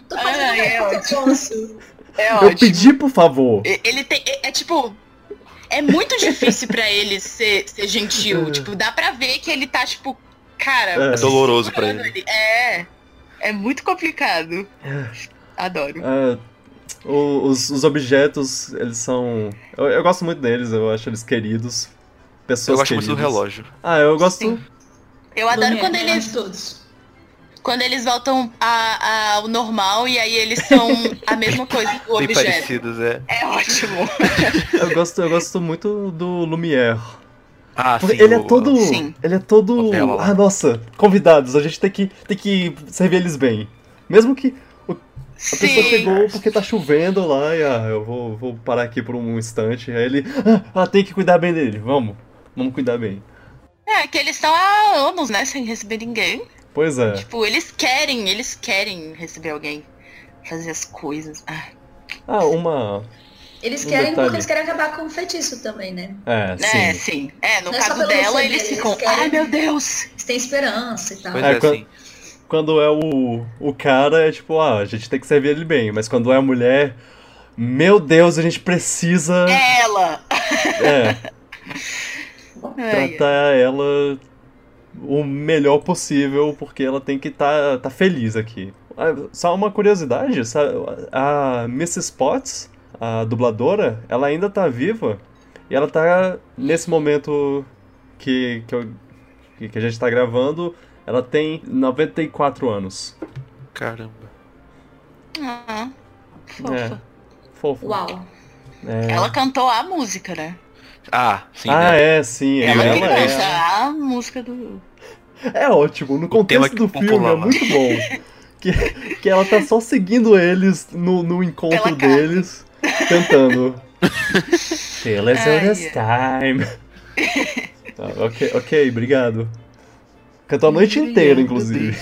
Tô fazendo Ai, é o que eu posso. É É, Eu pedi, por favor. E- Ele tem. É, é tipo. É muito difícil pra ele ser, ser gentil. tipo, dá pra ver que ele tá, tipo, cara. É. É doloroso pra segurando ele. ali. É. É muito complicado. Adoro. É, o- os, os objetos, eles são. Eu, eu gosto muito deles, eu acho eles queridos. Eu Pessoas gosto muito queridas. do relógio. Ah, eu gosto. Sim. Eu adoro Dormir, quando melhor eles, de todos. quando eles voltam a- a- ao normal e aí eles são a mesma coisa do Bem objeto. parecidos, é. É ótimo. Eu gosto, eu gosto muito do Lumière. Ah, Porque sim. ele é o- todo. Sim. Ele é todo. Novela lá. Ah, nossa, convidados, a gente tem que, tem que servir eles bem. Mesmo que a pessoa Sim. chegou porque tá chovendo lá e ah, eu vou, vou parar aqui por um instante. Aí ele. Ah, ah, tem que cuidar bem dele, vamos. Vamos cuidar bem. É, que eles estão há anos, né, sem receber ninguém. Pois é. Tipo, eles querem, eles querem receber alguém. Fazer as coisas. Ah, Ah, uma. Eles Um querem detalhe. porque eles querem acabar com o feitiço também, né? É, É, sim. sim. É, no Não é só caso pelo dela, receber, eles eles ficam, querem- ai meu Deus! Eles têm esperança e tal. Pois É, é, quando- sim. Quando é o, o cara, é tipo, ah, a gente tem que servir ele bem. Mas quando é a mulher, meu Deus, a gente precisa É ela! é, Ai, tratar ela o melhor possível, porque ela tem que tá, tá feliz aqui. Ah, Só uma curiosidade, sabe? a Mrs. Potts, a dubladora, ela ainda tá viva e ela tá nesse momento que, que, eu- que- que a gente tá gravando, ela tem 94 anos. Caramba. ah, fofa. Fofo. Uau. É. Ela cantou a música, né? Ah, sim. ah, né? é, sim. Ela, ela que é. canta a música do. É ótimo, no tema contexto que do popular filme é lá. muito bom. Que, que ela tá só seguindo eles no, no encontro Ela canta. deles, cantando. Till it's Ai, this time. Tá, ok, ok, obrigado. Cantou a noite inteira, inclusive.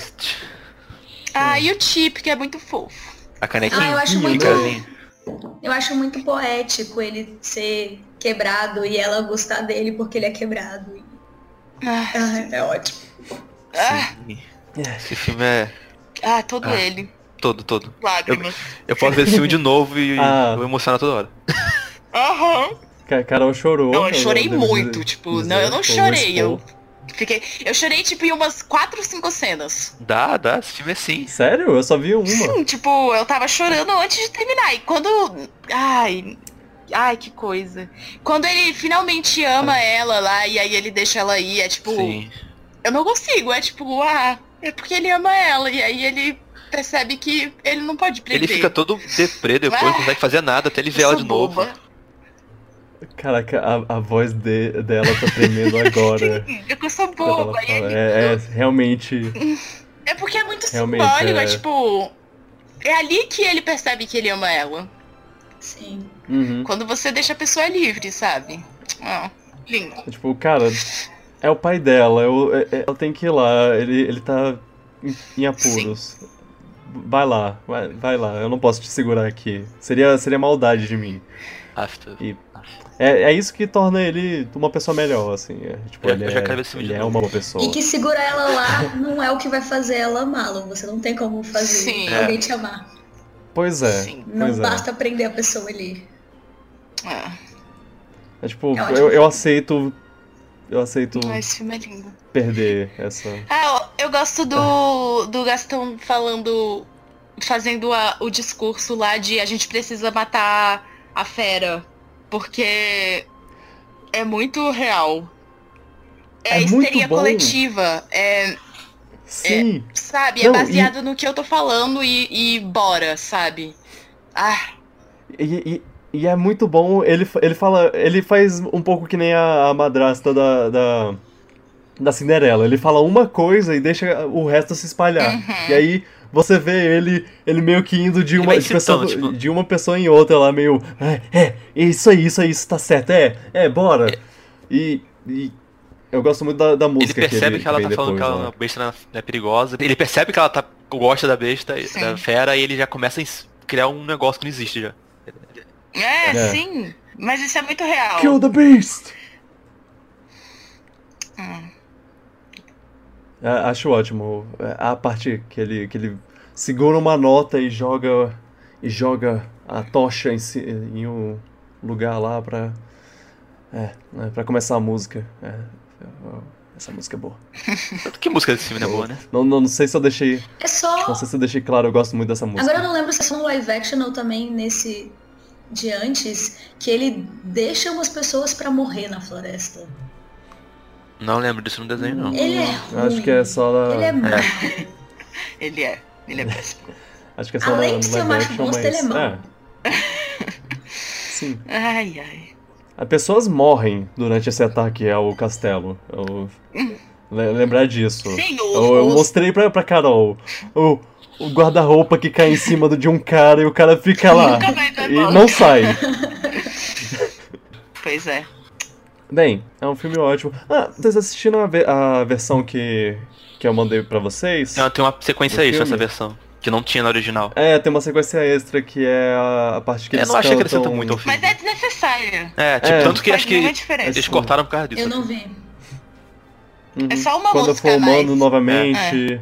Ah, e o Chip, que é muito fofo. A canequinha. Ah, eu acho Menina, muito. Casinha. Eu acho muito poético ele ser quebrado e ela gostar dele porque ele é quebrado. Ah, Ah, é ótimo. ah, Sim. Esse filme é ah, todo Ah. ele. todo, todo. Lágrimas. Eu posso ver esse filme de novo e Ah. eu vou emocionar toda hora. Aham. Ca- Carol chorou. Não, eu chorei devo dizer- muito, tipo, dizer, não, eu não foi um chorei, eu expor. fiquei. Eu chorei, tipo, em umas quatro, cinco cenas. Dá, dá, esse filme é sim. Sério? Eu só vi uma. Sim, tipo, eu tava chorando antes de terminar. E quando. Ai. Ai, que coisa. Quando ele finalmente ama Ah. ela lá e aí ele deixa ela ir, é tipo. Sim. Eu não consigo, é tipo, ah, é porque ele ama ela. E aí ele percebe que ele não pode prender. Ele fica todo deprê depois, Ah. não consegue fazer nada até ele ver Eu ela sou de novo. boba. Caraca, a, a voz de- dela tá tremendo agora. Sim, eu sou quando ela boba. E fala. ele, É, é realmente. É porque é muito Realmente, simbólico, é. é. tipo. É ali que ele percebe que ele ama ela. Sim. Uhum. Quando você deixa a pessoa livre, sabe? Ah, lindo. Tipo, cara, é o pai dela, eu, é- é- ela tem que ir lá, ele, ele tá em, em apuros. Vai lá, vai, vai lá, eu não posso te segurar aqui. Seria, seria maldade de mim. After. É, é isso que torna ele uma pessoa melhor, assim. é, tipo, Eu já- ele eu já é, quero ver esse filme ele é de novo. uma boa pessoa. E que segurar ela lá não é o que vai fazer ela amá-lo. Você não tem como fazer Sim. alguém te amar. Pois é. Sim. Não pois é. basta prender a pessoa ali. É. É tipo, É ótimo. eu, eu aceito. Eu aceito Ah, esse filme é lindo. perder essa. Ah, eu, eu gosto do, do Gastão falando. Fazendo a- o discurso lá de a gente precisa matar a fera. Porque é muito real. É, É muito histeria bom. coletiva. É, Sim! sabe, Não, é baseado no que eu tô falando e, e bora, sabe? Ah, E, e- e é muito bom, ele, fa- ele fala. Ele faz um pouco que nem a, a madrasta da, da. da Cinderela. Ele fala uma coisa e deixa o resto se espalhar. uhum. E aí você vê ele, ele meio que indo de Ele uma, vai de, pessoa, incitando, tipo- de uma pessoa em outra lá, meio. É, é, isso aí, isso aí, isso tá certo, é, é, bora. E. e eu gosto muito da, da Ele música que, percebe que ela vem tá falando depois, que ela, né? a besta não é- não é perigosa. Ele percebe que ela tá, gosta da besta, e- Sim. da fera, e ele já começa a ins- criar um negócio que não existe já. É, É. sim. Mas isso é muito real. Kill the Beast! Hum. Ah. É, acho ótimo. É, A parte que ele, que ele segura uma nota e joga e joga a tocha em, si- em um lugar lá pra, é, né, pra começar a música. É, essa música é boa. Tanto que música desse filme não é boa, né? Não, não, não sei se eu deixei. É só. Não sei se eu deixei claro, eu gosto muito dessa música. Agora eu não lembro se é só no live action ou também nesse de antes, que ele deixa umas pessoas pra morrer na floresta. Não lembro disso no desenho, não. Ele é Eu ruim. Acho que é só Ele é na. mau. Ele é. Ele é péssimo. Acho que é só na, Além no de ser live um macho action, bosta, mas. ele é mau. é. Sim. Ai, ai. As pessoas morrem durante esse ataque ao castelo. Eu- le- Lembrar disso. Sim, Eu, eu o, os- mostrei pra, pra Carol o, o guarda-roupa que cai em cima do- de um cara e o cara fica lá. Nunca mais vai E voltar. não sai. Pois é. Bem, é um filme ótimo. Ah, vocês assistiram a, ve- a versão que, que eu mandei pra vocês? Não, tem uma sequência Do extra filme? essa versão. Que não tinha na original. É, tem uma sequência extra que é a, a parte que eu eles não achei que acrescenta cantam... muito ao filme. Mas é desnecessária. É, tipo, É. tanto que Faz acho que nenhuma diferença. eles cortaram por causa disso. Eu não vi. Uhum. É só uma Quando eu música for humano mas É, novamente.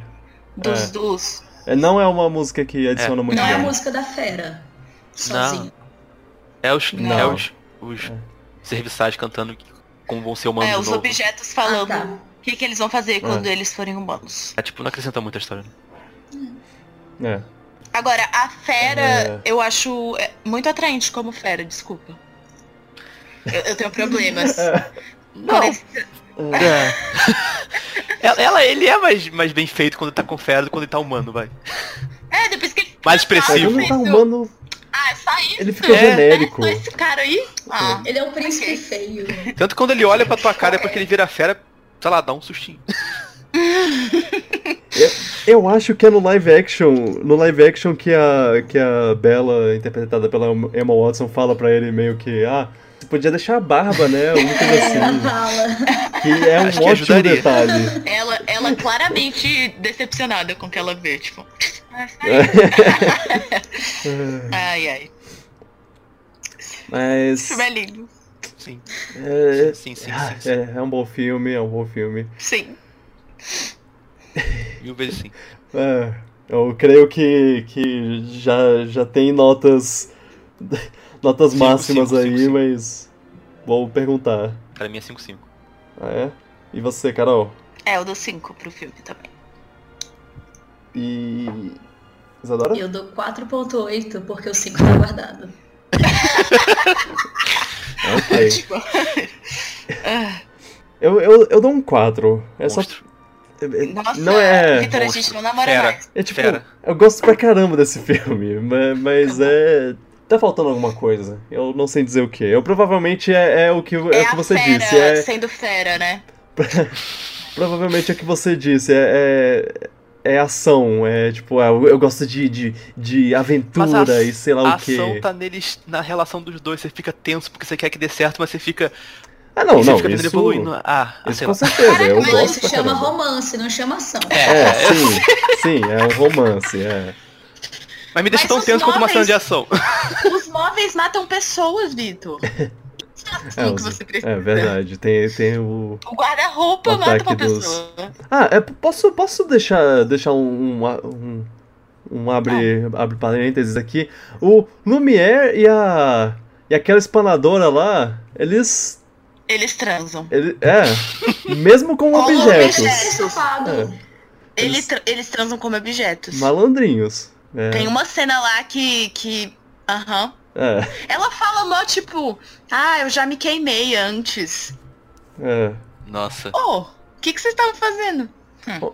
dos dos. É, não é uma música que adiciona muito. Não é a nada. música da fera. Sozinho. É os, Não. é os, os serviçais cantando como vão ser humanos É, de os um novo. objetos Ah, falando o tá. que, que eles vão fazer quando eles forem humanos. É, tipo, não acrescenta muita história. É. Agora, a fera, É. eu acho é, muito atraente como fera, desculpa. Eu, eu tenho problemas. É. Quando eles- É. ela, ela- ele é mais, mais bem feito quando tá com fera do que quando ele tá humano, vai. É, depois que ele. Mais Mas expressivo. quando tá isso. humano, Ah, é só isso. ele fica É. genérico. Só esse cara aí? Ah, Ele é um príncipe Ok. feio. Tanto que quando ele olha pra tua cara, depois que ele vira fera, sei lá, dá um sustinho. Eu acho que é no live action, no live action que a que a Bella, interpretada pela Emma Watson, fala pra ele meio que ah, você podia deixar a barba, né? Alguma coisa Ela assim. fala. Que é um Acho que ótimo ajudaria. detalhe. ela, ela claramente decepcionada com o que ela vê, tipo. "Ah, é só isso." ai, ai. Esse Mas filme é lindo. Sim, é, sim, sim, sim. ah, sim. é, é um bom filme, é um bom filme. Sim. Mil vezes sim. É, eu creio que que já já tem notas notas Cinco, máximas cinco, aí, cinco, cinco. mas vou perguntar. Pra mim é 5-5. Ah, é? E você, Carol? É, eu dou 5 pro filme também. E Isadora? Eu dou 4.8 porque o 5 tá guardado. Ok. Tipo, ah, Eu, eu, eu dou um 4. É só. Monstro. é- é- nossa, não é. Vitor, a monstro. gente não namora Fera. mais. É tipo. Fera. Eu gosto pra caramba desse filme, ma- mas, é. Tá faltando alguma coisa. Eu não sei dizer o que. Eu provavelmente é, é o que, é É, o que a você fera disse. É, sendo fera, né? provavelmente é o que você disse. É. é... é ação, é tipo, é, eu eu gosto de, de, de Mas a aventura ac- e sei lá A o que. ação tá neles, na relação dos dois, você fica tenso porque você quer que dê certo, mas você fica, Ah, não, você não, fica tentando isso, evoluindo. Ah, ah, isso sei com lá. certeza, eu Mas gosto isso pra chama caramba. romance, não chama ação. É, sim, sim, é um romance, é. Mas me deixa Mas tão os tenso quanto uma homens- cena de ação. Os móveis matam pessoas, Vitor. Isso é É, assim os- que você precisa. É verdade, tem, tem o, O guarda-roupa O mata uma ataque dos- pessoa. Ah, é, posso, posso deixar, deixar um, um, um- um abre, abre parênteses aqui. O Lumière e a. E aquela espanadora lá, eles. Eles transam. ele- é. mesmo com Ó, objetos. objetos. É, Ele Eles- tra- eles transam como objetos. malandrinhos. É, Tem um uma cena lá que. que... Aham. é, Ela fala mó tipo, ah, eu já me queimei antes. é. Nossa. Ô, o que, que vocês estavam fazendo?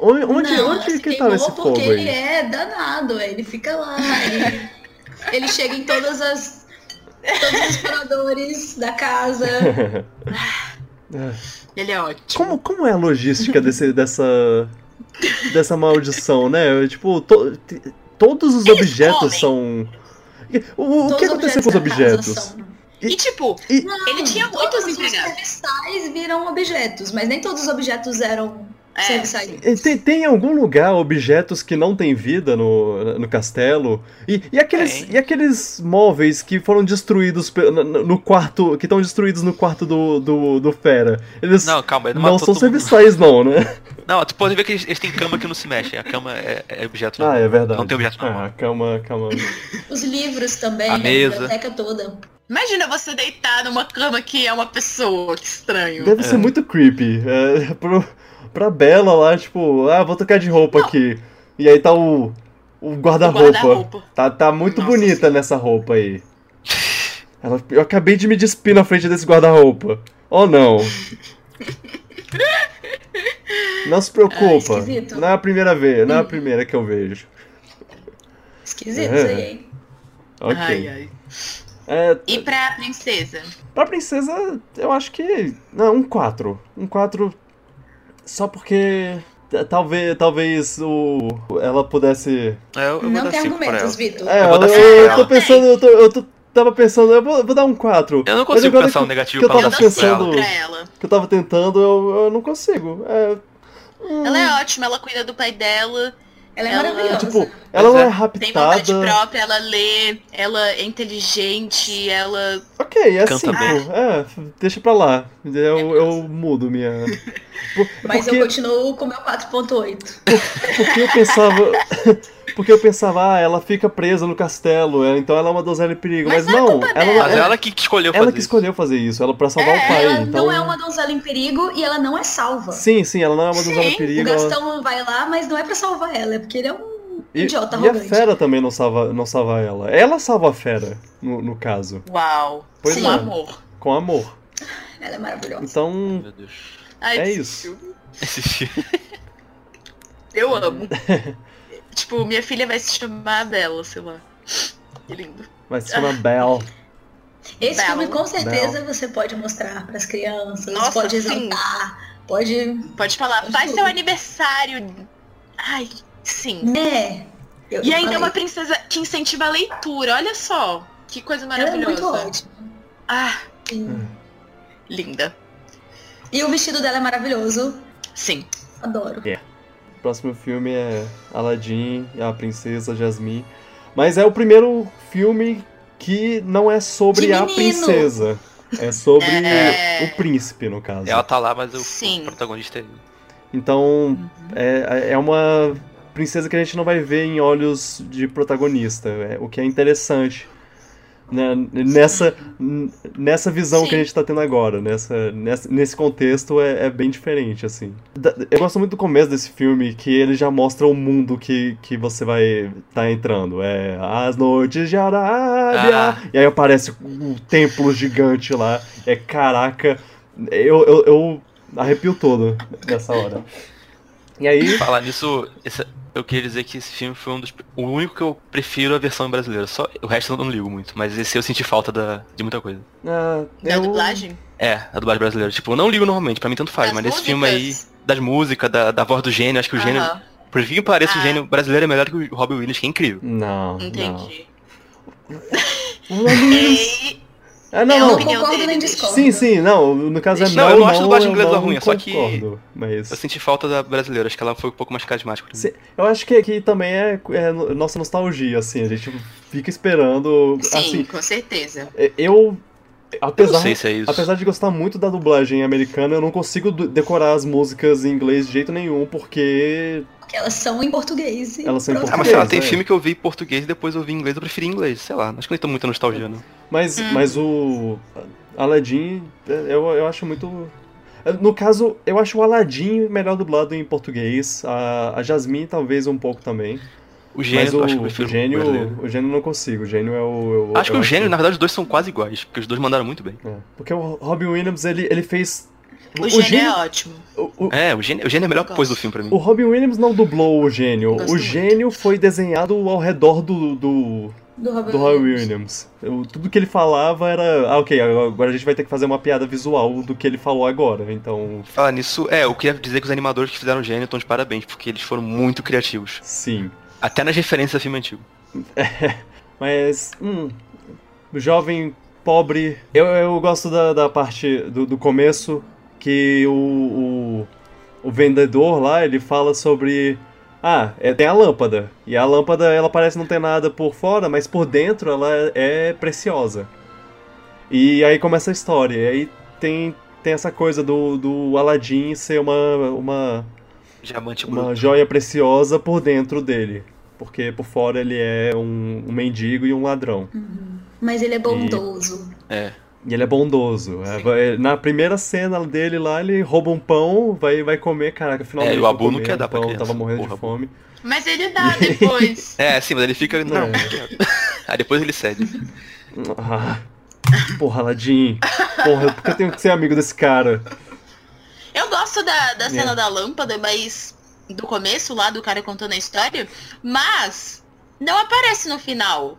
Onde, onde, Não, ela onde se que tava queimou esse fogo porque aí? ele é danado, ele fica lá. Ele, ele chega em todas as. Todos os moradores da casa. Ele é ótimo. Como, como é a logística desse, dessa, dessa maldição, né? Tipo, to- te- todos os Eles objetos são. O, o todos que aconteceu com os da casa objetos? são- E tipo, E- ele tinha Todos muitos os empregados. serviçais viram objetos, mas nem todos os objetos eram É. serviçais. E Tem, tem em algum lugar objetos que não têm vida no, no castelo? E, e, aqueles, Tem. e aqueles móveis que foram destruídos pe- no- no no quarto. que estão destruídos no quarto do, do, do Fera? Eles não, Não, calma, ele matou são todo mundo. serviçais, não, né? Não, tu pode ver que eles, eles têm cama que não se mexe. A cama é, é objeto. Ah, é verdade. Não tem objeto normal. Ah, calma, calma. Os livros também, A né, mesa. biblioteca toda. Imagina você deitar numa cama que é uma pessoa, que estranho. Deve ser muito creepy. É, pro, pra Bela lá, tipo, ah, vou trocar de roupa aqui. E aí tá o, o O guarda-roupa. guarda-roupa. tá, tá muito Nossa bonita senhora. nessa roupa aí. Ela, eu acabei de me despir na frente desse guarda-roupa. Oh não. Não se Ah, preocupa. esquisito. não é a primeira vez, Hum. não é a primeira que eu vejo. Esquisito É. isso aí, hein? Ok. Ai, ai. É, E pra princesa? Pra princesa, eu acho que. Não, um 4. Um 4. Só porque. t- Talvez, talvez o. Ela pudesse. É, eu, eu vou Não dar tem cinco pra argumentos, ela. Vitor. É, Eu vou eu, dar eu, cinco pra tô ela. pensando. Eu, tô, eu tô- tava pensando, eu vou, vou dar um 4. Eu não Mas consigo agora pensar que- um negativo que eu pra ela. tava dar cinco pensando- pra ela. Pra ela. Que eu tava tentando, eu, eu não consigo. É, Hum. Ela é ótima, ela cuida do pai dela, Ela é Ela- maravilhosa. tipo, ela não é. é tem vontade raptada. própria, ela lê, ela é inteligente, ela. Ok, é Canta 5. bem. É, f- deixa pra lá. Eu, eu mudo minha. Por- Mas porque- eu continuo com o meu 4.8. Porque eu pensava. Porque eu pensava, ah, ela fica presa no castelo, é, então ela é uma donzela em perigo. Mas, Mas não é não, culpa ela, dela. Mas ela que que escolheu ela fazer que isso. escolheu fazer isso, ela pra salvar o pai. Ela então... não é uma donzela em perigo e ela não é salva. Sim, sim, ela não é uma donzela em Sim, perigo. o ela- Gastão vai lá, mas não é pra salvar ela, é porque ele é um E, idiota e a arrogante. fera também não salva, não salva ela. Ela salva a fera, no, no caso, Uau. Pois com é. amor. com amor. Ela é maravilhosa. Então, Meu Deus. Ai, É esse isso. filme. Esse filme. Eu amo. tipo, minha filha vai se chamar Bela, sei lá. Que lindo. vai se chamar Belle. Esse Bela. filme com certeza você pode mostrar pras crianças, Nossa, pode sim. exaltar, pode, Pode falar, faz seu aniversário. Ai, sim. né? Eu- E eu ainda é uma falei, princesa que incentiva a leitura, olha só. Que coisa ela é muito maravilhosa. ótima. Ah, sim. linda. E o vestido dela é maravilhoso. Sim. Adoro. O próximo filme é Aladdin e a Princesa Jasmine. Mas é o primeiro filme que não é sobre De a menino. princesa. É sobre É. o príncipe, no caso. Ela tá lá, mas o, Sim. o protagonista é. ele. Então, é, é uma princesa que a gente não vai ver em olhos de protagonista, é, o que é interessante. né, Nessa, n- nessa visão Sim. que a gente tá tendo agora, nessa, nessa- nesse contexto é, é bem diferente, assim. Da- Eu gosto muito do começo desse filme, que ele já mostra o mundo que, que você vai tá entrando. É As Noites de Arábia. Ah. E aí aparece um templo gigante lá. É caraca. Eu, eu, eu arrepio todo nessa hora. E aí. Falar nisso, esse- eu queria dizer que esse filme foi um dos. O único que eu prefiro a versão brasileira. Só, o resto eu não ligo muito, mas esse eu senti falta da, de muita coisa. ah, Da eu- dublagem? É, a dublagem brasileira. Tipo, eu não ligo normalmente, pra mim tanto faz, Das mas nesse filme aí, músicas? das músicas, da, da voz do gênio, acho que o gênio. Aham, Por que pareça, Ah. o gênio brasileiro é melhor que o Robin Williams, que é incrível. Não. entendi. Não. Mas- Ei, Ah, É Eu não, não a opinião concordo dele, nem deixa. discordo. Sim, sim, não. No caso é Não, eu não acho a dublagem inglesa não ruim, é só que- assim- concordo, Mas... Eu senti falta da brasileira, acho que ela foi um pouco mais carismática. Sim. Eu acho que aqui também é, é no- nossa nostalgia, assim, a gente fica esperando. sim, Assim, é, com certeza. eu. Eu não Apesar, sei se é isso. apesar de gostar muito da dublagem americana, eu não consigo du- decorar as músicas em inglês de jeito nenhum, porque Porque elas são em português. e Elas são em pronto. Ah, mas sei lá, Português, tem né? filme que eu vi em português e depois eu vi em inglês, eu preferi em inglês, sei lá. Acho que não tem muita nostalgia, não. Mas, Hum. mas o Aladdin, é, eu, eu acho muito. é, No caso, eu acho o Aladdin melhor dublado em português. A, a Jasmine, talvez um pouco também. O gênio, mas o, eu acho que eu o prefiro gênio, brasileiro. o gênio eu não consigo. O gênio é o. eu- Acho que eu o gênio, na verdade, os dois são quase iguais, porque os dois mandaram muito bem. é. Porque o Robin Williams, ele, ele fez. O, gênio, é ótimo. o- o- É, o gênio, o gênio é a melhor coisa do filme pra mim. O Robin Williams não dublou o gênio. Gosto O muito. gênio foi desenhado ao redor do, do, Do Robin do Robin Williams. Eu- tudo que ele falava era. Ah, ok, agora a gente vai ter que fazer uma piada visual do que ele falou agora. Então, Falar nisso, é, eu queria dizer que os animadores que fizeram o gênio estão de parabéns, porque eles foram muito criativos. sim. Até nas referências a filme antigo. Mas. Hum, jovem, pobre. Eu, eu gosto da, da parte do, do começo que o, o, o vendedor lá ele fala sobre. Ah, é, tem a lâmpada. E a lâmpada ela parece não ter nada por fora, mas por dentro ela é preciosa. E aí começa a história. E aí tem, tem essa coisa do, do Aladdin ser uma, uma Diamante uma bruto. joia preciosa por dentro dele. Porque por fora ele é um, um mendigo e um ladrão. Mas ele é bondoso. É. E ele é bondoso. É, Sim. vai- na primeira cena dele lá, ele rouba um pão, vai, vai comer, caraca, finalmente. É, e o vou Abu não comer quer um dar pra pão, criança. tava morrendo de Porra, Abu. fome. Mas ele dá depois. É, sim, mas ele fica. Não. É. Aí depois ele cede. Ah, porra, Aladdin. Porra, por que eu tenho que ser amigo desse cara? Eu gosto da, da cena É. da lâmpada, mas. Do começo lá, do cara contando a história. Mas. Não aparece no final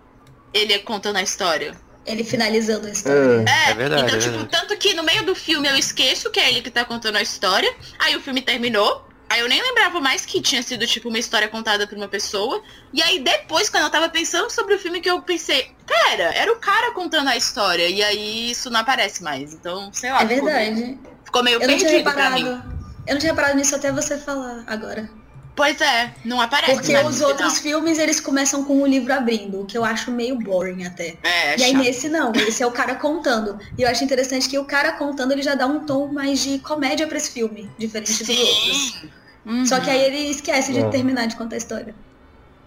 ele contando a história. Ele finalizando a história. É, É verdade, Então, é tipo, verdade. tanto que no meio do filme eu esqueço que é ele que tá contando a história. Aí o filme terminou. Aí eu nem lembrava mais que tinha sido, tipo, uma história contada por uma pessoa. E aí depois, quando eu tava pensando sobre o filme, que eu pensei, pera, era o cara contando a história. E aí isso não aparece mais. Então, sei lá. É ficou meio- verdade. Ficou meio Eu não tinha perdido pra reparado. mim. Eu não tinha reparado nisso até você falar agora. Pois é, tá- não aparece Porque mais no os final. outros filmes, eles começam com o livro abrindo, o que eu acho meio boring até. É, e aí chato. nesse não, esse é o cara contando. E eu acho interessante que o cara contando, ele já dá um tom mais de comédia pra esse filme, diferente dos outros. Sim. Uhum. Só que aí ele esquece de É. terminar de contar a história.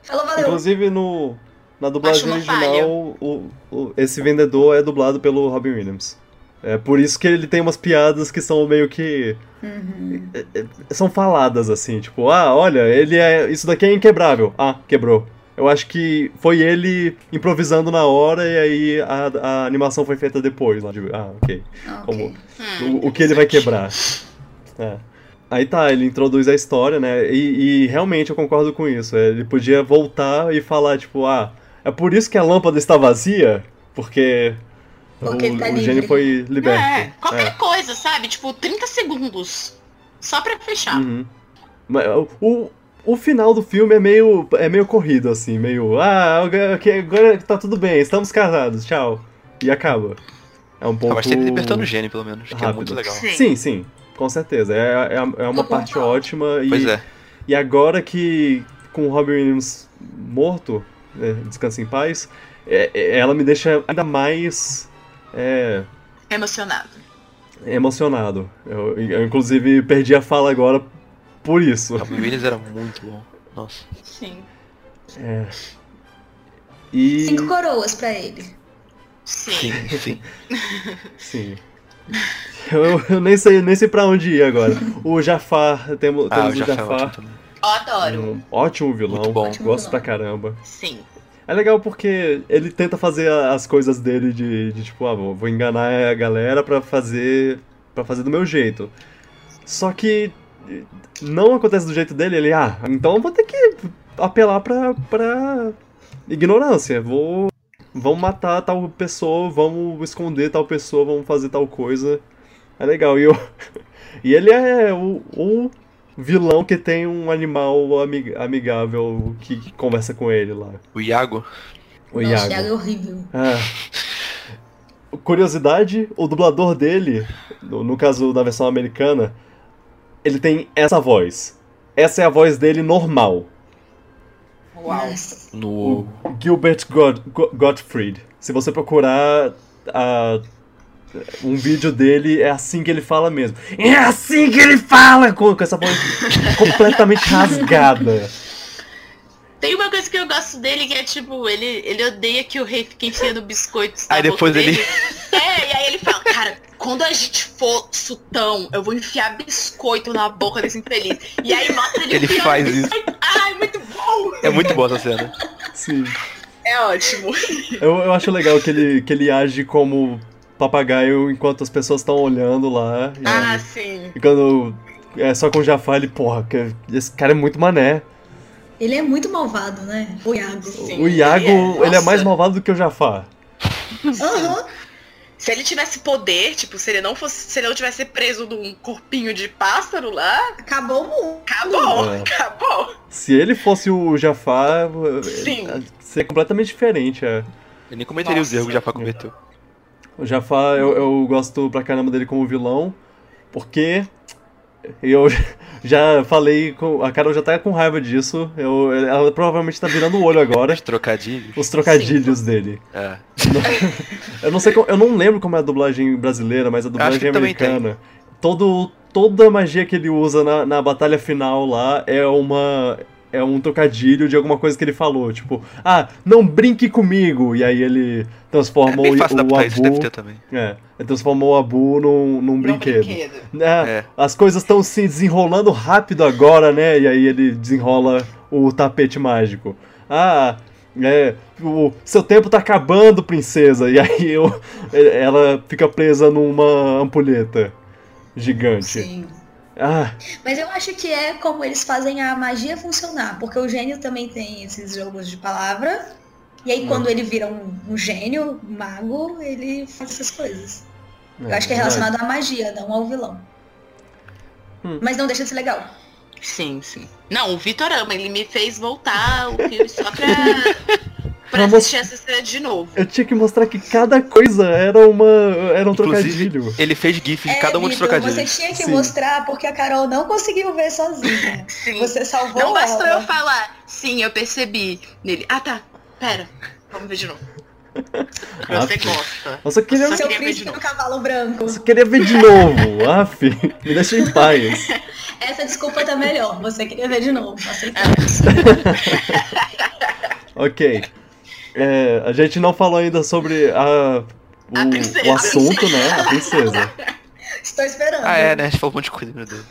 Falou, valeu. Inclusive, no, na dublagem Acho uma original, o- o- esse vendedor é dublado pelo Robin Williams. É por isso que ele tem umas piadas que são meio que. Uhum. são faladas assim, tipo, ah, olha, ele é. Isso daqui é inquebrável. Ah, quebrou. Eu acho que foi ele improvisando na hora e aí a, a animação foi feita depois. Lá de, ah, ok. Ah, ok. Como, Hum, o, o que ele vai interessante. quebrar. É. Aí tá, ele introduz a história, né? E, e realmente eu concordo com isso. Ele podia voltar e falar, tipo, ah, é por isso que a lâmpada está vazia? Porque. Porque o, ele tá o livre. gênio foi liberto. É, qualquer É. coisa, sabe? Tipo, 30 segundos. Só pra fechar. Uhum. Mas o- o, o final do filme é meio, é meio corrido, assim, meio. Ah, agora- ok, agora tá tudo bem, estamos casados, tchau. E acaba. É um pouco. Ah, mas tem ele libertando o gênio, pelo menos, que é rápido. muito legal. Sim. Sim, sim, com certeza. É, é, é uma Eu parte concordo. ótima. E, Pois é. e agora que com o Robin Williams morto, é, descansa em paz, é- é- ela me deixa ainda mais. é, Emocionado. emocionado. Eu, eu, inclusive, perdi a fala agora por isso. O Williams era muito bom. Nossa. Sim. É. E. Cinco coroas pra ele. Sim. Sim, sim. Sim. Eu, eu nem sei, nem sei pra onde ir agora. O Jafar, temos, Ah, o temos o Jafar é Jafar. ótimo também. Eu adoro. Hum. um ótimo vilão. Muito bom. Ótimo Gosto vilão. pra caramba. Sim. É legal porque ele tenta fazer a- as coisas dele de, de tipo, ah, vou vou enganar a galera pra fazer para fazer do meu jeito. Só que eh, não acontece do jeito dele, ele, ah, então eu vou ter que apelar pra, pra ignorância, vou vamos matar tal pessoa, vamos esconder tal pessoa, vamos fazer tal coisa. É legal. E, eu, e ele é o, o vilão que tem um animal amig- amigável que conversa com ele lá. O Iago. O Nossa, Iago. Iago é horrível. Ah. É. Curiosidade, o dublador dele, no, no caso da versão americana, ele tem essa voz. Essa é a voz dele normal. Uau. Nossa. No. Gilbert God- Go- Gottfried. Se você procurar a Um vídeo dele é assim que ele fala mesmo. É assim que ele fala! Com, com essa voz completamente rasgada. Tem uma coisa que eu gosto dele que é tipo, ele, ele odeia que o rei fique enfiando biscoitos na Aí boca depois ele- dele. É, e aí ele fala, cara, quando a gente for sultão, eu vou enfiar biscoito na boca desse infeliz. E aí mostra ele Ele enfiando faz isso. biscoito. Ai, muito bom! É muito boa essa cena. Sim. É ótimo. Eu, eu acho legal que ele, que ele age como papagaio enquanto as pessoas estão olhando lá. E, Ah, sim. e quando é só com o Jafar, ele, porra, que- esse cara é muito mané. Ele é muito malvado, né? O Iago. Sim. o Iago, ele é, ele é. mais Nossa. malvado do que o Jafar. Aham. Se ele tivesse poder, tipo, se ele não fosse. Se ele não tivesse preso num corpinho de pássaro lá, Acabou o mundo. acabou, É. acabou. Se ele fosse o Jafar, Sim. eh, seria completamente diferente. é. Eu nem comentaria os Nossa. erros que o Jafar cometeu. O Jafar, eu, eu gosto pra caramba dele como vilão, porque eu já falei, com, a Carol já tá com raiva disso, eu- ela provavelmente tá virando o olho agora, Os trocadilhos. os trocadilhos dele. É. Eu não sei como- eu não lembro como é a dublagem brasileira, mas a Acho que dublagem também tem. americana. Todo, toda a magia que ele usa na, na batalha final lá é uma. É um trocadilho de alguma coisa que ele falou. Tipo, ah, não brinque comigo! E aí ele É transformou bem fácil o, o adaptar isso, deve Abu. ter também. É, ele transformou o Abu num, Um num um brinquedo. É, É. As coisas estão se desenrolando rápido agora, né? E aí ele desenrola o tapete mágico. Ah, é, o seu tempo tá acabando, princesa. E aí eu, ela fica presa numa ampulheta gigante. Sim. Ah, assim. Mas eu acho que é como eles fazem a magia funcionar, porque o gênio também tem esses jogos de palavra. E Hum. aí quando ele vira um, um gênio, um mago, ele faz essas coisas. eu acho que é relacionado à magia, não ao vilão. Hum. Mas não deixa de ser legal. Sim, sim. Não, o Vitorama, ele me fez voltar o filme só pra, pra Vamos- assistir essa cena de novo. Eu tinha que mostrar que cada coisa era uma era um Inclusive, trocadilho. Ele fez gif de É, cada um dos Vitor, Você trocadilhos. tinha que Sim. mostrar porque a Carol não conseguiu ver sozinha. Sim. Você salvou Não bastou eu ela. falar, sim, eu percebi nele. Ah tá, pera, vamos ver de novo. Ah, Você sim. gosta. Eu só queria, Só Seu queria ver de príncipe novo. do cavalo branco. eu só queria ver de novo. Aff, me deixa em paz. Essa desculpa tá melhor. Você queria ver de novo. aceitei. É. Ok. É, a gente não falou ainda sobre a, o, A princesa. o assunto, né? A princesa. Estou esperando. Ah, é, né? A gente falou um monte de coisa, meu Deus.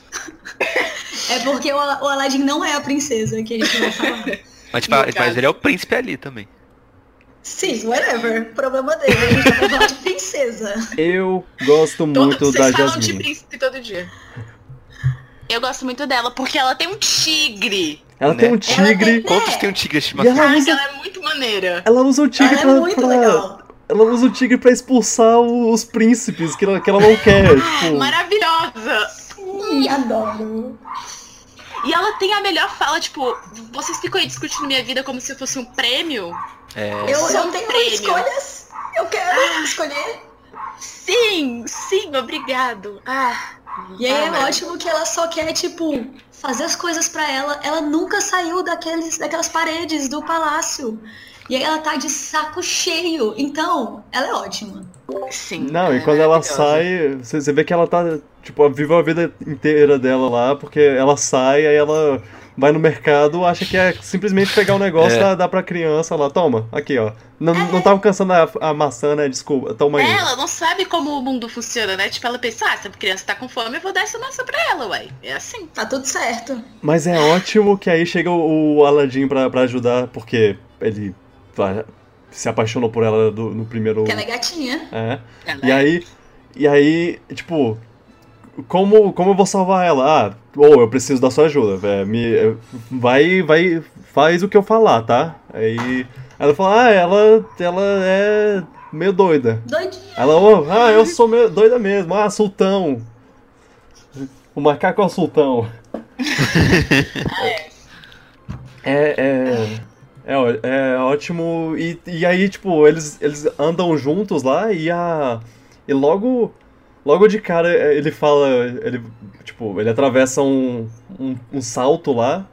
É porque o, Al- o Aladdin não é a princesa que a gente vai falar. Mas, tipo, No mas caso. ele é o príncipe ali também. Sim, whatever. Problema dele. A gente tá falando de princesa. Eu gosto Todo, muito da vocês falam de Jasmine. príncipe todo dia. Eu gosto muito dela, porque ela tem um tigre. Ela tem né? um tigre. É. Quantos tem um E tigre estimado? ela Caraca, usa, ela é muito maneira. ela usa o tigre Ela é pra, muito pra- legal. Ela usa o tigre pra expulsar o- os príncipes que ela, que ela não quer. Tipo, Maravilhosa. Ih, adoro. E ela tem a melhor fala, tipo, vocês ficam aí discutindo minha vida como se fosse um prêmio? Eu, É. Isso é eu um tenho prêmio. escolhas. Eu quero escolher. Sim, sim, obrigado. Ah. E aí ah, é maravilha. ótimo que ela só quer, tipo, fazer as coisas pra ela. Ela nunca saiu daqueles, daquelas paredes do palácio. E aí ela tá de saco cheio. Então, ela é ótima. Sim. não, é e quando ela maravilhosa. sai, você, você vê que ela tá, tipo, viveu a vida inteira dela lá, porque ela sai, aí ela vai no mercado, acha que é simplesmente pegar o negócio, É. dá, dá pra criança lá, toma, aqui, ó. Não, não tava alcançando a, a maçã, né? Desculpa, toma aí. É, Ela não sabe como o mundo funciona, né? Tipo, ela pensa, ah, se a criança tá com fome, eu vou dar essa maçã pra ela, uai. É assim. Tá tudo certo. Mas é ótimo que aí chega o o Aladdin pra, pra ajudar, porque ele fa- se apaixonou por ela do- no primeiro. Porque ela é gatinha. É. Ela E é- aí. E aí, tipo. Como, como eu vou salvar ela? Ah, ou eu preciso da sua ajuda. velho. me, eh, vai, vai, faz o que eu falar, tá? Aí ela fala, ah, ela, ela é meio doida. Doidinha. Ela, "Oh, ah, eu sou meio doida mesmo. Ah, sultão. O macaco é o sultão. É, é, é, ó- é ótimo. E, e aí, tipo, eles, eles andam juntos lá e a. E logo. Logo de cara é, ele fala. Ele, tipo, ele atravessa um, um, um salto lá.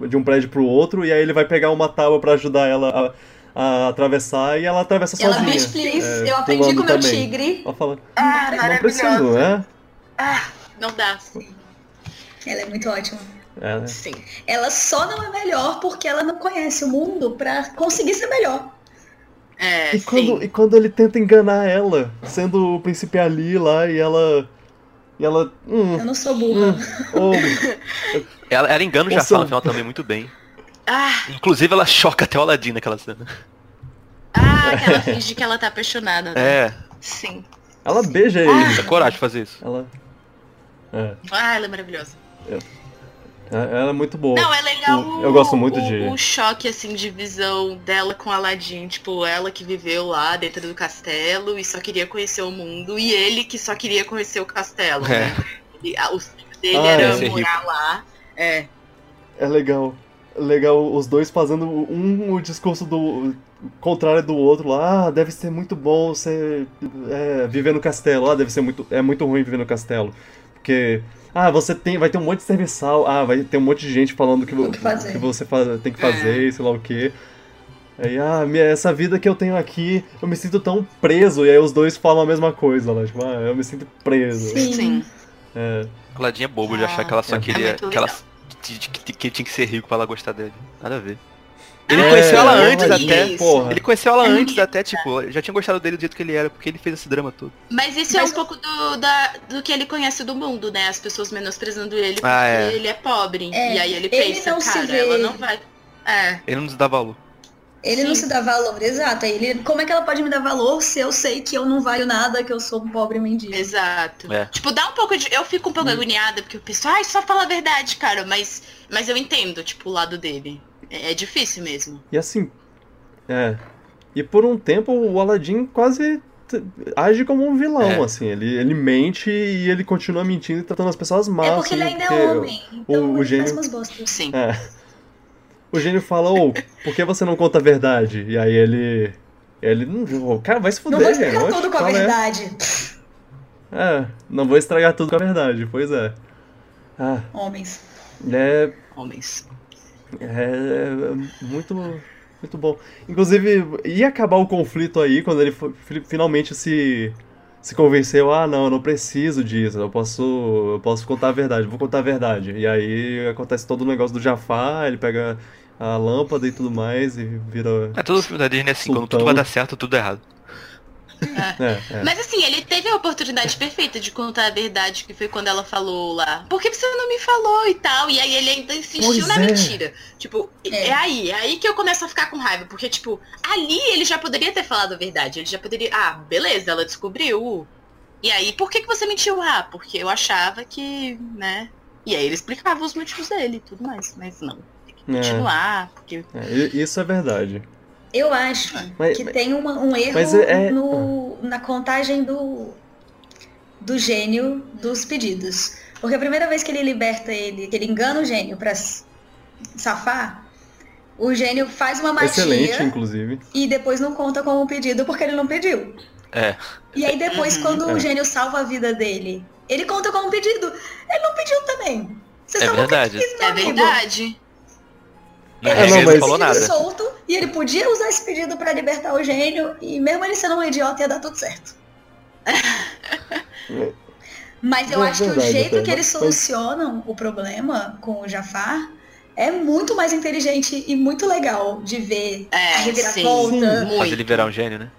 De um prédio pro outro, e aí ele vai pegar uma tábua pra ajudar ela a, a atravessar e ela atravessa E ela, sozinha. bitch, please, é, eu aprendi pulando com o meu também. tigre. Ela fala, Ah, não maravilhoso. preciso, né? Não dá, Ela é muito ótima. É, né? sim. Ela só não é melhor porque ela não conhece o mundo pra conseguir ser melhor. É, E quando, sim. e quando ele tenta enganar ela, sendo o príncipe ali lá, e ela. E ela. Hum, Eu não sou hum, burra. oh, Ela, ela engana o Ouça. Jafar no final também muito bem. Ah, Inclusive ela choca até o Aladdin naquela cena. ah, que ela finge que ela tá apaixonada. né? É, Sim. ela beija ele. dá coragem de fazer isso. Ela. É, Ah, ela é maravilhosa. é- ela é muito boa. Não, é legal. o- o- eu gosto muito o- de- O choque, assim, de visão dela com Aladdin. Tipo, ela que viveu lá dentro do castelo e só queria conhecer o mundo. E ele que só queria conhecer o castelo. É. Né? Ele- ah, o sonho dele Ah, é, era ser morar lá. É. É legal. É Legal os dois fazendo um o discurso do contrário do outro lá. Ah, deve ser muito bom você é, viver no castelo. Ah, deve ser muito é muito ruim viver no castelo. Porque ah, você tem vai ter um monte de serviçal. Ah, vai ter um monte de gente falando que, vo- O que fazer. que você fa- tem que fazer, e sei lá o quê. Aí, ah, minha- essa vida que eu tenho aqui, eu me sinto tão preso. E aí os dois falam a mesma coisa lá, tipo, ah, eu me sinto preso. Sim. Sim. É, Aladdin é bobo de achar que ela só Ah, é queria. muito que, ela, legal. que, que- que tinha que ser rico pra ela gostar dele. Nada a ver. Ele É, conheceu ela é antes Aladdin, até. porra. Ele conheceu ela É antes bonito. até, tipo, eu já tinha gostado dele do jeito que ele era, porque ele fez esse drama todo. Mas isso Mas- é um pouco do, da- do que ele conhece do mundo, né? As pessoas menosprezando ele porque Ah, é. ele é pobre. É, E aí ele ele pensa, não se cara, vê- ela não vai. É. Ele não nos dá valor. Ele não Sim. se dá valor, exato. Aí Ele, como é que ela pode me dar valor se eu sei que eu não valho nada, que eu sou um pobre mendigo? Exato. É. Tipo, dá um pouco de. Eu fico um pouco agoniada, porque eu penso, ai, só fala a verdade, cara. Mas, mas eu entendo, tipo, o lado dele. É, é difícil mesmo. E assim, é. E por um tempo o Aladdin quase t- age como um vilão, É. assim. Ele, ele mente e ele continua mentindo e tratando as pessoas mal. É porque ele assim, ainda porque é homem, então o ele faz gênio- umas bostas. Sim. O gênio fala, ô, por que você não conta a verdade? E aí ele. Ele. Não, o cara vai se Não fuder, vou velho. explicar Oxe, tudo com a qual é?" verdade, É, não vou estragar tudo com a verdade, pois é. Ah, homens. é. Homens. É, é muito, muito bom. Inclusive, ia acabar o conflito aí quando ele fo- fi- finalmente se, se convenceu: ah, não, eu não preciso disso, eu posso, eu posso contar a verdade, vou contar a verdade. E aí acontece todo o negócio do Jafar, ele pega a lâmpada e tudo mais e vira. É todo filme da Disney é assim, quando tudo Sultão. vai dar certo, tudo dá errado. É, é. Mas assim, ele teve a oportunidade perfeita de contar a verdade, que foi quando ela falou lá. Por que você não me falou e tal? E aí ele ainda insistiu Pois na é. mentira. Tipo, É. é. aí, é aí que eu começo a ficar com raiva. Porque, tipo, ali ele já poderia ter falado a verdade. Ele já poderia. Ah, beleza, ela descobriu. E aí, por que, que você mentiu? Ah, porque eu achava que, né? E aí ele explicava os motivos dele e tudo mais. Mas não, continuar, porque. É, é, i- isso é verdade. Eu acho Mas- que Ah, mas- tem uma- um erro Mas é- é- no- na contagem do, do gênio dos pedidos. Porque a primeira vez que ele liberta ele, que ele engana o gênio pra s- safar, o gênio faz uma magia Excelente, inclusive. e depois não conta como um pedido porque ele não pediu. É. E aí depois, Uhum, quando é. o gênio salva a vida dele, ele conta como um pedido. Ele não pediu também. Você É só não verdade. quis, meu É amigo. verdade. Na É, regra, não, ele mas- não falou nada. solto e ele podia usar esse pedido pra libertar o gênio e mesmo ele sendo um idiota ia dar tudo certo. Mas eu É acho que o verdade, jeito até, que mas- eles solucionam o problema com o Jafar é muito mais inteligente e muito legal de ver É, a sim. reviravolta. Muito. Fazer ele virar um gênio, né?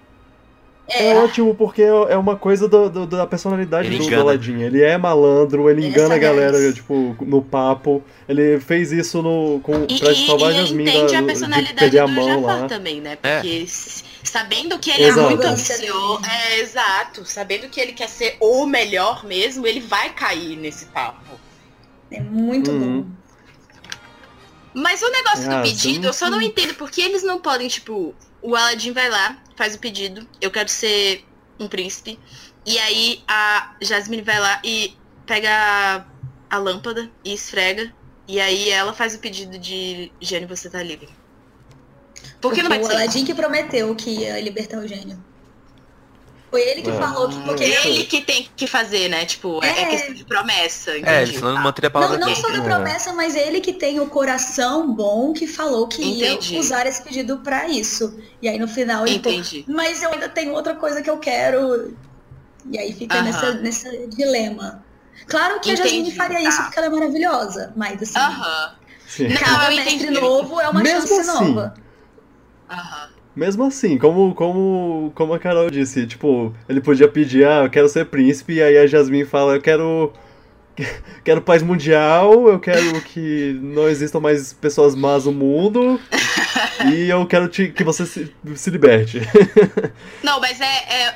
É ótimo porque é é uma coisa do- do- da personalidade Ele do, do engana. Aladdin. Ele é malandro, ele Ele é engana a sagaz. galera, tipo, no papo. Ele fez isso no, com, E, pra e- salvar e a Jasmine entende da- a de personalidade perder a do mão Jafar lá. também, né? É. Porque s- sabendo que ele Exato. é muito Arrogância ambicioso, é exato, sabendo que ele quer ser o melhor mesmo, ele vai cair nesse papo. É muito Uhum. bom. Mas o negócio Ah, do pedido, eu só não entendo porque eles não podem, tipo, o Aladdin vai lá, faz o pedido, eu quero ser um príncipe. E aí a Jasmine vai lá e pega a, a lâmpada e esfrega. E aí ela faz o pedido de Jane, você tá livre. Porque não vai o ser. Aladdin que prometeu que ia libertar o gênio. Foi ele que É. falou que porque Ele que tem que fazer, né? Tipo, é, É. questão de promessa. É, entendi. senão não Tá. manteria a Não, palavra não dele. só da É. promessa, mas ele que tem o coração bom que falou que Entendi. ia usar esse pedido pra isso. E aí no final ele pô, Entendi. mas eu ainda tenho outra coisa que eu quero. E aí fica Aham. nessa, nesse dilema. Claro que a Entendi, Jasmine faria tá. isso porque ela é maravilhosa, mas assim, Aham. Sim. Não, cada eu mestre entendi. novo é uma Mesmo chance assim. nova. Aham. Mesmo assim, como, como, como a Carol disse, tipo, ele podia pedir, ah, eu quero ser príncipe, e aí a Jasmine fala, eu quero. Quero paz mundial, eu quero que não existam mais pessoas más no mundo, e eu quero te- que você se, se liberte. Não, mas é,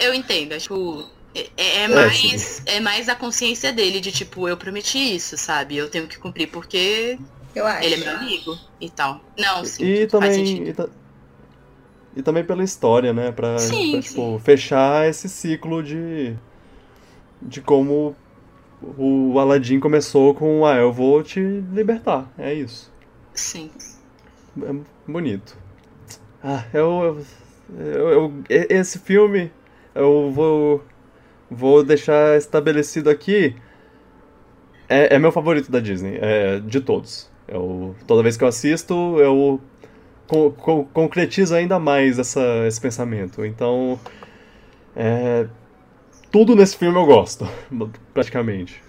é- eu entendo. É, tipo, é, é sim. mais, é mais a consciência dele de tipo, eu prometi isso, sabe? Eu tenho que cumprir porque Eu acho. ele é meu amigo e tal. Não, sim, E faz também. sentido. E, ta- e também pela história, né? Pra, Sim, pra, tipo, fechar esse ciclo de. De como o Aladdin começou com, ah, eu vou te libertar. É isso. Sim. É bonito. Ah, eu, eu, eu- e- Esse filme eu vou. Vou deixar estabelecido aqui. É, é meu favorito da Disney, é, de todos. Eu, toda vez que eu assisto, eu co- co- concretizo ainda mais essa- esse pensamento. Então. é, tudo nesse filme eu gosto, praticamente.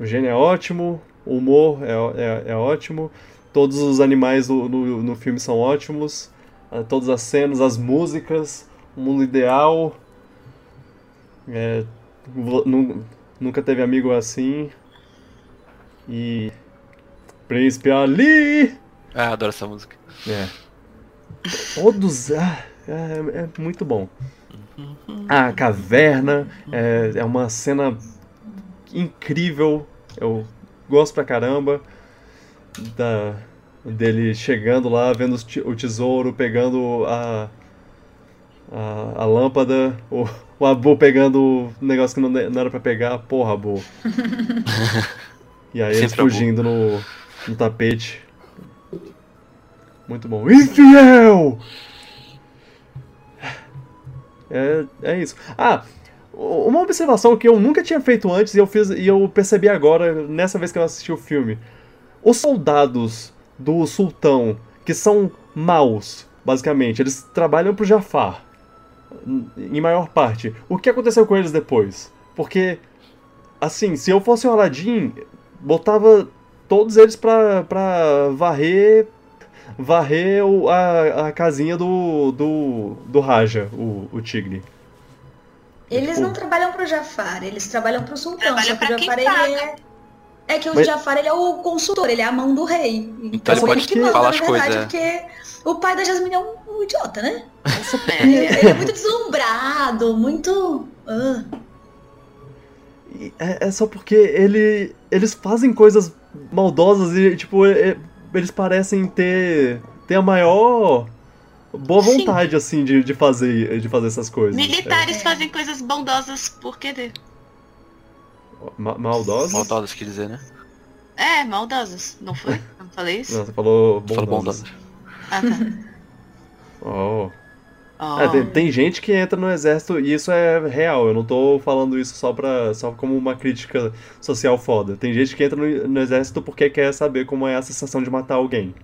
O gênio é ótimo, o humor é, ó- é- é ótimo, todos os animais do- no, no filme são ótimos, ah, todas as cenas, as músicas, o mundo ideal. É, vo- nu- nunca teve amigo assim. E. Príncipe Ali! Ah, adoro essa música. É. Todos. Ah, é, é muito bom. A caverna é, é uma cena incrível. Eu gosto pra caramba da, dele chegando lá, vendo os te- o tesouro, pegando a, a, a lâmpada, o, o Abu pegando o negócio que não, de- não era pra pegar. Porra, Abu. E aí eles Sempre Abu. fugindo no, no tapete. Muito bom. Infiel! É, é isso. Ah, u- uma observação que eu nunca tinha feito antes e eu fiz e eu percebi agora, nessa vez que eu assisti o filme. Os soldados do sultão, que são maus, basicamente, eles trabalham pro Jafar. n- Em maior parte. O que aconteceu com eles depois? Porque, assim, se eu fosse o Aladdin, botava todos eles pra, pra varrer varrer o- a, a casinha do, do, do Raja, o, o tigre. Eles Tipo- não trabalham pro Jafar, eles trabalham pro Sultão. Trabalha Só que pra o quem Jafar ele é. É que o Mas- Jafar ele é o consultor, ele é a mão do rei. Então, ele pode que manda, falar na as verdade, coisas, é. porque o pai da Jasmine é um, um idiota, né? É. Ele, ele é muito deslumbrado, muito. ah. E É, é só porque ele, eles fazem coisas maldosas e, tipo, é- é- eles parecem ter, ter a maior boa Sim. vontade, assim, de, de, fazer, de fazer essas coisas. Militares É. fazem coisas bondosas por querer. É, ma- maldosas? Maldosas, quer dizer, né? É, maldosas, não foi? Não falei isso? Não, você falou Fala bondosas. maldosas. Ah, tá. Oh. Ó. É, tem, tem gente que entra no exército e isso é real. Eu não tô falando isso só pra, só como uma crítica social foda. Tem gente que entra no, no exército porque quer saber como é a sensação de matar alguém.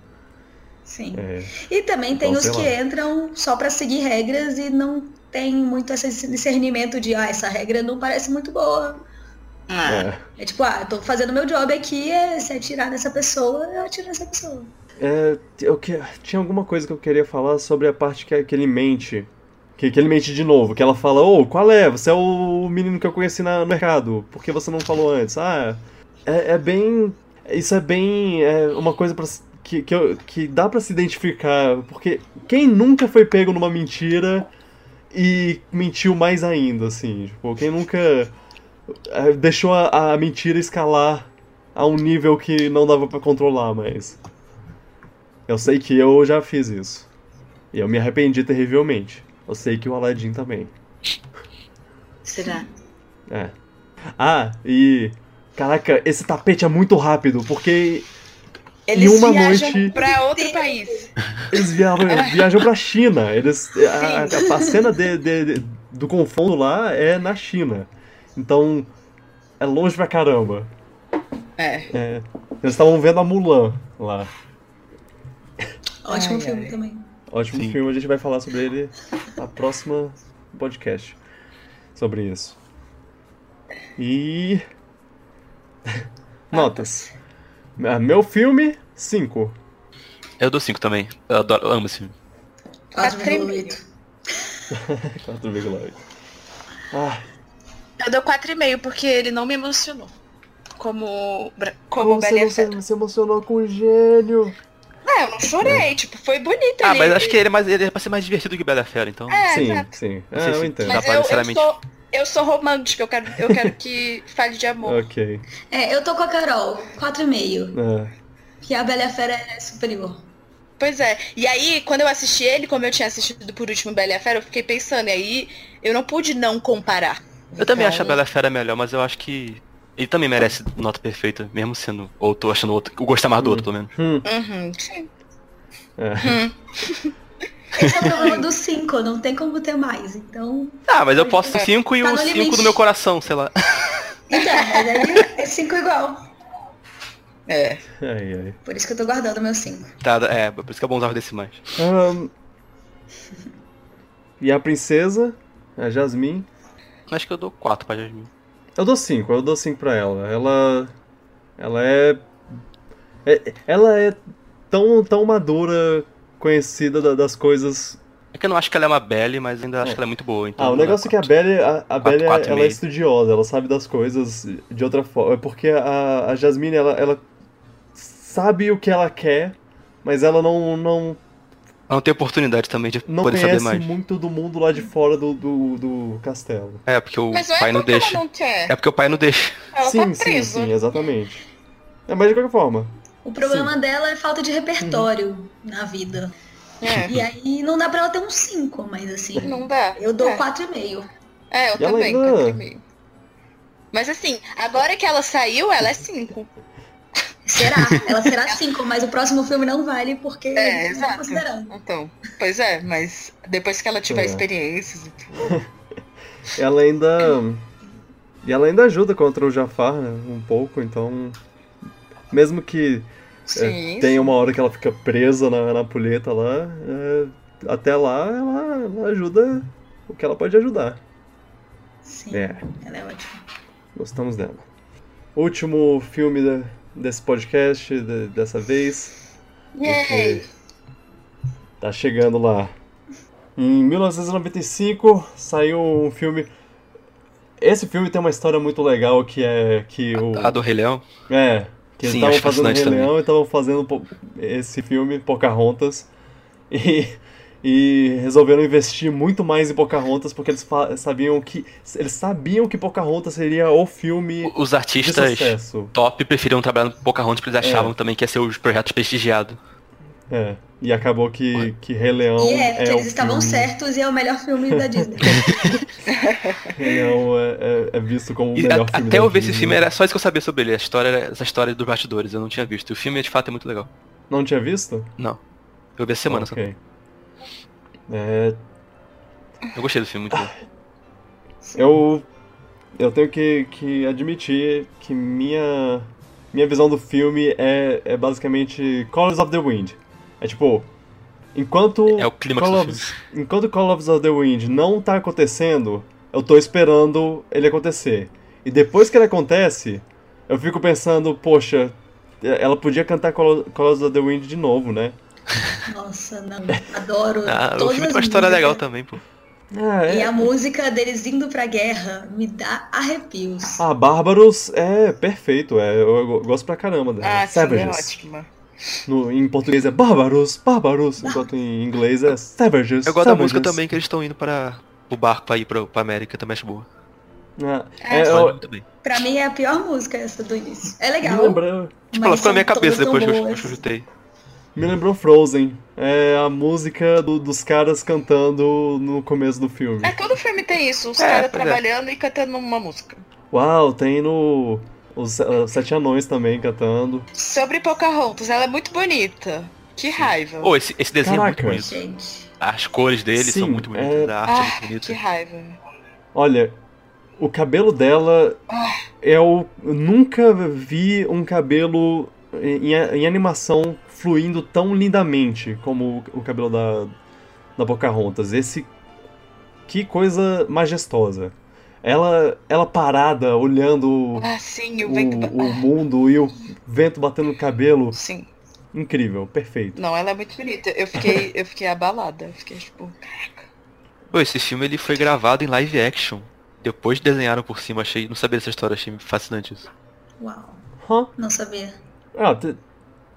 Sim. É, E também tem Então, os sei que lá. entram só pra seguir regras e não tem muito esse discernimento de, ah, essa regra não parece muito boa. Ah, é. É tipo, ah, eu tô fazendo meu job aqui, é, se atirar nessa pessoa, eu atiro nessa pessoa. É, eu que- tinha alguma coisa que eu queria falar sobre a parte que, que ele mente. Que, que ele mente de novo, que ela fala, ô, qual é? Você é o menino que eu conheci na- no mercado, por que você não falou antes? Ah, é, é bem. Isso é bem. é uma coisa pra, se- que, que, eu- que dá pra se identificar, porque quem nunca foi pego numa mentira e mentiu mais ainda, assim? Tipo, quem nunca é, deixou a, a mentira escalar a um nível que não dava pra controlar mais. Eu sei que eu já fiz isso. E eu me arrependi terrivelmente. Eu sei que o Aladdin também. será? É. Ah, e. Caraca, esse tapete é muito rápido, porque Eles uma viajam é. noite- pra outro país. eles viajam, viajam pra China. Eles. A, a- a cena de- de- de- do conforto lá é na China. Então, é longe pra caramba. É. É, eles estavam vendo a Mulan lá. Ótimo Ai, filme ai. também. Ótimo Sim. filme, a gente vai falar sobre ele na próxima podcast. Sobre isso. E. Notas. Ah, Meu filme, 5. Eu dou 5 também. Eu adoro, eu amo esse filme. 4,8. 4,8. Ah, Eu dou 4,5 porque ele não me emocionou. Como, Bra- como você, Bela e a você, você emocionou com o gênio. Fera. É, eu não chorei, tipo, foi bonito Ah, ali. mas acho que ele é, mais, ele é pra ser mais divertido que Bela e a Fera, então. É, sim, exato. sim. Não Ah, sei eu se- entendo. dá Mas pra, eu, eu, sinceramente. sou, eu sou romântica, eu quero, eu quero que fale de amor. Ok. É, eu tô com a Carol, 4,5. Ah, E a Bela e a Fera é superior. Pois é. E aí, quando eu assisti ele, como eu tinha assistido por último Bela e a Fera, eu fiquei pensando, e aí eu não pude não comparar. Eu também Então, acho a Bela Fera melhor, mas eu acho que ele também merece nota perfeita, mesmo sendo. Ou tô achando o outro. O gostar mais do outro, pelo menos. hum, Uhum, sim. é. Esse é o problema dos 5, não tem como ter mais. Então, Ah, mas eu posso É. 5 e Tá o no 5 limite. do meu coração, sei lá. então mas aí é 5 igual. É. Ai, ai. Por isso que eu tô guardando meu 5. Tá, é, por isso que é bom usar os decimais. Ahn, e a princesa, a Jasmine. Acho que eu dou 4 pra Jasmine. Eu dou 5, eu dou 5 pra ela. Ela. Ela é. é- ela é tão, tão madura, conhecida da- das coisas. É que eu não acho que ela é uma Belle, mas ainda acho É. que ela é muito boa, então. Ah, o eu dou negócio é que a quatro. Belle, a, a Belle quatro e ela é meio. estudiosa, ela sabe das coisas de outra forma. É Porque a, a Jasmine, ela, ela sabe o que ela quer, mas ela não, não, Ela não tem oportunidade também de não poder saber conhece mais. muito do mundo lá de fora do, do, do castelo. É, porque o Mas não é pai não porque deixa. ela não quer. É porque o pai não deixa. Ela sim, tá sim, presa. sim, exatamente. É, mas de qualquer forma. O problema dela é falta de repertório na vida. É. E aí não dá pra ela ter um 5, mas assim. Não dá. Eu dou é. 4,5. É, eu E ela também, ainda- quatro e meio. Mas assim, agora que ela saiu, ela é cinco. Será? Ela será 5, mas o próximo filme não vale porque É, eles não estão exato. considerando. Então, pois é, mas depois que ela tiver É. experiências. Ela ainda. E ela ainda ajuda contra o Jafar, né? Um pouco, então. Mesmo que Sim. tenha uma hora que ela fica presa na, na pulheta lá, é, até lá ela, ela ajuda o que ela pode ajudar. Sim, É, ela é ótima. gostamos dela. Último filme da- desse podcast, de- dessa vez. Yay! porque Tá chegando lá. Em 1995 saiu um filme. Esse filme tem uma história muito legal que é que o. A Tá, do Rei Leão. É, que eles Ah, Sim, estavam acho fazendo Rei fascinante também. Leão e estavam fazendo po- esse filme, Pocahontas, e, e resolveram investir muito mais em Pocahontas porque eles fa- sabiam que eles sabiam que Pocahontas seria o filme Os de artistas sucesso. é top preferiam trabalhar no Pocahontas porque eles achavam também que ia ser os projetos prestigiados. É, e acabou que, que Rei Leão E é, é que o eles estavam filme. certos e é o melhor filme da Disney. Rei Leão é, é- é visto como o E melhor a- filme até da né? eu ver esse Disney. filme era só isso que eu sabia sobre ele. A história era essa história dos bastidores, eu não tinha visto. E o filme de fato é muito legal. Não tinha visto? Não. Eu vi essa semana só. Ok. É, Eu gostei do filme muito bom. Eu, eu tenho que, que admitir que minha, minha visão do filme é, é basicamente Colors of the Wind. É tipo, enquanto, É o clímax Call do of, filme. enquanto Colors of the Wind não tá acontecendo, eu tô esperando ele acontecer. E depois que ele acontece, eu fico pensando, poxa, ela podia cantar Col- Colors of the Wind de novo, né? Nossa, não. Adoro. Ah, o todas filme tem uma as história músicas. legal né? também, pô. Ah, E é, a música deles indo pra guerra me dá arrepios. ah, Bárbaros é perfeito, é, eu, eu gosto pra caramba dela. Ah, sim, é Savages. ótima. No- em português é bárbaros, bárbaros, enquanto em inglês é savages. Eu gosto da savages. música também que eles estão indo para o barco pra ir pra, pra América, também acho boa. É, é, Ela eu- é muito bem. Pra mim é a pior música essa do início. É me, legal. lembrou, Tipo, ela mas é ficou na minha são cabeça todas depois que eu, tão que eu boas. chutei. me lembrou Frozen. É a música do- dos caras cantando no começo do filme. É, todo filme tem isso, os É, caras pois é. trabalhando e cantando uma música. Uau, tem no. Os, eh, Sete Anões também cantando. Sobre Pocahontas, ela é muito bonita. Que raiva. Pô, esse, esse desenho é Caraca. muito bonito. Gente. As cores dele são Sim, muito bonitas, é- a arte é Ah, muito bonita. que raiva. Olha, o cabelo dela é o. eu Nunca vi um cabelo em, em animação fluindo tão lindamente como o, o cabelo da, da Pocahontas. Esse. Que coisa majestosa. Ela, ela parada, olhando Ah, sim, o, o Bank... o Um, mundo e o vento batendo no cabelo. Ah, Sim. Incrível, perfeito. Não, ela é muito bonita. Eu fiquei, eu fiquei abalada. Eu fiquei tipo, Pô, esse filme ele foi gravado em live action. Depois desenharam por cima, achei. Não sabia dessa história, achei fascinante isso. Uau. Hã? Não sabia. Ah, te-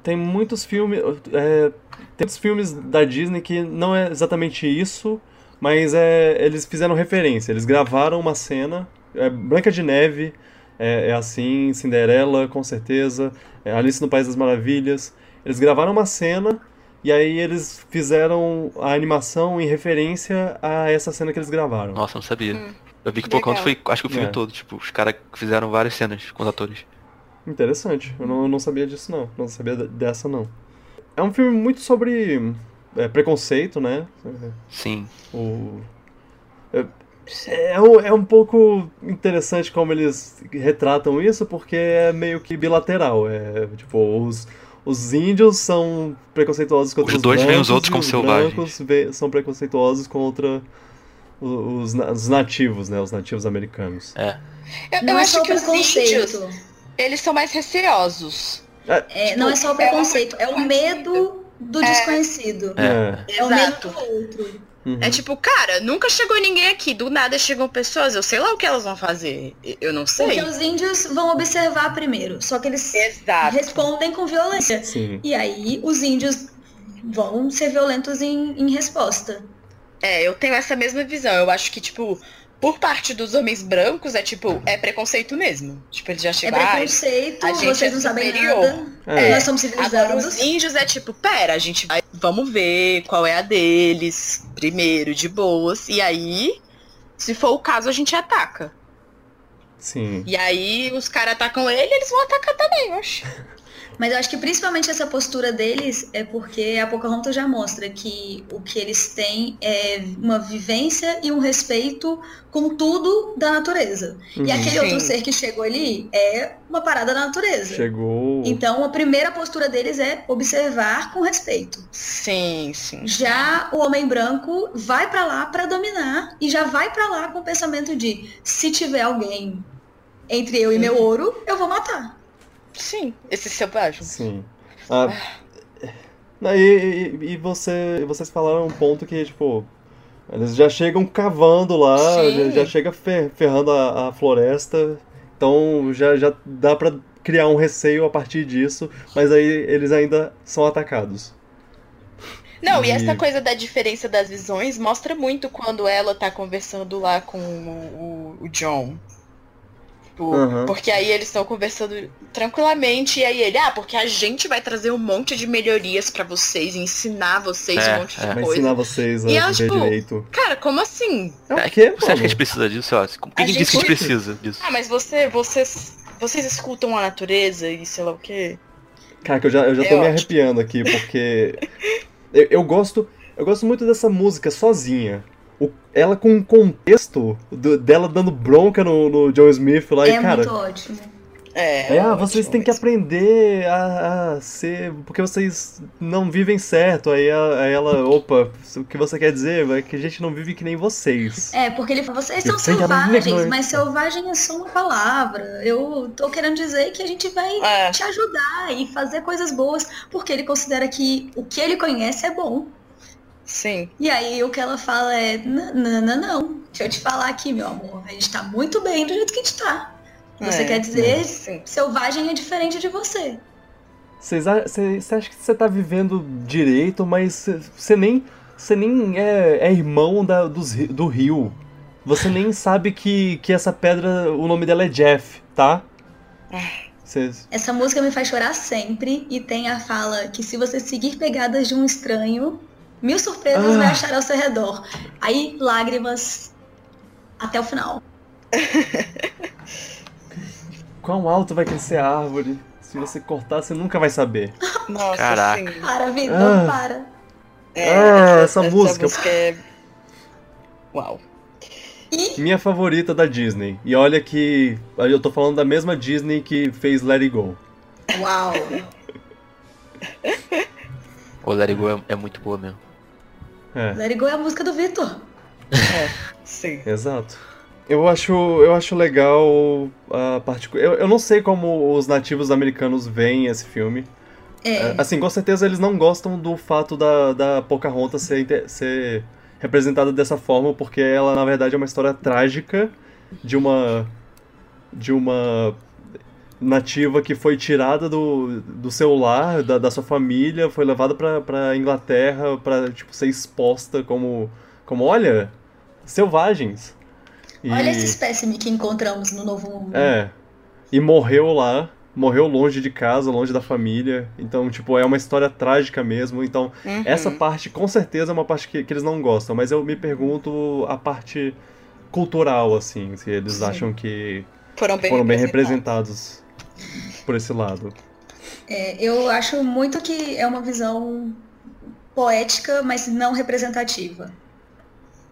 tem muitos filmes. é, tem muitos filmes da Disney que não é exatamente isso, mas é, eles fizeram referência. Eles gravaram uma cena. é, Branca de Neve é, é assim, Cinderela, com certeza, é, Alice no País das Maravilhas. Eles gravaram uma cena e aí eles fizeram a animação em referência a essa cena que eles gravaram. Nossa, não sabia. Hum, Eu vi que legal. Pocahontas foi, acho que o filme É. todo, tipo, os caras fizeram várias cenas com os atores. Interessante. Eu não, eu não sabia disso, não. Não sabia de- dessa, não. É um filme muito sobre é, preconceito, né? Sim. O... É, é, um, é um pouco interessante como eles retratam isso, porque é meio que bilateral. É, tipo, os, os índios são preconceituosos contra os, Os dois veem brancos os outros e como os selvagens. brancos ve- são preconceituosos contra o- os, na- os nativos, né? Os nativos americanos. Eu, eu Não é acho só o que os índios, preconceito. eles são mais receosos. É, não é tipo, só o preconceito, é o medo do desconhecido. É. É. É o medo Exato. do outro. Uhum. É tipo, cara, nunca chegou ninguém aqui. Do nada chegam pessoas. Eu sei lá o que elas vão fazer. e- Eu não sei. Porque os índios vão observar primeiro, só que eles Exato. respondem com violência. Sim. E aí os índios vão ser violentos em, em resposta. É, eu tenho essa mesma visão. Eu acho que, tipo, por parte dos homens brancos, é tipo, é preconceito mesmo. Tipo, eles já É chegam. "Ah, preconceito, a gente vocês é não sabem superior." nada. É. Nós somos Agora civilizados. os índios é tipo, pera, a gente vai, vamos ver qual é a deles, primeiro, de boas, e aí, se for o caso, a gente ataca. Sim. E aí os caras atacam ele, eles vão atacar também, oxe. Mas eu acho que principalmente essa postura deles é porque a Pocahontas já mostra que o que eles têm é uma vivência e um respeito com tudo da natureza. E Uhum. aquele Sim. outro ser que chegou ali é uma parada da natureza. Chegou. Então a primeira postura deles é observar com respeito. Sim, sim. Já o homem branco vai pra lá pra dominar e já vai pra lá com o pensamento de se tiver alguém entre eu e meu ouro, eu vou matar. Sim, é esses selvagens. Sim. Ah, não, e, e- e você, e vocês falaram um ponto que, tipo, eles já chegam cavando lá, Sim. já, já chega fer- ferrando a, a floresta, então já, já dá pra criar um receio a partir disso, mas aí eles ainda são atacados. Não, e E- essa coisa da diferença das visões mostra muito quando ela tá conversando lá com o, o- o John. Tipo, Aham. Porque aí eles estão conversando tranquilamente e aí ele, ah, porque a gente vai trazer um monte de melhorias pra vocês, ensinar vocês É, um monte é. de Vai coisa. ensinar vocês a E ela, viver tipo, direito. Cara, como assim? É o É, quê, Você acha que a gente mano? precisa disso? Ó, Como que A a gente gente disse que a gente foi- precisa disso? Ah, mas você, vocês, vocês escutam a natureza e sei lá o quê? Cara, que eu já, eu já É tô me ótimo. arrepiando aqui, porque eu, eu gosto eu gosto muito dessa música sozinha. O- ela com o contexto do- dela dando bronca no, no John Smith lá É, e, cara, muito ótimo. É, é, ah, ótimo vocês têm que mesmo. aprender a, a ser. Porque vocês não vivem certo. Aí, a- aí ela, opa, o que você quer dizer é que a gente não vive que nem vocês. É, porque ele fala, vocês Eu são sei que ela não selvagens, lembra, mas né? selvagem é só uma palavra. Eu tô querendo dizer que a gente vai É, te ajudar e fazer coisas boas, porque ele considera que o que ele conhece é bom. sim. E aí o que ela fala é, "Nã- nã- nã- não, deixa eu te falar aqui, meu amor, a gente tá muito bem do jeito que a gente tá. Você É, quer dizer, sim. selvagem é diferente de você. Vocês a- Você você acha que você tá vivendo direito, mas você- você nem, você nem é, é irmão da, dos ri- do rio. Você nem sabe que, que essa pedra, o nome dela é Jeff, tá? Você- Essa música me faz chorar sempre e tem a fala que se você seguir pegadas de um estranho, mil surpresas Ah. vai achar ao seu redor. Aí lágrimas até o final. quão alto vai crescer a árvore? Se você cortar, você nunca vai saber. Nossa, Caraca. sim. Para, Vitor, Ah. para. É, Ah, essa música. é. Uau. Minha favorita da Disney. E olha que eu tô falando da mesma Disney que fez Let It Go. Uau. O Let It Go é, é muito boa mesmo. É, Let It Go é a música do Vitor. É, sim. exato. Eu acho, eu acho legal a parte. Eu, eu não sei como os nativos americanos veem esse filme. É. É, Assim, com certeza eles não gostam do fato da, da Pocahontas ser, inte- ser representada dessa forma, porque ela, na verdade, é uma história trágica de uma. de uma nativa que foi tirada do, do seu lar, da, da sua família, foi levada pra, pra Inglaterra pra, tipo, ser exposta como. como, olha, selvagens. E- Olha esse espécime que encontramos no Novo Mundo. é. E morreu lá. Morreu longe de casa, longe da família. Então, tipo, é uma história trágica mesmo. Então, Uhum. essa parte, com certeza, é uma parte que, que eles não gostam. Mas eu me pergunto a parte cultural, assim, se eles Sim. acham que foram bem, foram bem representadas. representados por esse lado. É, eu acho muito que é uma visão poética, mas não representativa.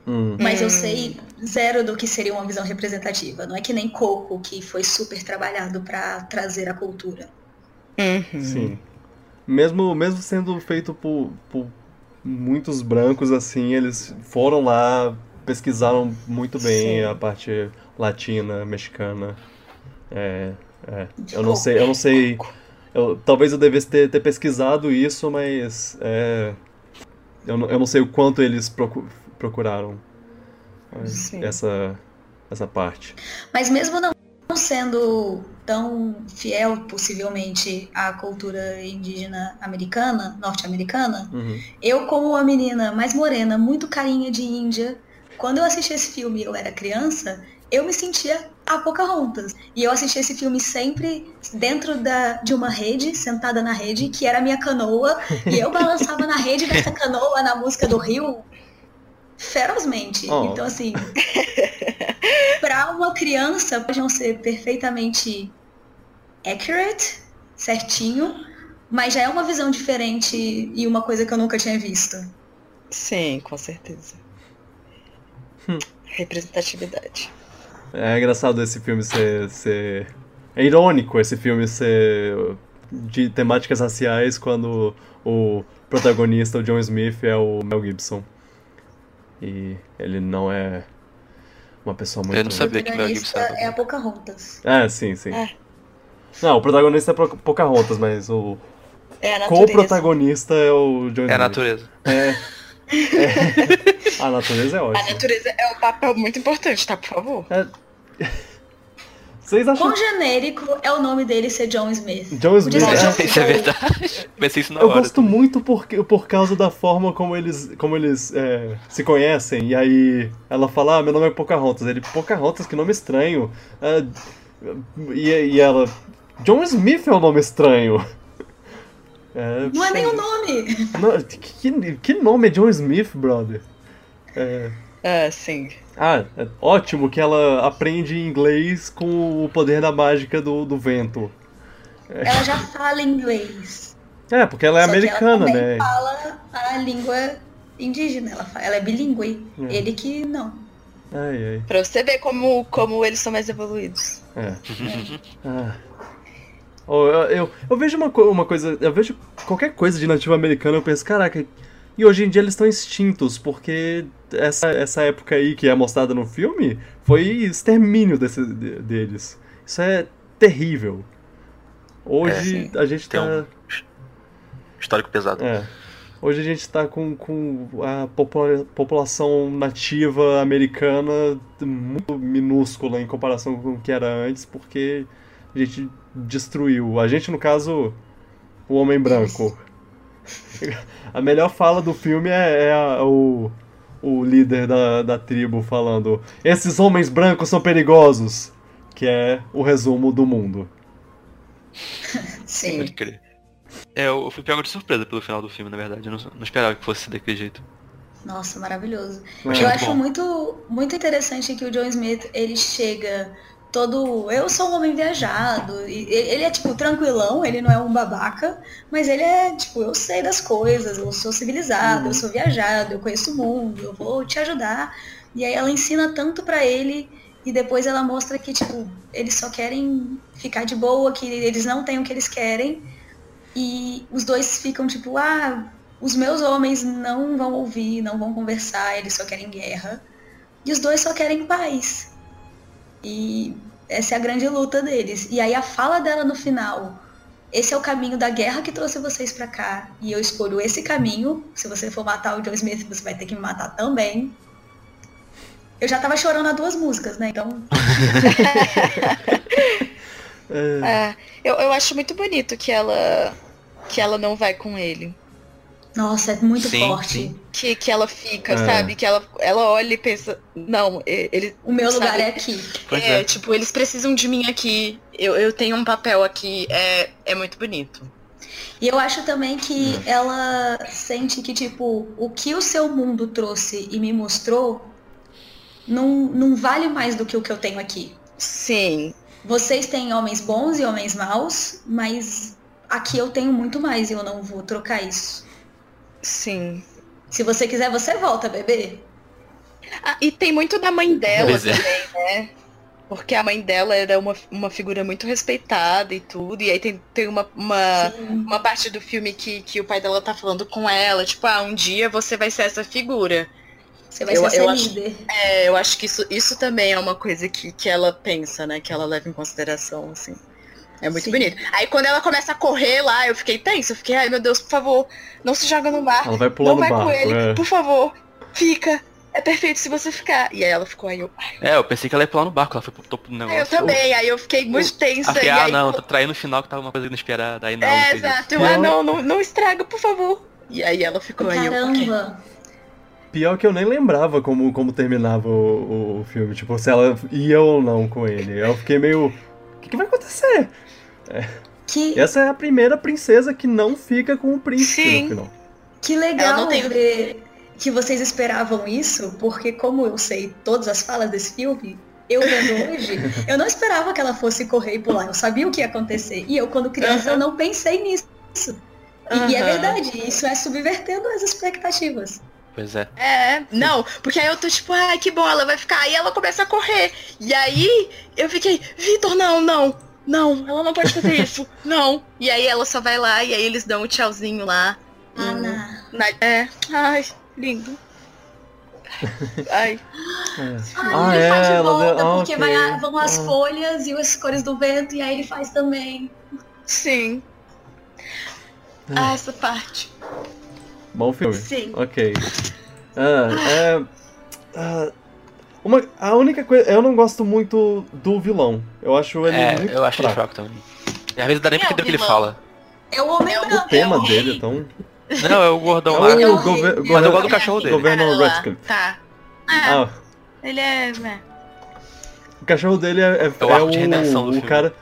Hum. Mas eu Hum. sei zero do que seria uma visão representativa. Não é que nem Coco, que foi super trabalhado pra trazer a cultura. Uhum. Sim. Mesmo, mesmo sendo feito por, por muitos brancos, assim, eles foram lá, pesquisaram muito bem Sim. a parte latina, mexicana. É, é. De Eu não Coco. sei, eu não sei. eu- talvez eu devesse ter, ter pesquisado isso, mas é, eu, não, eu não sei o quanto eles procu- procuraram é, Sim. essa, essa parte. Mas mesmo não não sendo tão fiel, possivelmente, à cultura indígena americana, norte-americana, Uhum. eu, como uma menina mais morena, muito carinha de Índia, quando eu assisti esse filme e eu era criança, eu me sentia a Pocahontas. E eu assisti esse filme sempre dentro da, de uma rede, sentada na rede, que era a minha canoa, e eu balançava na rede dessa canoa na música do rio ferozmente. Oh. Então, assim, pra uma criança, pode não ser perfeitamente accurate, certinho, mas já é uma visão diferente e uma coisa que eu nunca tinha visto. Sim, com certeza. Hum. Representatividade. É engraçado esse filme ser. ser... É irônico esse filme ser de temáticas raciais quando o protagonista, o John Smith, é o Mel Gibson. E ele não é uma pessoa muito. Eu não sabia que Mel Gibson protagonista era é a Pocahontas. É, sim, sim. É. Não, o protagonista é Pro- Pocahontas, mas o É a natureza. co-protagonista é o John É Smith. a natureza. É. É. A natureza é A ótima. natureza é um papel muito importante, tá? Por favor. Vocês acham. Quão genérico é o nome dele ser John Smith? John Smith é. Podia ser John Isso é Smith. verdade. Pensei isso na Eu hora. gosto muito por, por causa da forma como eles, como eles é, se conhecem. E aí ela fala, ah, meu nome é Pocahontas. Ele, Pocahontas, que nome estranho. Ah, e, e ela, John Smith é um nome estranho. É, Não é nem o um nome. não, que, que nome é John Smith, brother? É, Ah, sim. ah, é ótimo que ela aprende inglês com o poder da mágica do, do vento. Ela já fala inglês. É, porque É. ela é Só que americana, ela também né? fala a língua indígena. Ela, fa- ela é bilíngue. Hum. Ele que não. Ai, ai. Pra você ver como, como eles são mais evoluídos. É. Ah. Oh, eu, eu, eu vejo uma, co- uma coisa. Eu vejo qualquer coisa de nativo americano, eu penso, caraca. E hoje em dia eles estão extintos, porque essa, essa época aí que é mostrada no filme foi extermínio desse, de- deles. Isso é terrível. Hoje a gente Tem tá. um- Histórico pesado. É. Hoje a gente tá com, com a popula- população nativa americana muito minúscula em comparação com o que era antes, porque a gente destruiu. A gente, no caso, o homem branco. A melhor fala do filme é, é a- o, o líder da, da tribo falando: Esses homens brancos são perigosos. Que é o resumo do mundo. Sim. Pode crer. É, eu eu fui pego de surpresa pelo final do filme, na verdade. Eu não, não esperava que fosse daquele jeito. Nossa, É maravilhoso. Achei Eu muito acho bom. muito, muito interessante que o John Smith ele chega todo. Eu sou um homem viajado. E ele ele é, tipo, tranquilão, ele não é um babaca, mas ele é, tipo, eu sei das coisas, eu sou civilizado, eu sou viajado, eu conheço o mundo, eu vou te ajudar. E aí ela ensina tanto pra ele e depois ela mostra que, tipo, eles só querem ficar de boa, que eles não têm o que eles querem. E os dois ficam, tipo, ah, os meus homens não vão ouvir, não vão conversar, eles só querem guerra. E os dois só querem paz. E essa é a grande luta deles. E aí a fala dela no final, esse é o caminho da guerra que trouxe vocês pra cá, e eu escolho esse caminho. Se você for matar o John Smith, você vai ter que me matar também. Eu já tava chorando a duas músicas, né? Então, É, É, eu, eu acho muito bonito que ela que ela não vai com ele. nossa, é muito Sim, forte. sim. Que, que ela fica, É. sabe? Que ela, ela olha e pensa, não, e- ele. O meu lugar Sabe? é aqui. Pois é, é. tipo, eles precisam de mim aqui. Eu, eu tenho um papel aqui. É, é muito bonito. E eu acho também Hum. que ela sente que, tipo, o que o seu mundo trouxe e me mostrou não, não vale mais do que o que eu tenho aqui. Sim. Vocês têm homens bons e homens maus, mas aqui eu tenho muito mais e eu não vou trocar isso. Sim. Se você quiser, você volta, bebê. Ah, e tem muito da mãe dela Pois é. também, né? Porque a mãe dela era uma, uma figura muito respeitada e tudo. E aí tem, tem uma, uma, Sim. uma parte do filme que, que o pai dela tá falando com ela, tipo, ah, um dia você vai ser essa figura. Você vai eu- ser eu seu acho- líder. É, Eu acho que isso, isso também é uma coisa que, que ela pensa, né? Que ela leva em consideração, assim. É muito Sim. bonito. Aí quando ela começa a correr lá, eu fiquei tensa, eu fiquei, ai meu Deus, por favor, não se joga no mar. Ela vai pular Não no vai barco. com ele, é. por favor, fica. É perfeito se você ficar. E aí ela ficou aí, eu, É, eu pensei que ela ia pular no barco, ela foi pro topo do Ah, negócio. eu também, aí eu fiquei muito tensa. Até, e ah, aí, não, tô traindo no final que tava uma coisa inesperada, aí não. não é, fez isso. exato, tipo, eu, ah, não, não, não estraga, por favor. E aí ela ficou aí, eu, ok. Caramba. Pior que eu nem lembrava como, como terminava o, o- o filme, tipo, se ela ia ou não com ele. Eu fiquei meio. O que, que vai acontecer? Que, Essa é a primeira princesa que não fica com o príncipe Sim. no final. que Ela legal não tem- ver que vocês esperavam isso, porque como eu sei todas as falas desse filme, eu vendo hoje, eu não esperava que ela fosse correr e pular. Eu sabia o que ia acontecer. E eu, quando criança, eu não pensei nisso. E, e é Aham. verdade, isso é subvertendo as expectativas. Pois é. É, não, porque aí eu tô tipo, ai, que bom, ela vai ficar. Aí ela começa a correr. E aí eu fiquei, Vitor, não, não, não, ela não pode fazer isso, não. E aí ela só vai lá, e aí eles dão o tchauzinho lá. Ah, Hum, Ana. Na- é, ai, lindo. Ai, Ah, ele é, faz de ela volta, deu- ah, porque porque ok. vai- vão as as Ah. folhas e as cores do vento, e aí ele faz também. sim. Ah, essa parte. Bom filme. Sim. Ok. Ah, é, ah, uma, a única coisa. Eu não gosto muito do vilão. Eu acho ele. muito É, eu acho fraco. ele fraco também. E às vezes dá nem Quem é pra entender o o que ele vilão? fala. É o homem o branco. O tema dele é tão. Não, é o gordão lá. É eu o gosto gover- Mas dele. eu gosto governo. do cachorro dele. Governor Cara lá, Radcliffe. Tá. Ah, Ele é. né? O cachorro dele é, é, É o é arco de redenção do o, o filme. cara.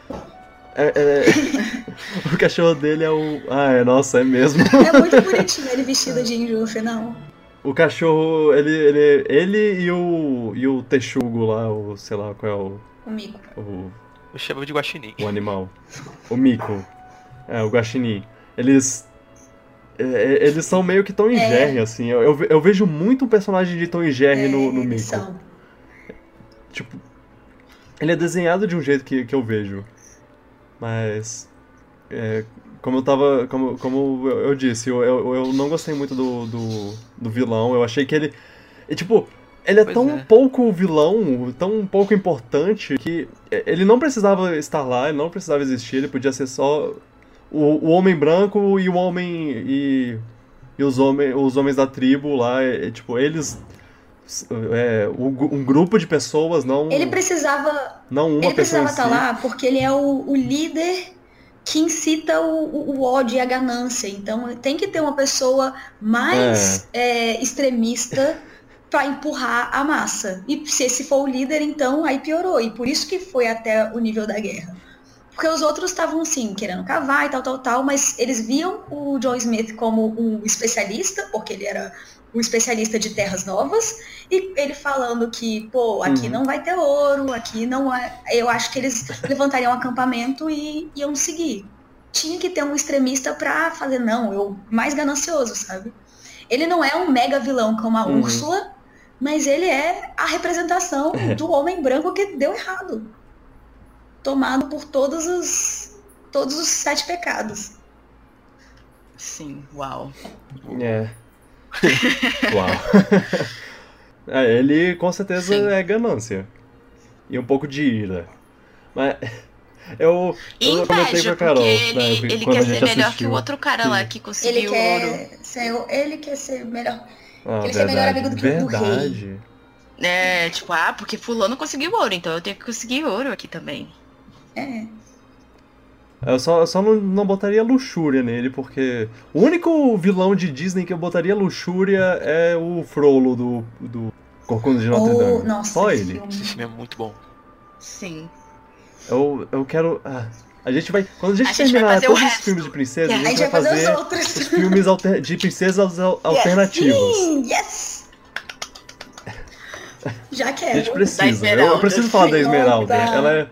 É, é- o cachorro dele é o. Ah, é, nossa, é mesmo. É muito bonitinho ele vestido de índio no final. O cachorro, ele. Ele, ele e o. E o texugo lá, o. Sei lá qual é o. O mico. O, Eu chamo de guaxinim. o animal. O mico. É, o guaxinim. Eles. é, é, Eles são meio que Tom e É. Jerry, assim. Eu, eu ve- eu vejo muito um personagem de Tom e Jerry no, no eles Mico. É, são. Tipo, ele é desenhado de um jeito que, que eu vejo. Mas. é, como eu tava. Como, como eu, eu disse, eu, eu, eu não gostei muito do, do, do vilão. Eu achei que ele. é, tipo, ele é Pois tão é. pouco vilão, tão pouco importante, que é, ele não precisava estar lá, ele não precisava existir, ele podia ser só o, o homem branco e o homem. e. E os, homen, os homens da tribo lá, é, é, tipo, eles. é, um, gru- um grupo de pessoas, não, Ele precisava não uma ele pessoa. assim. precisava em estar si. lá porque ele é o, o líder que incita o, o- o ódio e a ganância. Então tem que ter uma pessoa mais é, extremista para empurrar a massa. E se esse for o líder, então aí piorou. E por isso que foi até o nível da guerra. Porque os outros estavam, sim, querendo cavar e tal, tal, tal, mas eles viam o John Smith como um especialista, porque ele era o especialista de terras novas, e ele falando que, pô, aqui Uhum. não vai ter ouro, aqui não é. Eu acho que eles levantariam um acampamento e iam seguir. Tinha que ter um extremista pra fazer, não, eu mais ganancioso, sabe? Ele não é um mega vilão como a Uhum. Úrsula, mas ele é a representação É. do homem branco que deu errado. Tomado por todos os, todos os sete pecados. Sim, uau. É. Uau. É, ele com certeza Sim. é ganância. E um pouco de ira. Mas eu, E eu comentei com inveja, a Carol. porque ele, né, ele quando quer a ser gente melhor que assistiu. o outro cara Sim. lá que Ele conseguiu ouro. quer, ser, ele quer ser melhor. Ah, Ele verdade. ser melhor amigo do que- do rei. verdade. É, tipo, ah, porque fulano conseguiu ouro, então eu tenho que conseguir ouro aqui também. É. Eu só, eu só não, não botaria luxúria nele, porque o único vilão de Disney que eu botaria luxúria é o Frollo do, do Corcunda de Notre Ou, Dame. Oh, nossa, Só esse ele. filme. filme é muito bom. Sim. Eu, eu quero. ah, a gente vai. Quando a gente A gente terminar vai fazer o todos os resto. filmes de princesa, a Yeah, É, A gente vai fazer, os outros. os filmes alter- de princesas al- alternativas. Sim, yes! Já A gente quero. precisa. Eu, eu Esmeralda. preciso falar da Esmeralda. Esmeralda. Ela é,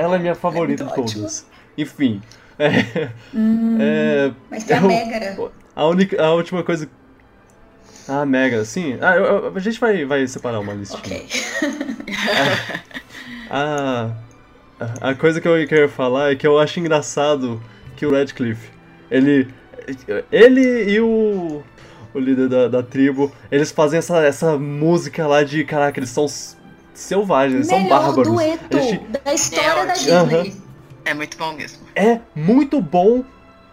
ela é minha favorita de muito ótima. todas. Enfim. É, Hum, é, mas tem a eu- Megara. a, única, a última coisa. Ah, Mega, sim. Ah, eu- eu- a gente vai, vai separar uma listinha. Ok. Ah, a coisa que eu quero falar é que eu acho engraçado que o Radcliffe, ele, ele e o, o líder da, da tribo, eles fazem essa, essa música lá de, caraca, eles são s- selvagens, eles são Melhor bárbaros. dueto A gente- da história É, da ótimo. Disney. É muito bom mesmo. É muito bom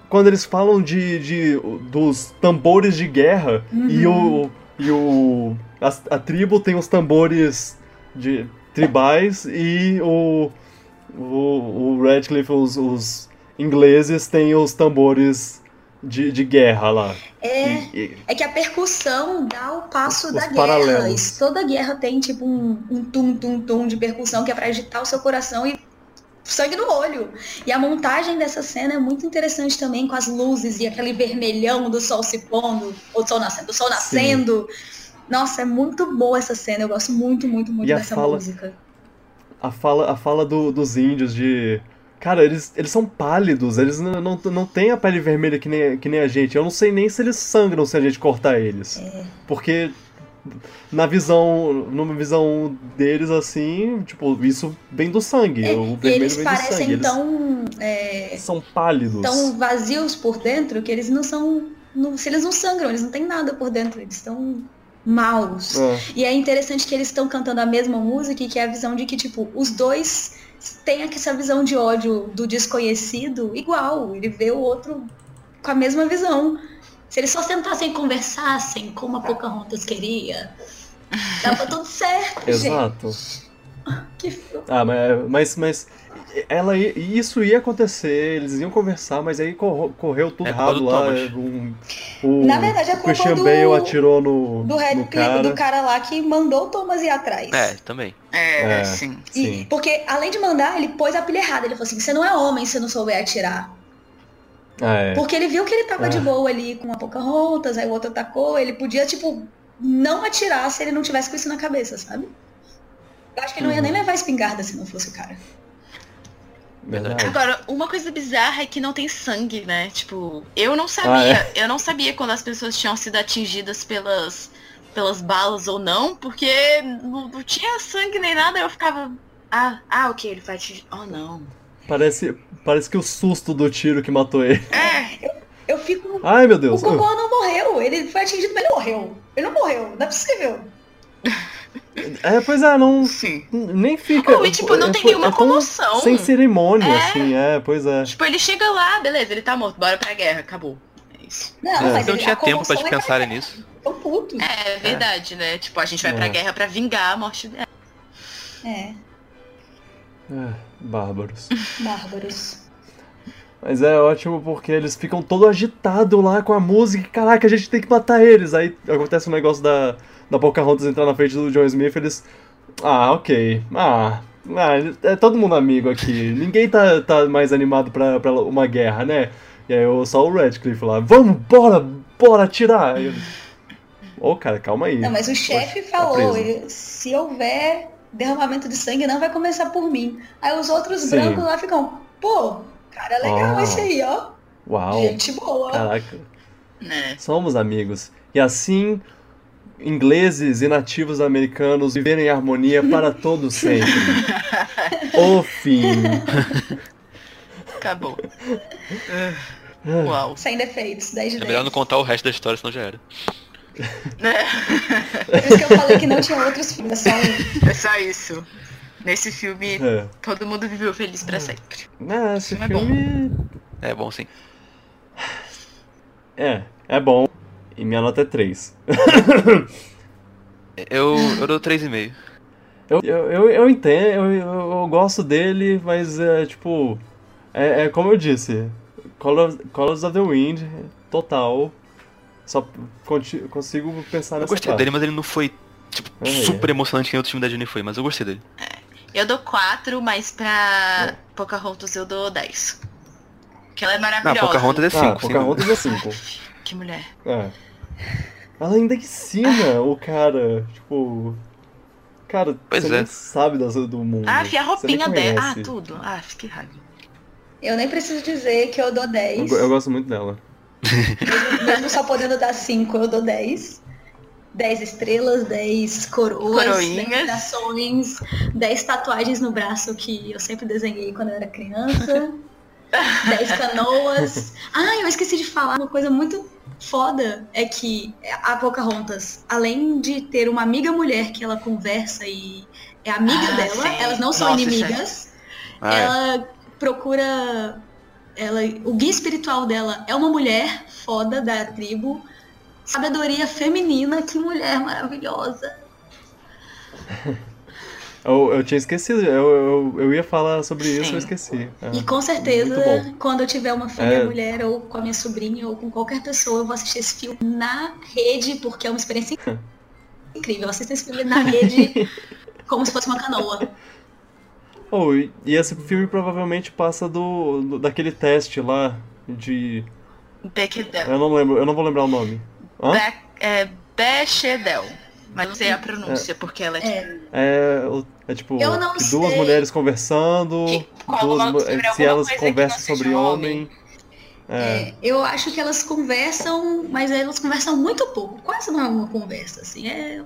quando eles falam de, de dos tambores de guerra e o e o a, a tribo tem os tambores de tribais e o o, o Radcliffe os, os ingleses têm os tambores de, de guerra lá. É. E- e- É que a percussão dá o passo Os da guerra. paralelos. Isso, Toda guerra tem tipo um, um tum tum tum de percussão que é pra agitar o seu coração e sangue no olho. E a montagem dessa cena é muito interessante também com as luzes e aquele vermelhão do sol se pondo, ou do sol nascendo, do sol nascendo. Nossa, é muito boa essa cena. Eu gosto muito, muito, muito E a dessa fala- música. a fala, a fala do- dos índios de. Cara, eles, eles são pálidos, eles não, não, não têm a pele vermelha que nem, que nem a gente. Eu não sei nem se eles sangram se a gente cortar eles. É. Porque na visão. numa visão deles, assim, tipo, isso vem do sangue. É, o E vermelho eles vem do parecem sangue. Eles tão, é, são pálidos. tão vazios por dentro que eles não são. não- se eles não sangram, eles não têm nada por dentro. Eles estão maus. É. E é interessante que eles estão cantando a mesma música e que é a visão de que, tipo, os dois têm aqui essa visão de ódio do desconhecido igual. Ele vê o outro com a mesma visão. Se eles só sentassem e conversassem como a Pocahontas queria, dava tudo certo, gente. Exato. Que fofo. Ah, mas, mas, mas ela ia- isso ia acontecer, eles iam conversar, mas aí corro- correu tudo É culpa errado do lá. Thomas. um- o Na verdade, é culpa Christian do- Bale atirou no, Do Red no Cliff, cara. do cara lá que mandou o Thomas ir atrás. É, também. É, É. sim. E- Sim. porque, além de mandar, ele pôs a pilha errada. Ele falou assim: você não é homem se não souber atirar. Ah, é. Porque ele viu que ele tava Ah. de boa ali com a Pocahontas, aí o outro atacou, ele podia, tipo, não atirar se ele não tivesse com isso na cabeça, sabe? Eu acho que ele não ia Uhum. nem levar espingarda se não fosse o cara. Verdade. Agora, uma coisa bizarra é que não tem sangue, né? Tipo, eu não sabia, Ah, é. eu não sabia quando as pessoas tinham sido atingidas pelas pelas balas ou não, porque não, não tinha sangue nem nada, eu ficava ah, ah, OK, ele vai atingir. Oh, não. Parece, parece que o susto do tiro que matou ele. É, Eu fico. Ai, meu O Deus. Uh, Cocô não morreu, ele foi atingido, mas ele morreu. Ele não morreu, não é possível. É, pois é, não. sim. Nem fica. Oh, e tipo, não é, tem foi- nenhuma é tão comoção. Sem cerimônia, É. assim, é, pois é. Tipo, ele chega lá, beleza, ele tá morto, bora pra guerra, acabou. É isso. Não, É. mas Não ele, Então tinha a tempo pra comoção eles é que pensarem nisso. eles Tão putos. É verdade, né? Tipo, a gente vai pra É. guerra pra vingar a morte dela. É, É, bárbaros. bárbaros. Mas é ótimo porque eles ficam todo agitado lá com a música. e, Caraca, a gente tem que matar eles. Aí acontece um o negócio da, da Pocahontas entrar na frente do John Smith. Eles. Ah, ok. Ah, Ah, é todo mundo amigo aqui. Ninguém tá, tá mais animado pra, pra uma guerra, né? E aí eu só o Radcliffe lá, vamos, bora, bora atirar. Aí eu, Ô, cara, calma aí. Não, mas o chefe falou, tá preso. ele- se houver derramamento de sangue, não vai começar por mim. Aí os outros Sim. brancos lá ficam, pô, cara, é legal Ah. esse aí, ó. Uau, Gente boa. caraca. né? Somos amigos. E assim, ingleses e nativos americanos viverem em harmonia para todos sempre. o fim. Acabou. É. Ah, Uau. Sem defeitos, 10 de É 10. melhor não contar o resto da história, senão já era. né? Por isso que eu falei que não tinha outros filmes, é só um. É só isso. Nesse filme, É. todo mundo viveu feliz pra sempre. Ah, esse Não é filme É bom sim. é, é bom. E minha nota é 3. Eu, eu dou 3,5. Eu, eu, eu, eu entendo, eu, eu, eu gosto dele, mas é tipo. É, é como eu disse: Colors, Colors of the Wind, total. Só conti- consigo pensar Eu nessa gostei parte. dele, mas ele não foi tipo, Ah, é. super emocionante que nem outro time da Disney foi, mas eu gostei dele. Eu dou 4, mas É. pra Pocahontas eu dou 10. Que ela é Não, maravilhosa. Pocahontas é 5, Ah, sem Pocahontas é 5. Que mulher. É. Ela ainda ensina o cara, tipo. Cara, Pois você é. nem sabe das do mundo. Ah, a Hum. você nem roupinha dela. Ah, conhece. tudo. Ah, que raiva. Eu nem preciso dizer que eu dou é Eu, 10. go- eu gosto muito dela. Mesmo só podendo dar 5, eu dou 10. 10 estrelas, 10 coroas, Coroinhas. 10 nações, 10 tatuagens no braço que eu sempre desenhei quando eu era criança, 10 canoas. Ah, eu esqueci de falar uma coisa muito foda é que a Pocahontas, além de ter uma amiga mulher que ela conversa e é amiga Ah, dela, sim. elas não são Nossa, isso é- inimigas Ah, é. ela procura ela o guia espiritual dela é uma mulher foda da tribo sabedoria feminina que mulher maravilhosa Eu, eu tinha esquecido, eu, eu, eu ia falar sobre isso, eu esqueci. É. e com certeza Muito quando eu tiver uma filha É. mulher ou com a minha sobrinha ou com qualquer pessoa eu vou assistir esse filme na rede porque é uma experiência incrível eu assisto esse filme na rede como se fosse uma canoa Oh, e e esse filme provavelmente passa do, do- daquele teste lá de. Bechdel. Eu não lembro, eu não vou lembrar o nome. Hã? Be é Bechdel. Mas não sei a pronúncia, porque ela é tipo. é. É, o- é tipo Eu não que duas sei. mulheres conversando, Que- com duas alguma- mu- é, sobre se alguma elas coisa que não conversam seja um sobre homem. homem. É. É, eu acho que elas conversam mas elas conversam muito pouco quase não é uma conversa assim é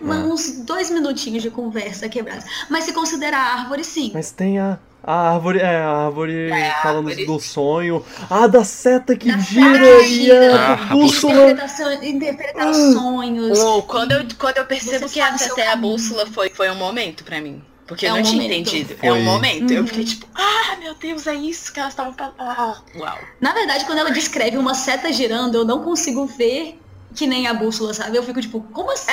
Uma- Ah. Uns dois minutinhos de conversa quebrada. Mas se considerar a árvore, sim. Mas tem a, a árvore, é, a árvore falando árvore. do sonho. Ah, da seta que Da gira seta que e é gira. a Ah, bússola. Interpretação, interpretar sonhos. Uou, quando eu, quando eu percebo Você que sabe a o seu Tete é a caminho. bússola foi, foi um momento pra mim. Porque É eu não um tinha momento. entendido. É Foi. um momento. Eu Uhum. fiquei tipo, ah, meu Deus, é isso que elas estavam falando. Ah, uau. Na verdade, quando ela descreve uma seta girando, eu não consigo ver que nem a bússola, sabe? Eu fico tipo, como assim?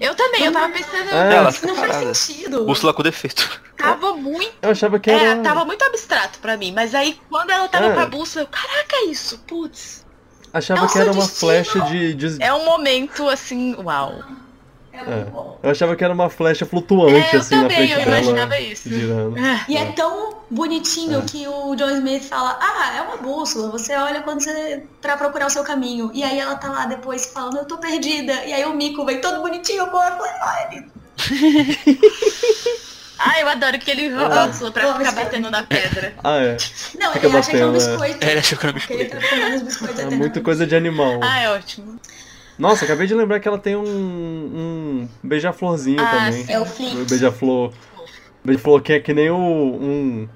É. Eu também, eu tava pensando, É, Ela Isso não fica parada. faz sentido. Bússola com defeito. tava muito. Eu achava que É, era. tava muito abstrato pra mim. Mas aí quando ela tava É. com a bússola, eu, caraca, é isso, putz. Achava É o que seu era uma destino. flecha de. de- É um momento assim, uau. É muito bom. Eu achava que era uma flecha flutuante, é, eu assim, na também, frente eu dela. imaginava isso. Girando. E é tão É. bonitinho que o John Smith fala, ah, é uma bússola, você olha quando você. pra procurar o seu caminho. E aí ela tá lá depois falando, eu tô perdida. E aí o Mico vem todo bonitinho, com ela. Ah, eu adoro que ele rouba a bússola pra Eu amo ficar esse batendo na pedra. Ah, é. Não, Fica ele acha que é um batendo, né? biscoito. É, ele achou que era um Porque ele biscoito. tá comendo os biscoitos É até muito coisa de animal. Ah, é ótimo. Nossa, acabei de lembrar que ela tem um. um beija-florzinho Ah, também. sim. É o O Flint. beija-flor. Beija-flor que é que nem o, um.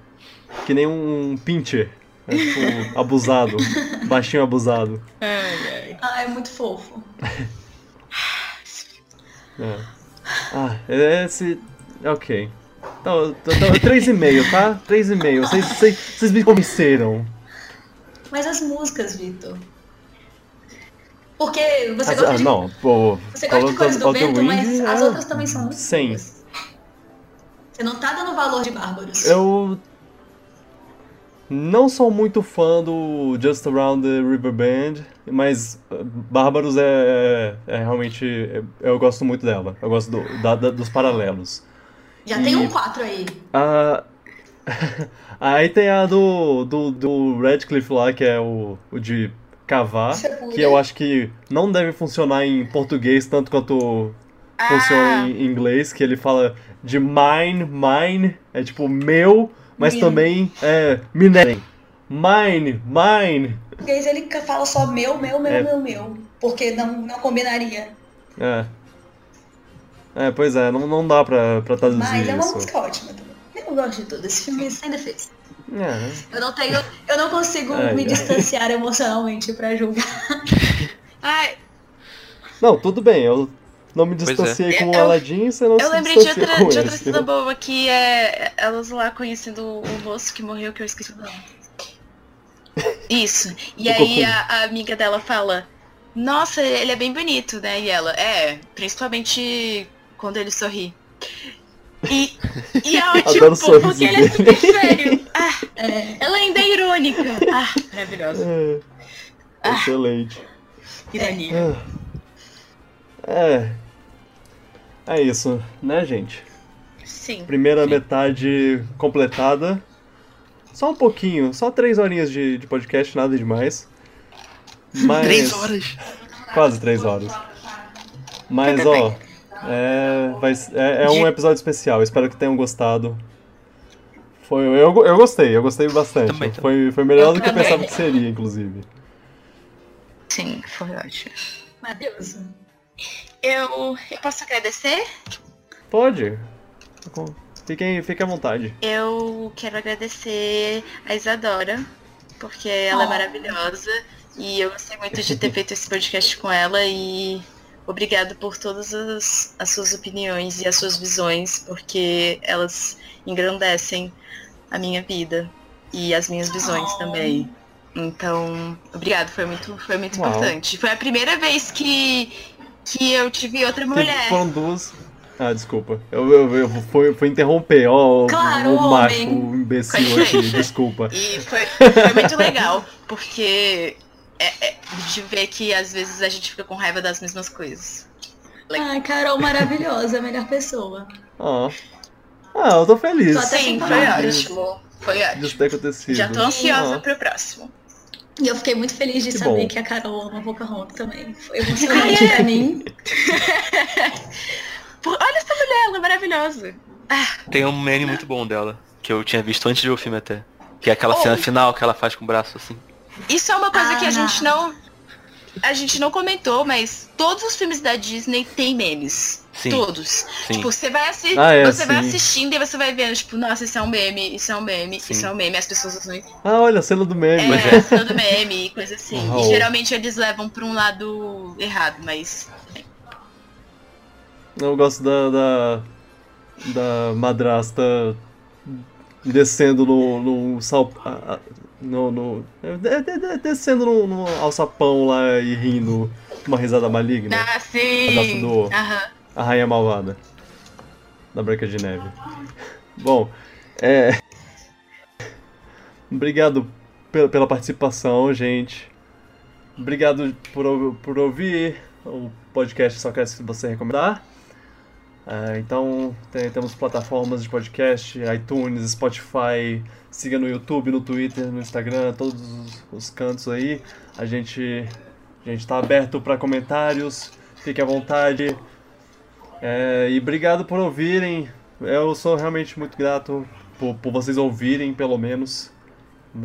Que nem um pincher. É tipo, abusado. Baixinho abusado. Ai, ai. Ah, é muito fofo. É. Ah, esse. Ok. Então, então, então, 3,5, tá? 3,5. Vocês- Vocês vocês me convenceram. Mas as músicas, Vitor. Porque você As- gosta ah, de. não, pô. Você gosta de cores do Call of the vento, mas Wind, as é, outras também são muito Sim. boas. Você não tá dando valor de bárbaros. Eu. Não sou muito fã do Just Around the River Band, mas eh, Bárbaros é, é, é realmente. é- eu gosto muito dela. Eu gosto do- da- da- dos paralelos. Já E- tem um 4 aí. A... Ah, Aí tem a do, do, do Radcliffe lá, que é o, o de cavar, é Sepulha. que eu acho que não deve funcionar em português tanto quanto Ah! funciona em inglês, que ele fala de mine, mine, é tipo meu, mas Meu. também é minerem. Mine, mine. Em português ele ca- fala só meu, meu, meu, É. meu, meu. Porque não, não combinaria. É. É, pois é, não, não dá pra, pra traduzir Mas é uma isso. música ótima também. Eu gosto de tudo. Esse filme sem defesa. É, né? Eu não tenho. Eu não consigo Ai, me ai. distanciar emocionalmente pra julgar. Ai, Não, tudo bem, eu não me distanciei com o É, Eu- Aladdin, você não eu se lembrei de distancia outra, com de ele. outra cena boa que é elas lá conhecendo o moço que morreu, que eu esqueci o nome. Isso. E O aí Cocuyo. a, a amiga dela fala, nossa, ele é bem bonito, né? E ela, é, principalmente quando ele sorri. E, e é Adoro o ótimo, pô, sorriso porque ele é super feio. Ah, É, ela ainda é irônica. Ah, maravilhosa. É. Ah. Excelente. Ironia. Ah. É. É isso, né, gente? Sim. Primeira metade completada. Só um pouquinho, só três horinhas de, de podcast, nada demais. Mas... Três horas. Quase três horas. Mas, ó, é, vai s- é, é um episódio especial. Espero que tenham gostado. Foi, eu, go- eu gostei, eu gostei bastante. Também, também. Foi, foi melhor Eu do que eu também. pensava que seria, inclusive. Sim, foi ótimo. maravilhoso. Eu, eu posso agradecer? Pode. Fiquem, fiquem à vontade. Eu quero agradecer a Isadora, porque ela é Oh. maravilhosa e eu gostei muito de ter feito esse podcast com ela e obrigado por todas as, as suas opiniões e as suas visões, porque elas engrandecem a minha vida e as minhas visões Oh. também. Então, obrigado, foi muito, foi muito Uau. importante. Foi a primeira vez que, que eu tive outra Teve- mulher. Foram duas. Ah, desculpa. Eu, eu, eu fui, fui interromper. Ó, o- Claro, o macho, homem. o imbecil aqui, desculpa. E foi, foi muito legal, porque é, é, de ver que às vezes a gente fica com raiva das mesmas coisas. Ah, Carol maravilhosa, a melhor pessoa. Ah. ah, eu tô feliz. Tô até sem Sim, foi palavras. ótimo. Foi Disso ótimo. ter acontecido. Já tô ansiosa Ah. pro próximo. E eu fiquei muito feliz de Que saber bom. que a Carol ama Pocahontas também. Foi emocionante pra mim. Pô, Olha essa mulher, ela é maravilhosa. Tem um meme muito bom dela, que eu tinha visto antes de ver o filme até. Que é aquela Oh. cena final que ela faz com o braço assim. Isso é uma coisa Ah, que a gente não. A gente não comentou, mas todos os filmes da Disney têm memes. Sim, Todos. sim. Tipo, você vai, assi Ah, é, você vai sim. assistindo e você vai vendo, tipo, nossa, isso é um meme, isso é um meme, Sim. isso é um meme. As pessoas usam Ah, olha, a cena do meme. É, cena do meme e coisa assim. Uau. E geralmente eles levam pra um lado errado, mas. Eu gosto da, da, da madrasta descendo no, no sal... ah, ah, No, no, é, é, é, descendo no, no alçapão lá e rindo uma risada maligna. Ah, Pedaço sim! Um do- Aham. A Rainha Malvada. Da Branca de Neve. Bom, é... Obrigado pe- pela participação, gente. Obrigado por, ou- por ouvir o podcast Só Quer Se Você Recomendar. Ah, então, tem- temos plataformas de podcast, iTunes, Spotify, siga no YouTube, no Twitter, no Instagram, todos os, os cantos aí. A gente a gente está aberto para comentários, fique à vontade. É, e obrigado por ouvirem. Eu sou realmente muito grato por, por vocês ouvirem, pelo menos.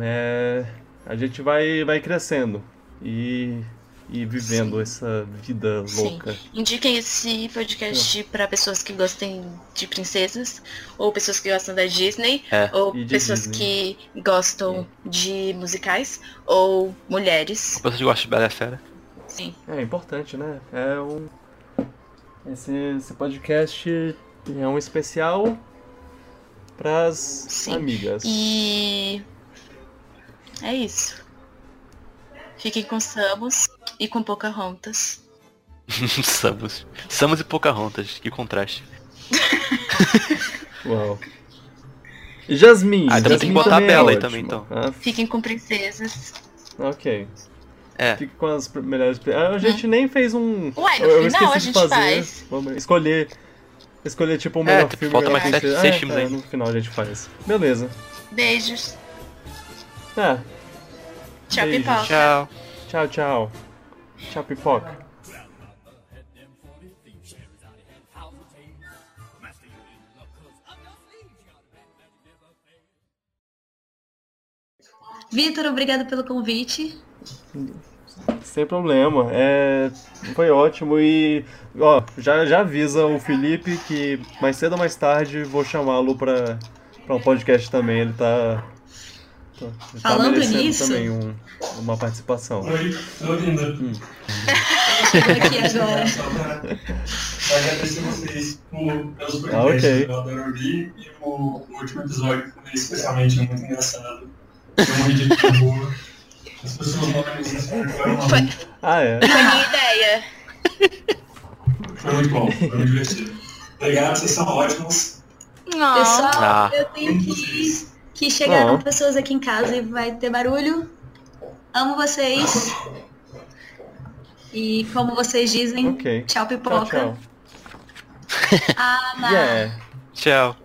É, a gente vai, vai crescendo e, e vivendo essa vida Sim. louca. Indiquem esse podcast pra pessoas que gostem de princesas, ou pessoas que gostam da Disney, É, ou e de pessoas Disney. que gostam de musicais, ou mulheres. Vocês gostam de Bela e a Fera? Sim. É importante, né? É um. Esse, esse podcast é um especial pras Sim. amigas. E. É isso. Fiquem com Samus e com Pocahontas. Samus. Samus e Pocahontas, que contraste. Uau. E Jasmine. Ah, também tem Jasmine que botar também a Bela é aí também, então. ótima. Fiquem com princesas. Ah, ok. É. Fique com as pr- melhores. Ah, A gente nem fez um. Hum. Ué, eu, eu no esqueci final a de gente fazer. faz. Vamos escolher. Escolher tipo o melhor tipo, filme falta que mais a gente- sete- Ah, seis filmes tá, ainda. No final a gente faz. Beleza. Beijos. Ah, Tchau, Beijos. pipoca. Tchau. tchau, tchau. Tchau, pipoca. Vitor, obrigado pelo convite. Sem problema. É, foi ótimo e ó, já, já avisa o Felipe que mais cedo ou mais tarde vou chamá-lo pra pra um podcast também. Ele tá, tá- tá Falando merecendo nisso- também um- uma participação. Oi, tô linda. Aqui agora. Agradecer vocês por, pelos Ah, ok. podcasts do Elder Ori e o, o último episódio foi especialmente muito engraçado. Foi uma ridícula boa. As pessoas não me desesperaram. Foi- Ah, é. Foi minha ideia. Foi muito bom, foi muito divertido. Obrigado, vocês são ótimos. Pessoal, Ah. eu tenho que ir, que chegaram Ah. pessoas aqui em casa e vai ter barulho. Amo vocês. E como vocês dizem, Ok. Tchau, tchau pipoca. tchau. Ah, na- Yeah. Tchau.